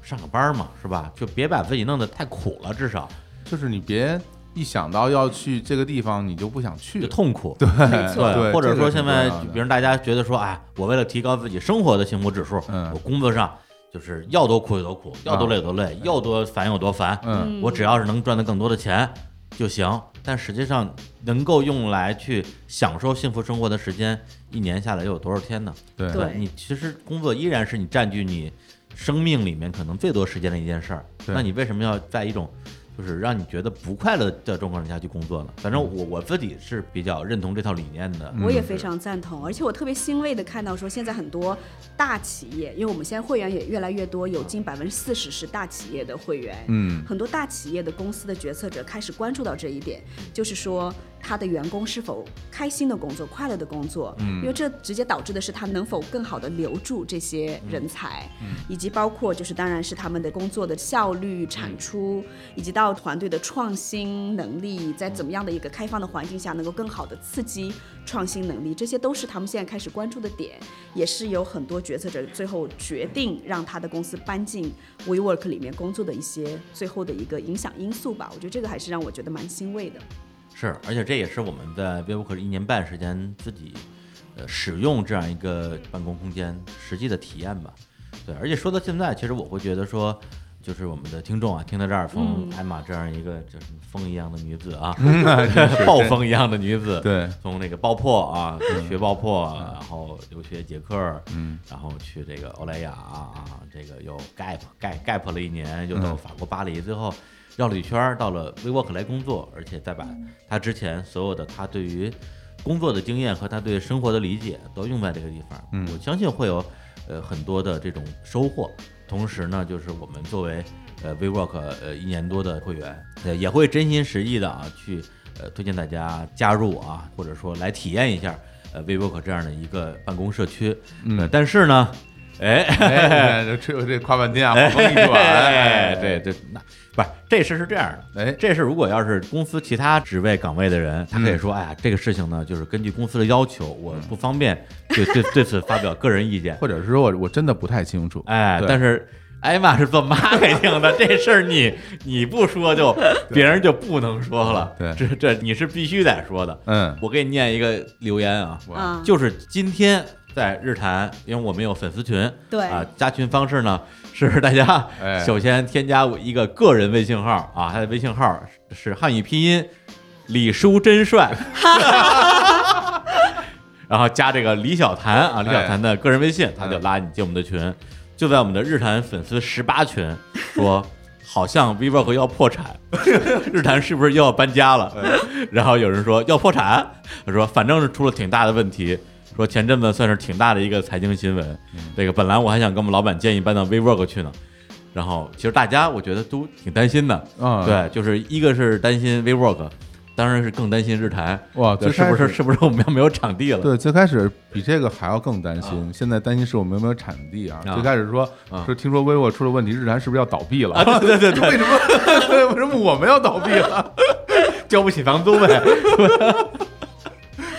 上个班嘛，是吧？就别把自己弄得太苦了，至少就是你别一想到要去这个地方，你就不想去哎就，痛苦。没错对，对或者这个说挺现在重要，的比如大家觉得说，哎，我为了提高自己生活的幸福指数，嗯我工作上就是要多苦有多苦，要多累有多累，要多烦有多烦，嗯我只要是能赚得更多的钱就行。但实际上，能够用来去享受幸福生活的时间，一年下来又有多少天呢？对对你其实工作依然是你占据你生命里面可能最多时间的一件事儿。对那你为什么要在一种就是让你觉得不快乐的状况下去工作呢？反正嗯我我自己是比较认同这套理念的。我也非常赞同，而且我特别欣慰的看到说，现在很多大企业，因为我们现在会员也越来越多，有近百分之四十是大企业的会员，嗯很多大企业的公司的决策者开始关注到这一点，就是说他的员工是否开心的工作、快乐的工作，嗯，因为这直接导致的是他能否更好的留住这些人才，嗯，以及包括就是当然是他们的工作的效率、产出，以及到团队的创新能力，在怎么样的一个开放的环境下能够更好的刺激创新能力，这些都是他们现在开始关注的点，也是有很多决策者最后决定让他的公司搬进 WeWork 里面工作的一些最后的一个影响因素吧。我觉得这个还是让我觉得蛮欣慰的。是，而且这也是我们在 v i v o 一年半时间自己呃使用这样一个办公空间实际的体验吧。对，而且说到现在，其实我会觉得说，就是我们的听众啊，听到这儿，从嗯艾玛这样一个就是风一样的女子 [LAUGHS] 啊，暴风一样的女子，对从那个爆破啊，学爆破，然后留学捷克，嗯，然后去这个欧莱雅啊，这个又 gap gap gap 了一年，又到法国巴黎，最后绕了一圈儿到了 WeWork 来工作，而且再把他之前所有的他对于工作的经验和他对生活的理解都用在这个地方，嗯，我相信会有呃很多的这种收获。同时呢，就是我们作为呃 WeWork 呃一年多的会员，呃也会真心实意的啊去呃推荐大家加入啊，或者说来体验一下呃 WeWork 这样的一个办公社区。嗯、但是呢， [LAUGHS] 哎。哎，这这这夸半天啊，话 [LAUGHS] 锋一转，哎，哎，对对，那不是这事是这样的，哎这事如果要是公司其他职位岗位的人，他可嗯以说，哎呀，这个事情呢，就是根据公司的要求，我不方便对对对此发表个人意见，或者是说我我真的不太清楚，哎，对但是艾玛是做 marketing 的， [LAUGHS] 这事儿你你不说就别人就不能说了，对这这你是必须得说的。嗯，我给你念一个留言啊，哇啊，就是今天在日坛，因为我们有粉丝群，对啊，加群方式呢 [LAUGHS] 是大家哎首先添加我一个个人微信号啊，他的微信号是汉语拼音李叔真帅，然后加这个李小谭啊，李小谭的个人微信，他就拉你进我们的群，就在我们的日坛粉丝十八群说。好像 WeWork 要破产，日坛是不是又要搬家了？ [LAUGHS] 然后有人说要破产，他说反正是出了挺大的问题，说前阵子算是挺大的一个财经新闻。嗯这个本来我还想跟我们老板建议搬到 WeWork 去呢，然后其实大家我觉得都挺担心的，啊对，就是一个是担心 WeWork，当然是更担心日坛，哇对最是不开是始是不是我们要没有场地了？对，最开始比这个还要更担心，现在担心是我们有没有产地啊？啊最开始说啊说听说 vivo 出了问题，日坛是不是要倒闭了？啊，对对对 [LAUGHS] 为什么为什么我们要倒闭了？ [LAUGHS] 交不起房租呗。 [LAUGHS]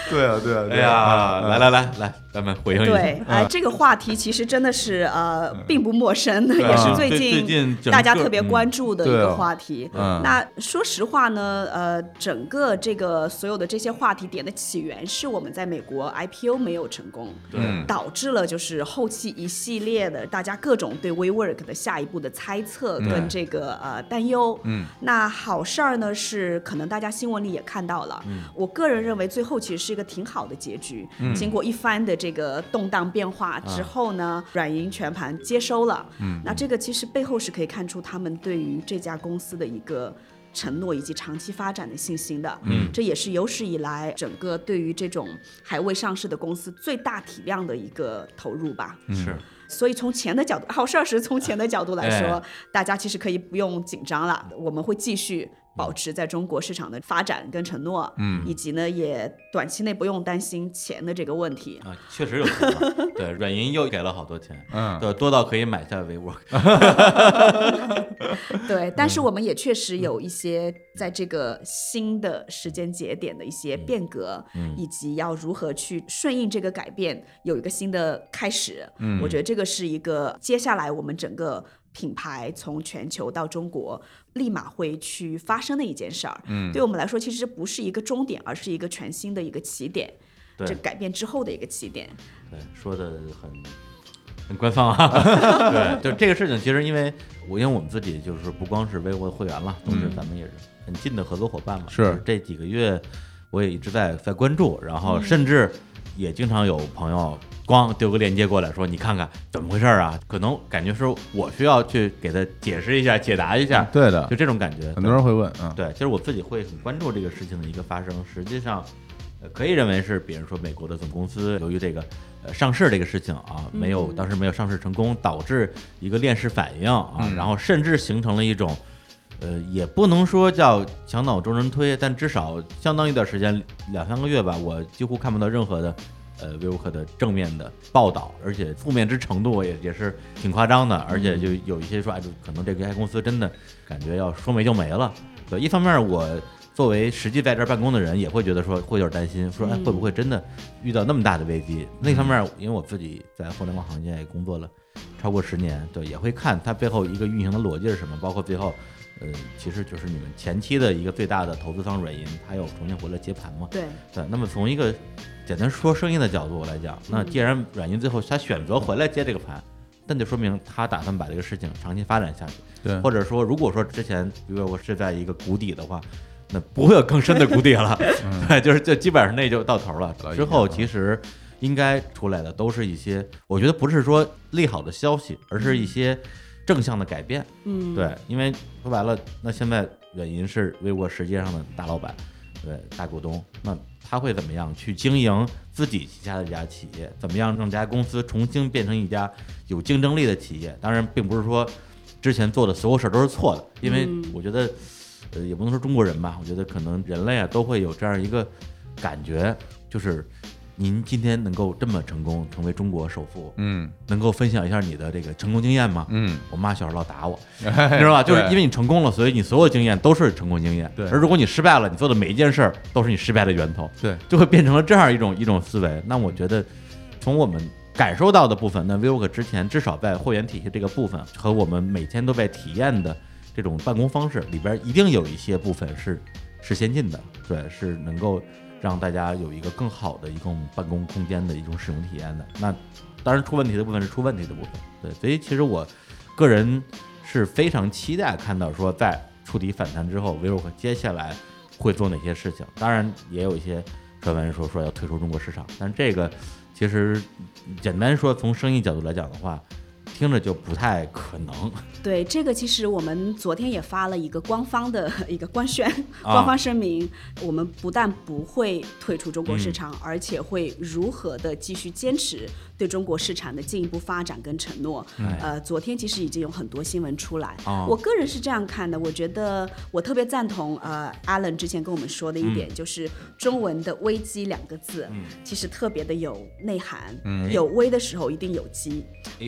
对啊，对啊，哎对呀，啊，来来来来，咱们回应一下。对，哎、这个话题其实真的是呃，并不陌生，也是啊最最最近近整大家个特别嗯关注的一对个啊话题。嗯那说实话呢，呃，整个这个所有的这些话题点的起源是我们在美国 IPO 没有成功，嗯导致了就是后期一系列的大家各种对 WeWork 的下一步的猜测跟这个、呃担忧。嗯，那好事儿呢是可能大家新闻里也看到了，我个人认为最后其实是一个挺好的结局。经过一番的这个动荡变化之后呢，软银全盘接收了。啊嗯，那这个其实背后是可以看出他们对于这家公司的一个。承诺以及长期发展的信心的。嗯，这也是有史以来整个对于这种还未上市的公司最大体量的一个投入吧。是所以从钱的角度，好事儿是从钱的角度来说，哎大家其实可以不用紧张了，我们会继续。保持在中国市场的发展跟承诺，嗯，以及呢，也短期内不用担心钱的这个问题。啊，确实有钱了。对，软银又给了好多钱，嗯对，多到可以买下 WeWork。对，但是我们也确实有一些在这个新的时间节点的一些变革，以及要如何去顺应这个改变，有一个新的开始。嗯，我觉得这个是一个接下来我们整个品牌从全球到中国立马会去发生的一件事儿。嗯，对我们来说，其实不是一个终点，而是一个全新的一个起点。对这改变之后的一个起点，对，说的很很官方 [LAUGHS] 啊。对，就这个事情，其实因为我因为我们自己就是不光是微博的会员了，同时咱们也是很近的合作伙伴嘛。嗯是就这几个月。我也一直在在关注，然后甚至也经常有朋友光丢个链接过来说，你看看怎么回事儿啊？可能感觉是我需要去给他解释一下、解答一下，嗯对的就，这种感觉。很多人会问啊，对，其实我自己会很关注这个事情的一个发生。实际上，呃可以认为是，比如说美国的总公司由于这个呃上市这个事情啊，没有当时没有上市成功，导致一个链式反应啊，嗯然后甚至形成了一种。呃，也不能说叫墙倒众人推，但至少相当一段时间，两三个月吧，我几乎看不到任何的呃 v i v o 的正面的报道，而且负面之程度也也是挺夸张的，而且就有一些说，哎，就可能这家公司真的感觉要说没就没了。对，一方面我作为实际在这儿办公的人，也会觉得说会有点担心，说哎嗯会不会真的遇到那么大的危机？另一方面，因为我自己在互联网行业也工作了超过十年，对，也会看它背后一个运行的逻辑是什么，包括最后。呃，其实就是你们前期的一个最大的投资方软银，它又重新回来接盘嘛。对，对，那么从一个简单说生意的角度来讲，那既然软银最后他选择回来接这个盘，那就说明他打算把这个事情长期发展下去。对或者说，如果说之前比如我是在一个谷底的话，那不会有更深的谷底了。嗯对，就是就基本上那就到头了老。一之点后了其实应该出来的都是一些，我觉得不是说利好的消息，而是一些正向的改变。嗯，对，因为说白了，那现在软银是微博实际上的大老板，对大股东，那他会怎么样去经营自己旗下的这家企业？怎么样让这家公司重新变成一家有竞争力的企业？当然，并不是说之前做的所有事儿都是错的，因为嗯我觉得，呃，也不能说中国人吧，我觉得可能人类啊都会有这样一个感觉，就是。您今天能够这么成功，成为中国首富，嗯能够分享一下你的这个成功经验吗？嗯，我妈小时候老打我， [LAUGHS] 你知道吧？就是因为你成功了，所以你所有经验都是成功经验。对而如果你失败了，你做的每一件事儿都是你失败的源头，对，就会变成了这样一种一种思维。那我觉得，从我们感受到的部分，那 Vivook 之前至少在会员体系这个部分和我们每天都在体验的这种办公方式里边，一定有一些部分是是先进的，对，是能够让大家有一个更好的一种办公空间的一种使用体验的。那当然出问题的部分是出问题的部分，对，所以其实我个人是非常期待看到说在触底反弹之后，vivo 接下来会做哪些事情。当然也有一些传闻说说要退出中国市场，但这个其实简单说从生意角度来讲的话，听着就不太可能。对，这个其实我们昨天也发了一个官方的 [LAUGHS] 一个官宣、官方声明，我们不但不会退出中国市场，而且会如何的继续坚持对中国市场的进一步发展跟承诺。呃，昨天其实已经有很多新闻出来，哦我个人是这样看的，我觉得我特别赞同呃 Alan 之前跟我们说的一点，就是中文的“危机”两个字，其实特别的有内涵，有危的时候一定有机。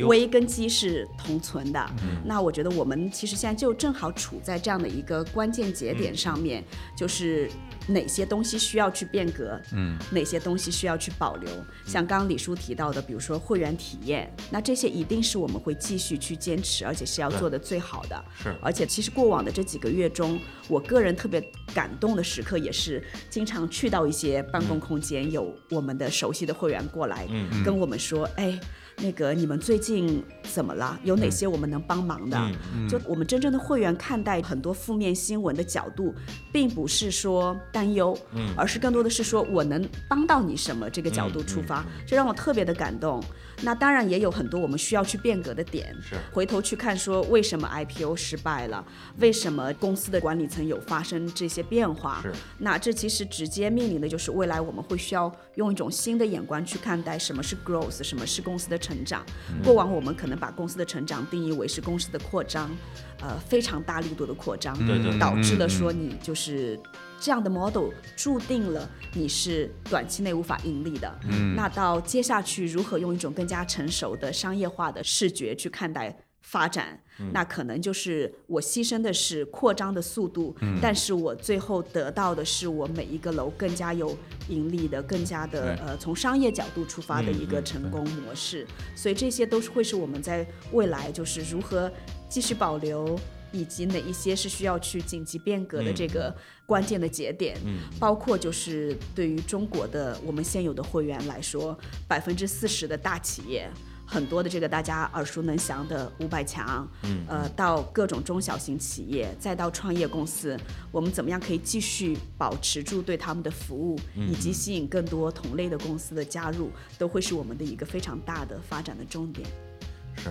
危跟机是同存的。那我觉得我们其实现在就正好处在这样的一个关键节点上面，就是哪些东西需要去变革，嗯，哪些东西需要去保留。像刚刚李叔提到的，比如说会员体验，那这些一定是我们会继续去坚持，而且是要做的最好的。是而且其实过往的这几个月中，我个人特别感动的时刻也是经常去到一些办公空间，有我们的熟悉的会员过来跟我们说，哎。那个，你们最近怎么了？有哪些我们能帮忙的？就我们真正的会员看待很多负面新闻的角度，并不是说担忧，而是更多的是说我能帮到你什么这个角度出发，这让我特别的感动。那当然也有很多我们需要去变革的点，是回头去看说为什么 IPO 失败了，为什么公司的管理层有发生这些变化，是那这其实直接面临的就是未来我们会需要用一种新的眼光去看待什么是 growth，什么是公司的成长。过往我们可能把公司的成长定义为是公司的扩张，呃，非常大力度的扩张，对对导致了说你就是。这样的 model 注定了你是短期内无法盈利的。嗯，那到接下去如何用一种更加成熟的商业化的视觉去看待发展，那可能就是我牺牲的是扩张的速度，但是我最后得到的是我每一个楼更加有盈利的、更加的对呃从商业角度出发的一个成功模式。所以这些都是会是我们在未来就是如何继续保留。以及哪一些是需要去紧急变革的这个关键的节点，包括就是对于中国的我们现有的会员来说，百分之四十的大企业很多的这个大家耳熟能详的五百强，嗯呃，到各种中小型企业，再到创业公司，我们怎么样可以继续保持住对他们的服务，以及吸引更多同类的公司的加入，都会是我们的一个非常大的发展的重点。是，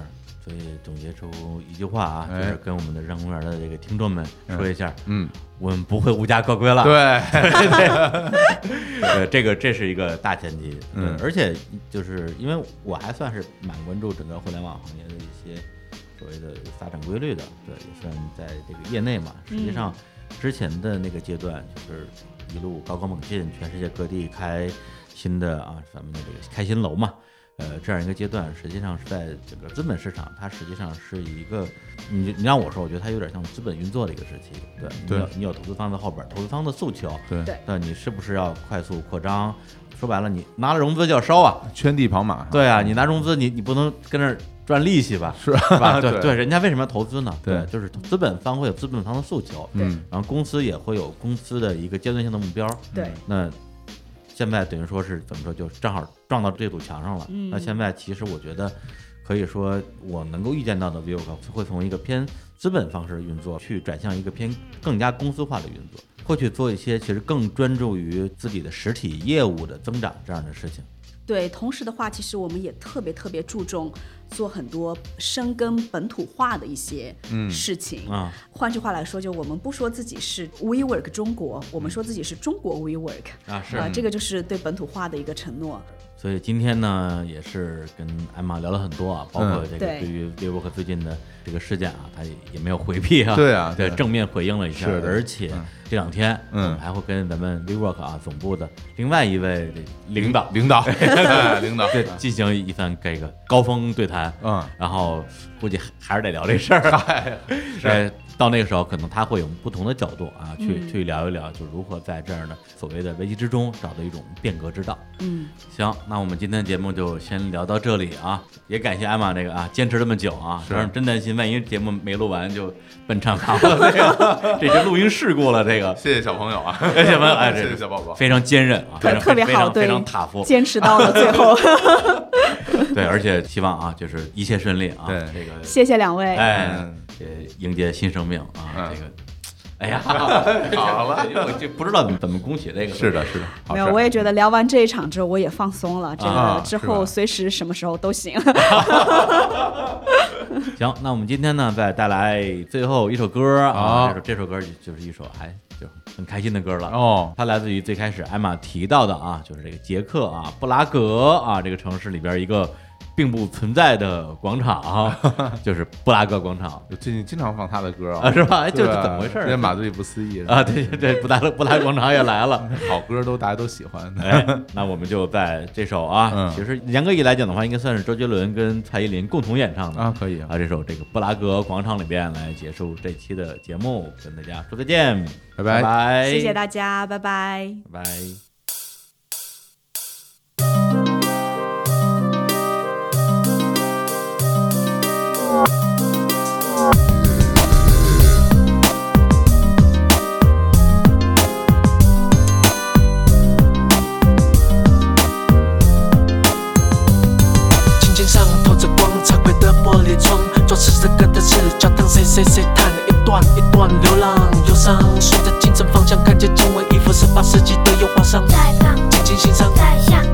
所以总结出一句话啊，就哎是跟我们的日常公园的这个听众们说一下，嗯，我们不会无家可归了。对，对，这个这是一个大前提。对嗯而且就是因为我还算是蛮关注整个互联网行业的一些所谓的发展规律的，对，也算在这个业内嘛。实际上，之前的那个阶段就是一路高歌猛进，全世界各地开新的啊，咱们的这个开新楼嘛。呃，这样一个阶段，实际上是在整个资本市场，它实际上是一个，你你让我说，我觉得它有点像资本运作的一个时期。对，你对有你有投资方在后边儿，投资方的诉求，对对那你是不是要快速扩张？说白了，你拿了融资就要烧啊！圈地跑马，对啊，你拿融资，你你不能跟那儿赚利息吧？是 [LAUGHS] 吧？啊对 [LAUGHS] 对人家为什么要投资呢？对就是资本方会有资本方的诉求，嗯，然后公司也会有公司的一个阶段性的目标。对，那现在等于说是怎么说，就正好撞到这堵墙上了。嗯那现在其实我觉得，可以说我能够预见到的 v i v o 会从一个偏资本方式运作，去转向一个偏更加公司化的运作，会去做一些其实更专注于自己的实体业务的增长这样的事情。对，同时的话，其实我们也特别特别注重做很多深耕本土化的一些事情。啊换句话来说，就我们不说自己是 WeWork 中国，我们说自己是中国 WeWork。啊是啊，这个就是对本土化的一个承诺。所以今天呢，也是跟艾玛聊了很多啊，包括嗯这个对对于 WeWork 最近的这个事件啊，他也也没有回避啊，对啊对，对正面回应了一下是，的而且这两天，嗯我们还会跟咱们 WeWork 啊总部的另外一位领导 [LAUGHS] 领导，哎领导，对进行一番这个高峰对谈，嗯然后估计还还是得聊这 [LAUGHS] 事儿，哎是，到那个时候可能他会有不同的角度啊，去、嗯去聊一聊，就如何在这样的所谓的危机之中找到一种变革之道。嗯，行，那我们今天节目就先聊到这里啊，也感谢艾玛这个啊坚持这么久啊，是让人真担心，万一节目没录完就奔唱堂了，这个 [LAUGHS] 这就录音事故了，这个。谢谢小朋友啊，谢谢朋友，哎，这谢谢小宝宝，非常坚韧啊，非特常特别非常好，对非常塔夫，，坚持到了 [LAUGHS] 最后。对，而且希望啊，就是一切顺利啊，对这个谢谢两位，哎嗯，呃，迎接新生命啊，嗯这个，哎 [LAUGHS] 呀，好了因为我就不知道怎么怎么恭喜这个，是的，是的，好事没有，儿我也觉得聊完这一场之后，我也放松了。这啊个之是吧后随时什么时候都行。行，那我们今天呢，再带来最后一首歌啊，好这首这首歌就就是一首还就很开心的歌了。哦，它来自于最开始艾玛提到的啊，就是这个捷克啊布拉格啊这个城市里边一个并不存在的广 [LAUGHS] 场，就是布拉格广场最近经常放他的歌啊，是吧？哎，就是对啊怎么回事这儿？马德里不思议是吧啊，对对对，布达布达广场也来了。好歌都大家都喜欢的，哎， [LAUGHS] 那我们就在这首啊，嗯其实严格意义来讲的话，应该算是周杰伦跟蔡依林共同演唱的啊可以啊，这首这个布拉格广场里边来结束这期的节目，跟大家说再见，拜拜拜，谢谢大家，拜拜。拜拜。琴键上透着光，彩绘的玻璃窗，装饰这个的是教堂。谁谁谁弹了一段一段流浪忧伤，顺着精神方向看见经文，一幅十八世纪的油画上，再放，静静欣赏。再想，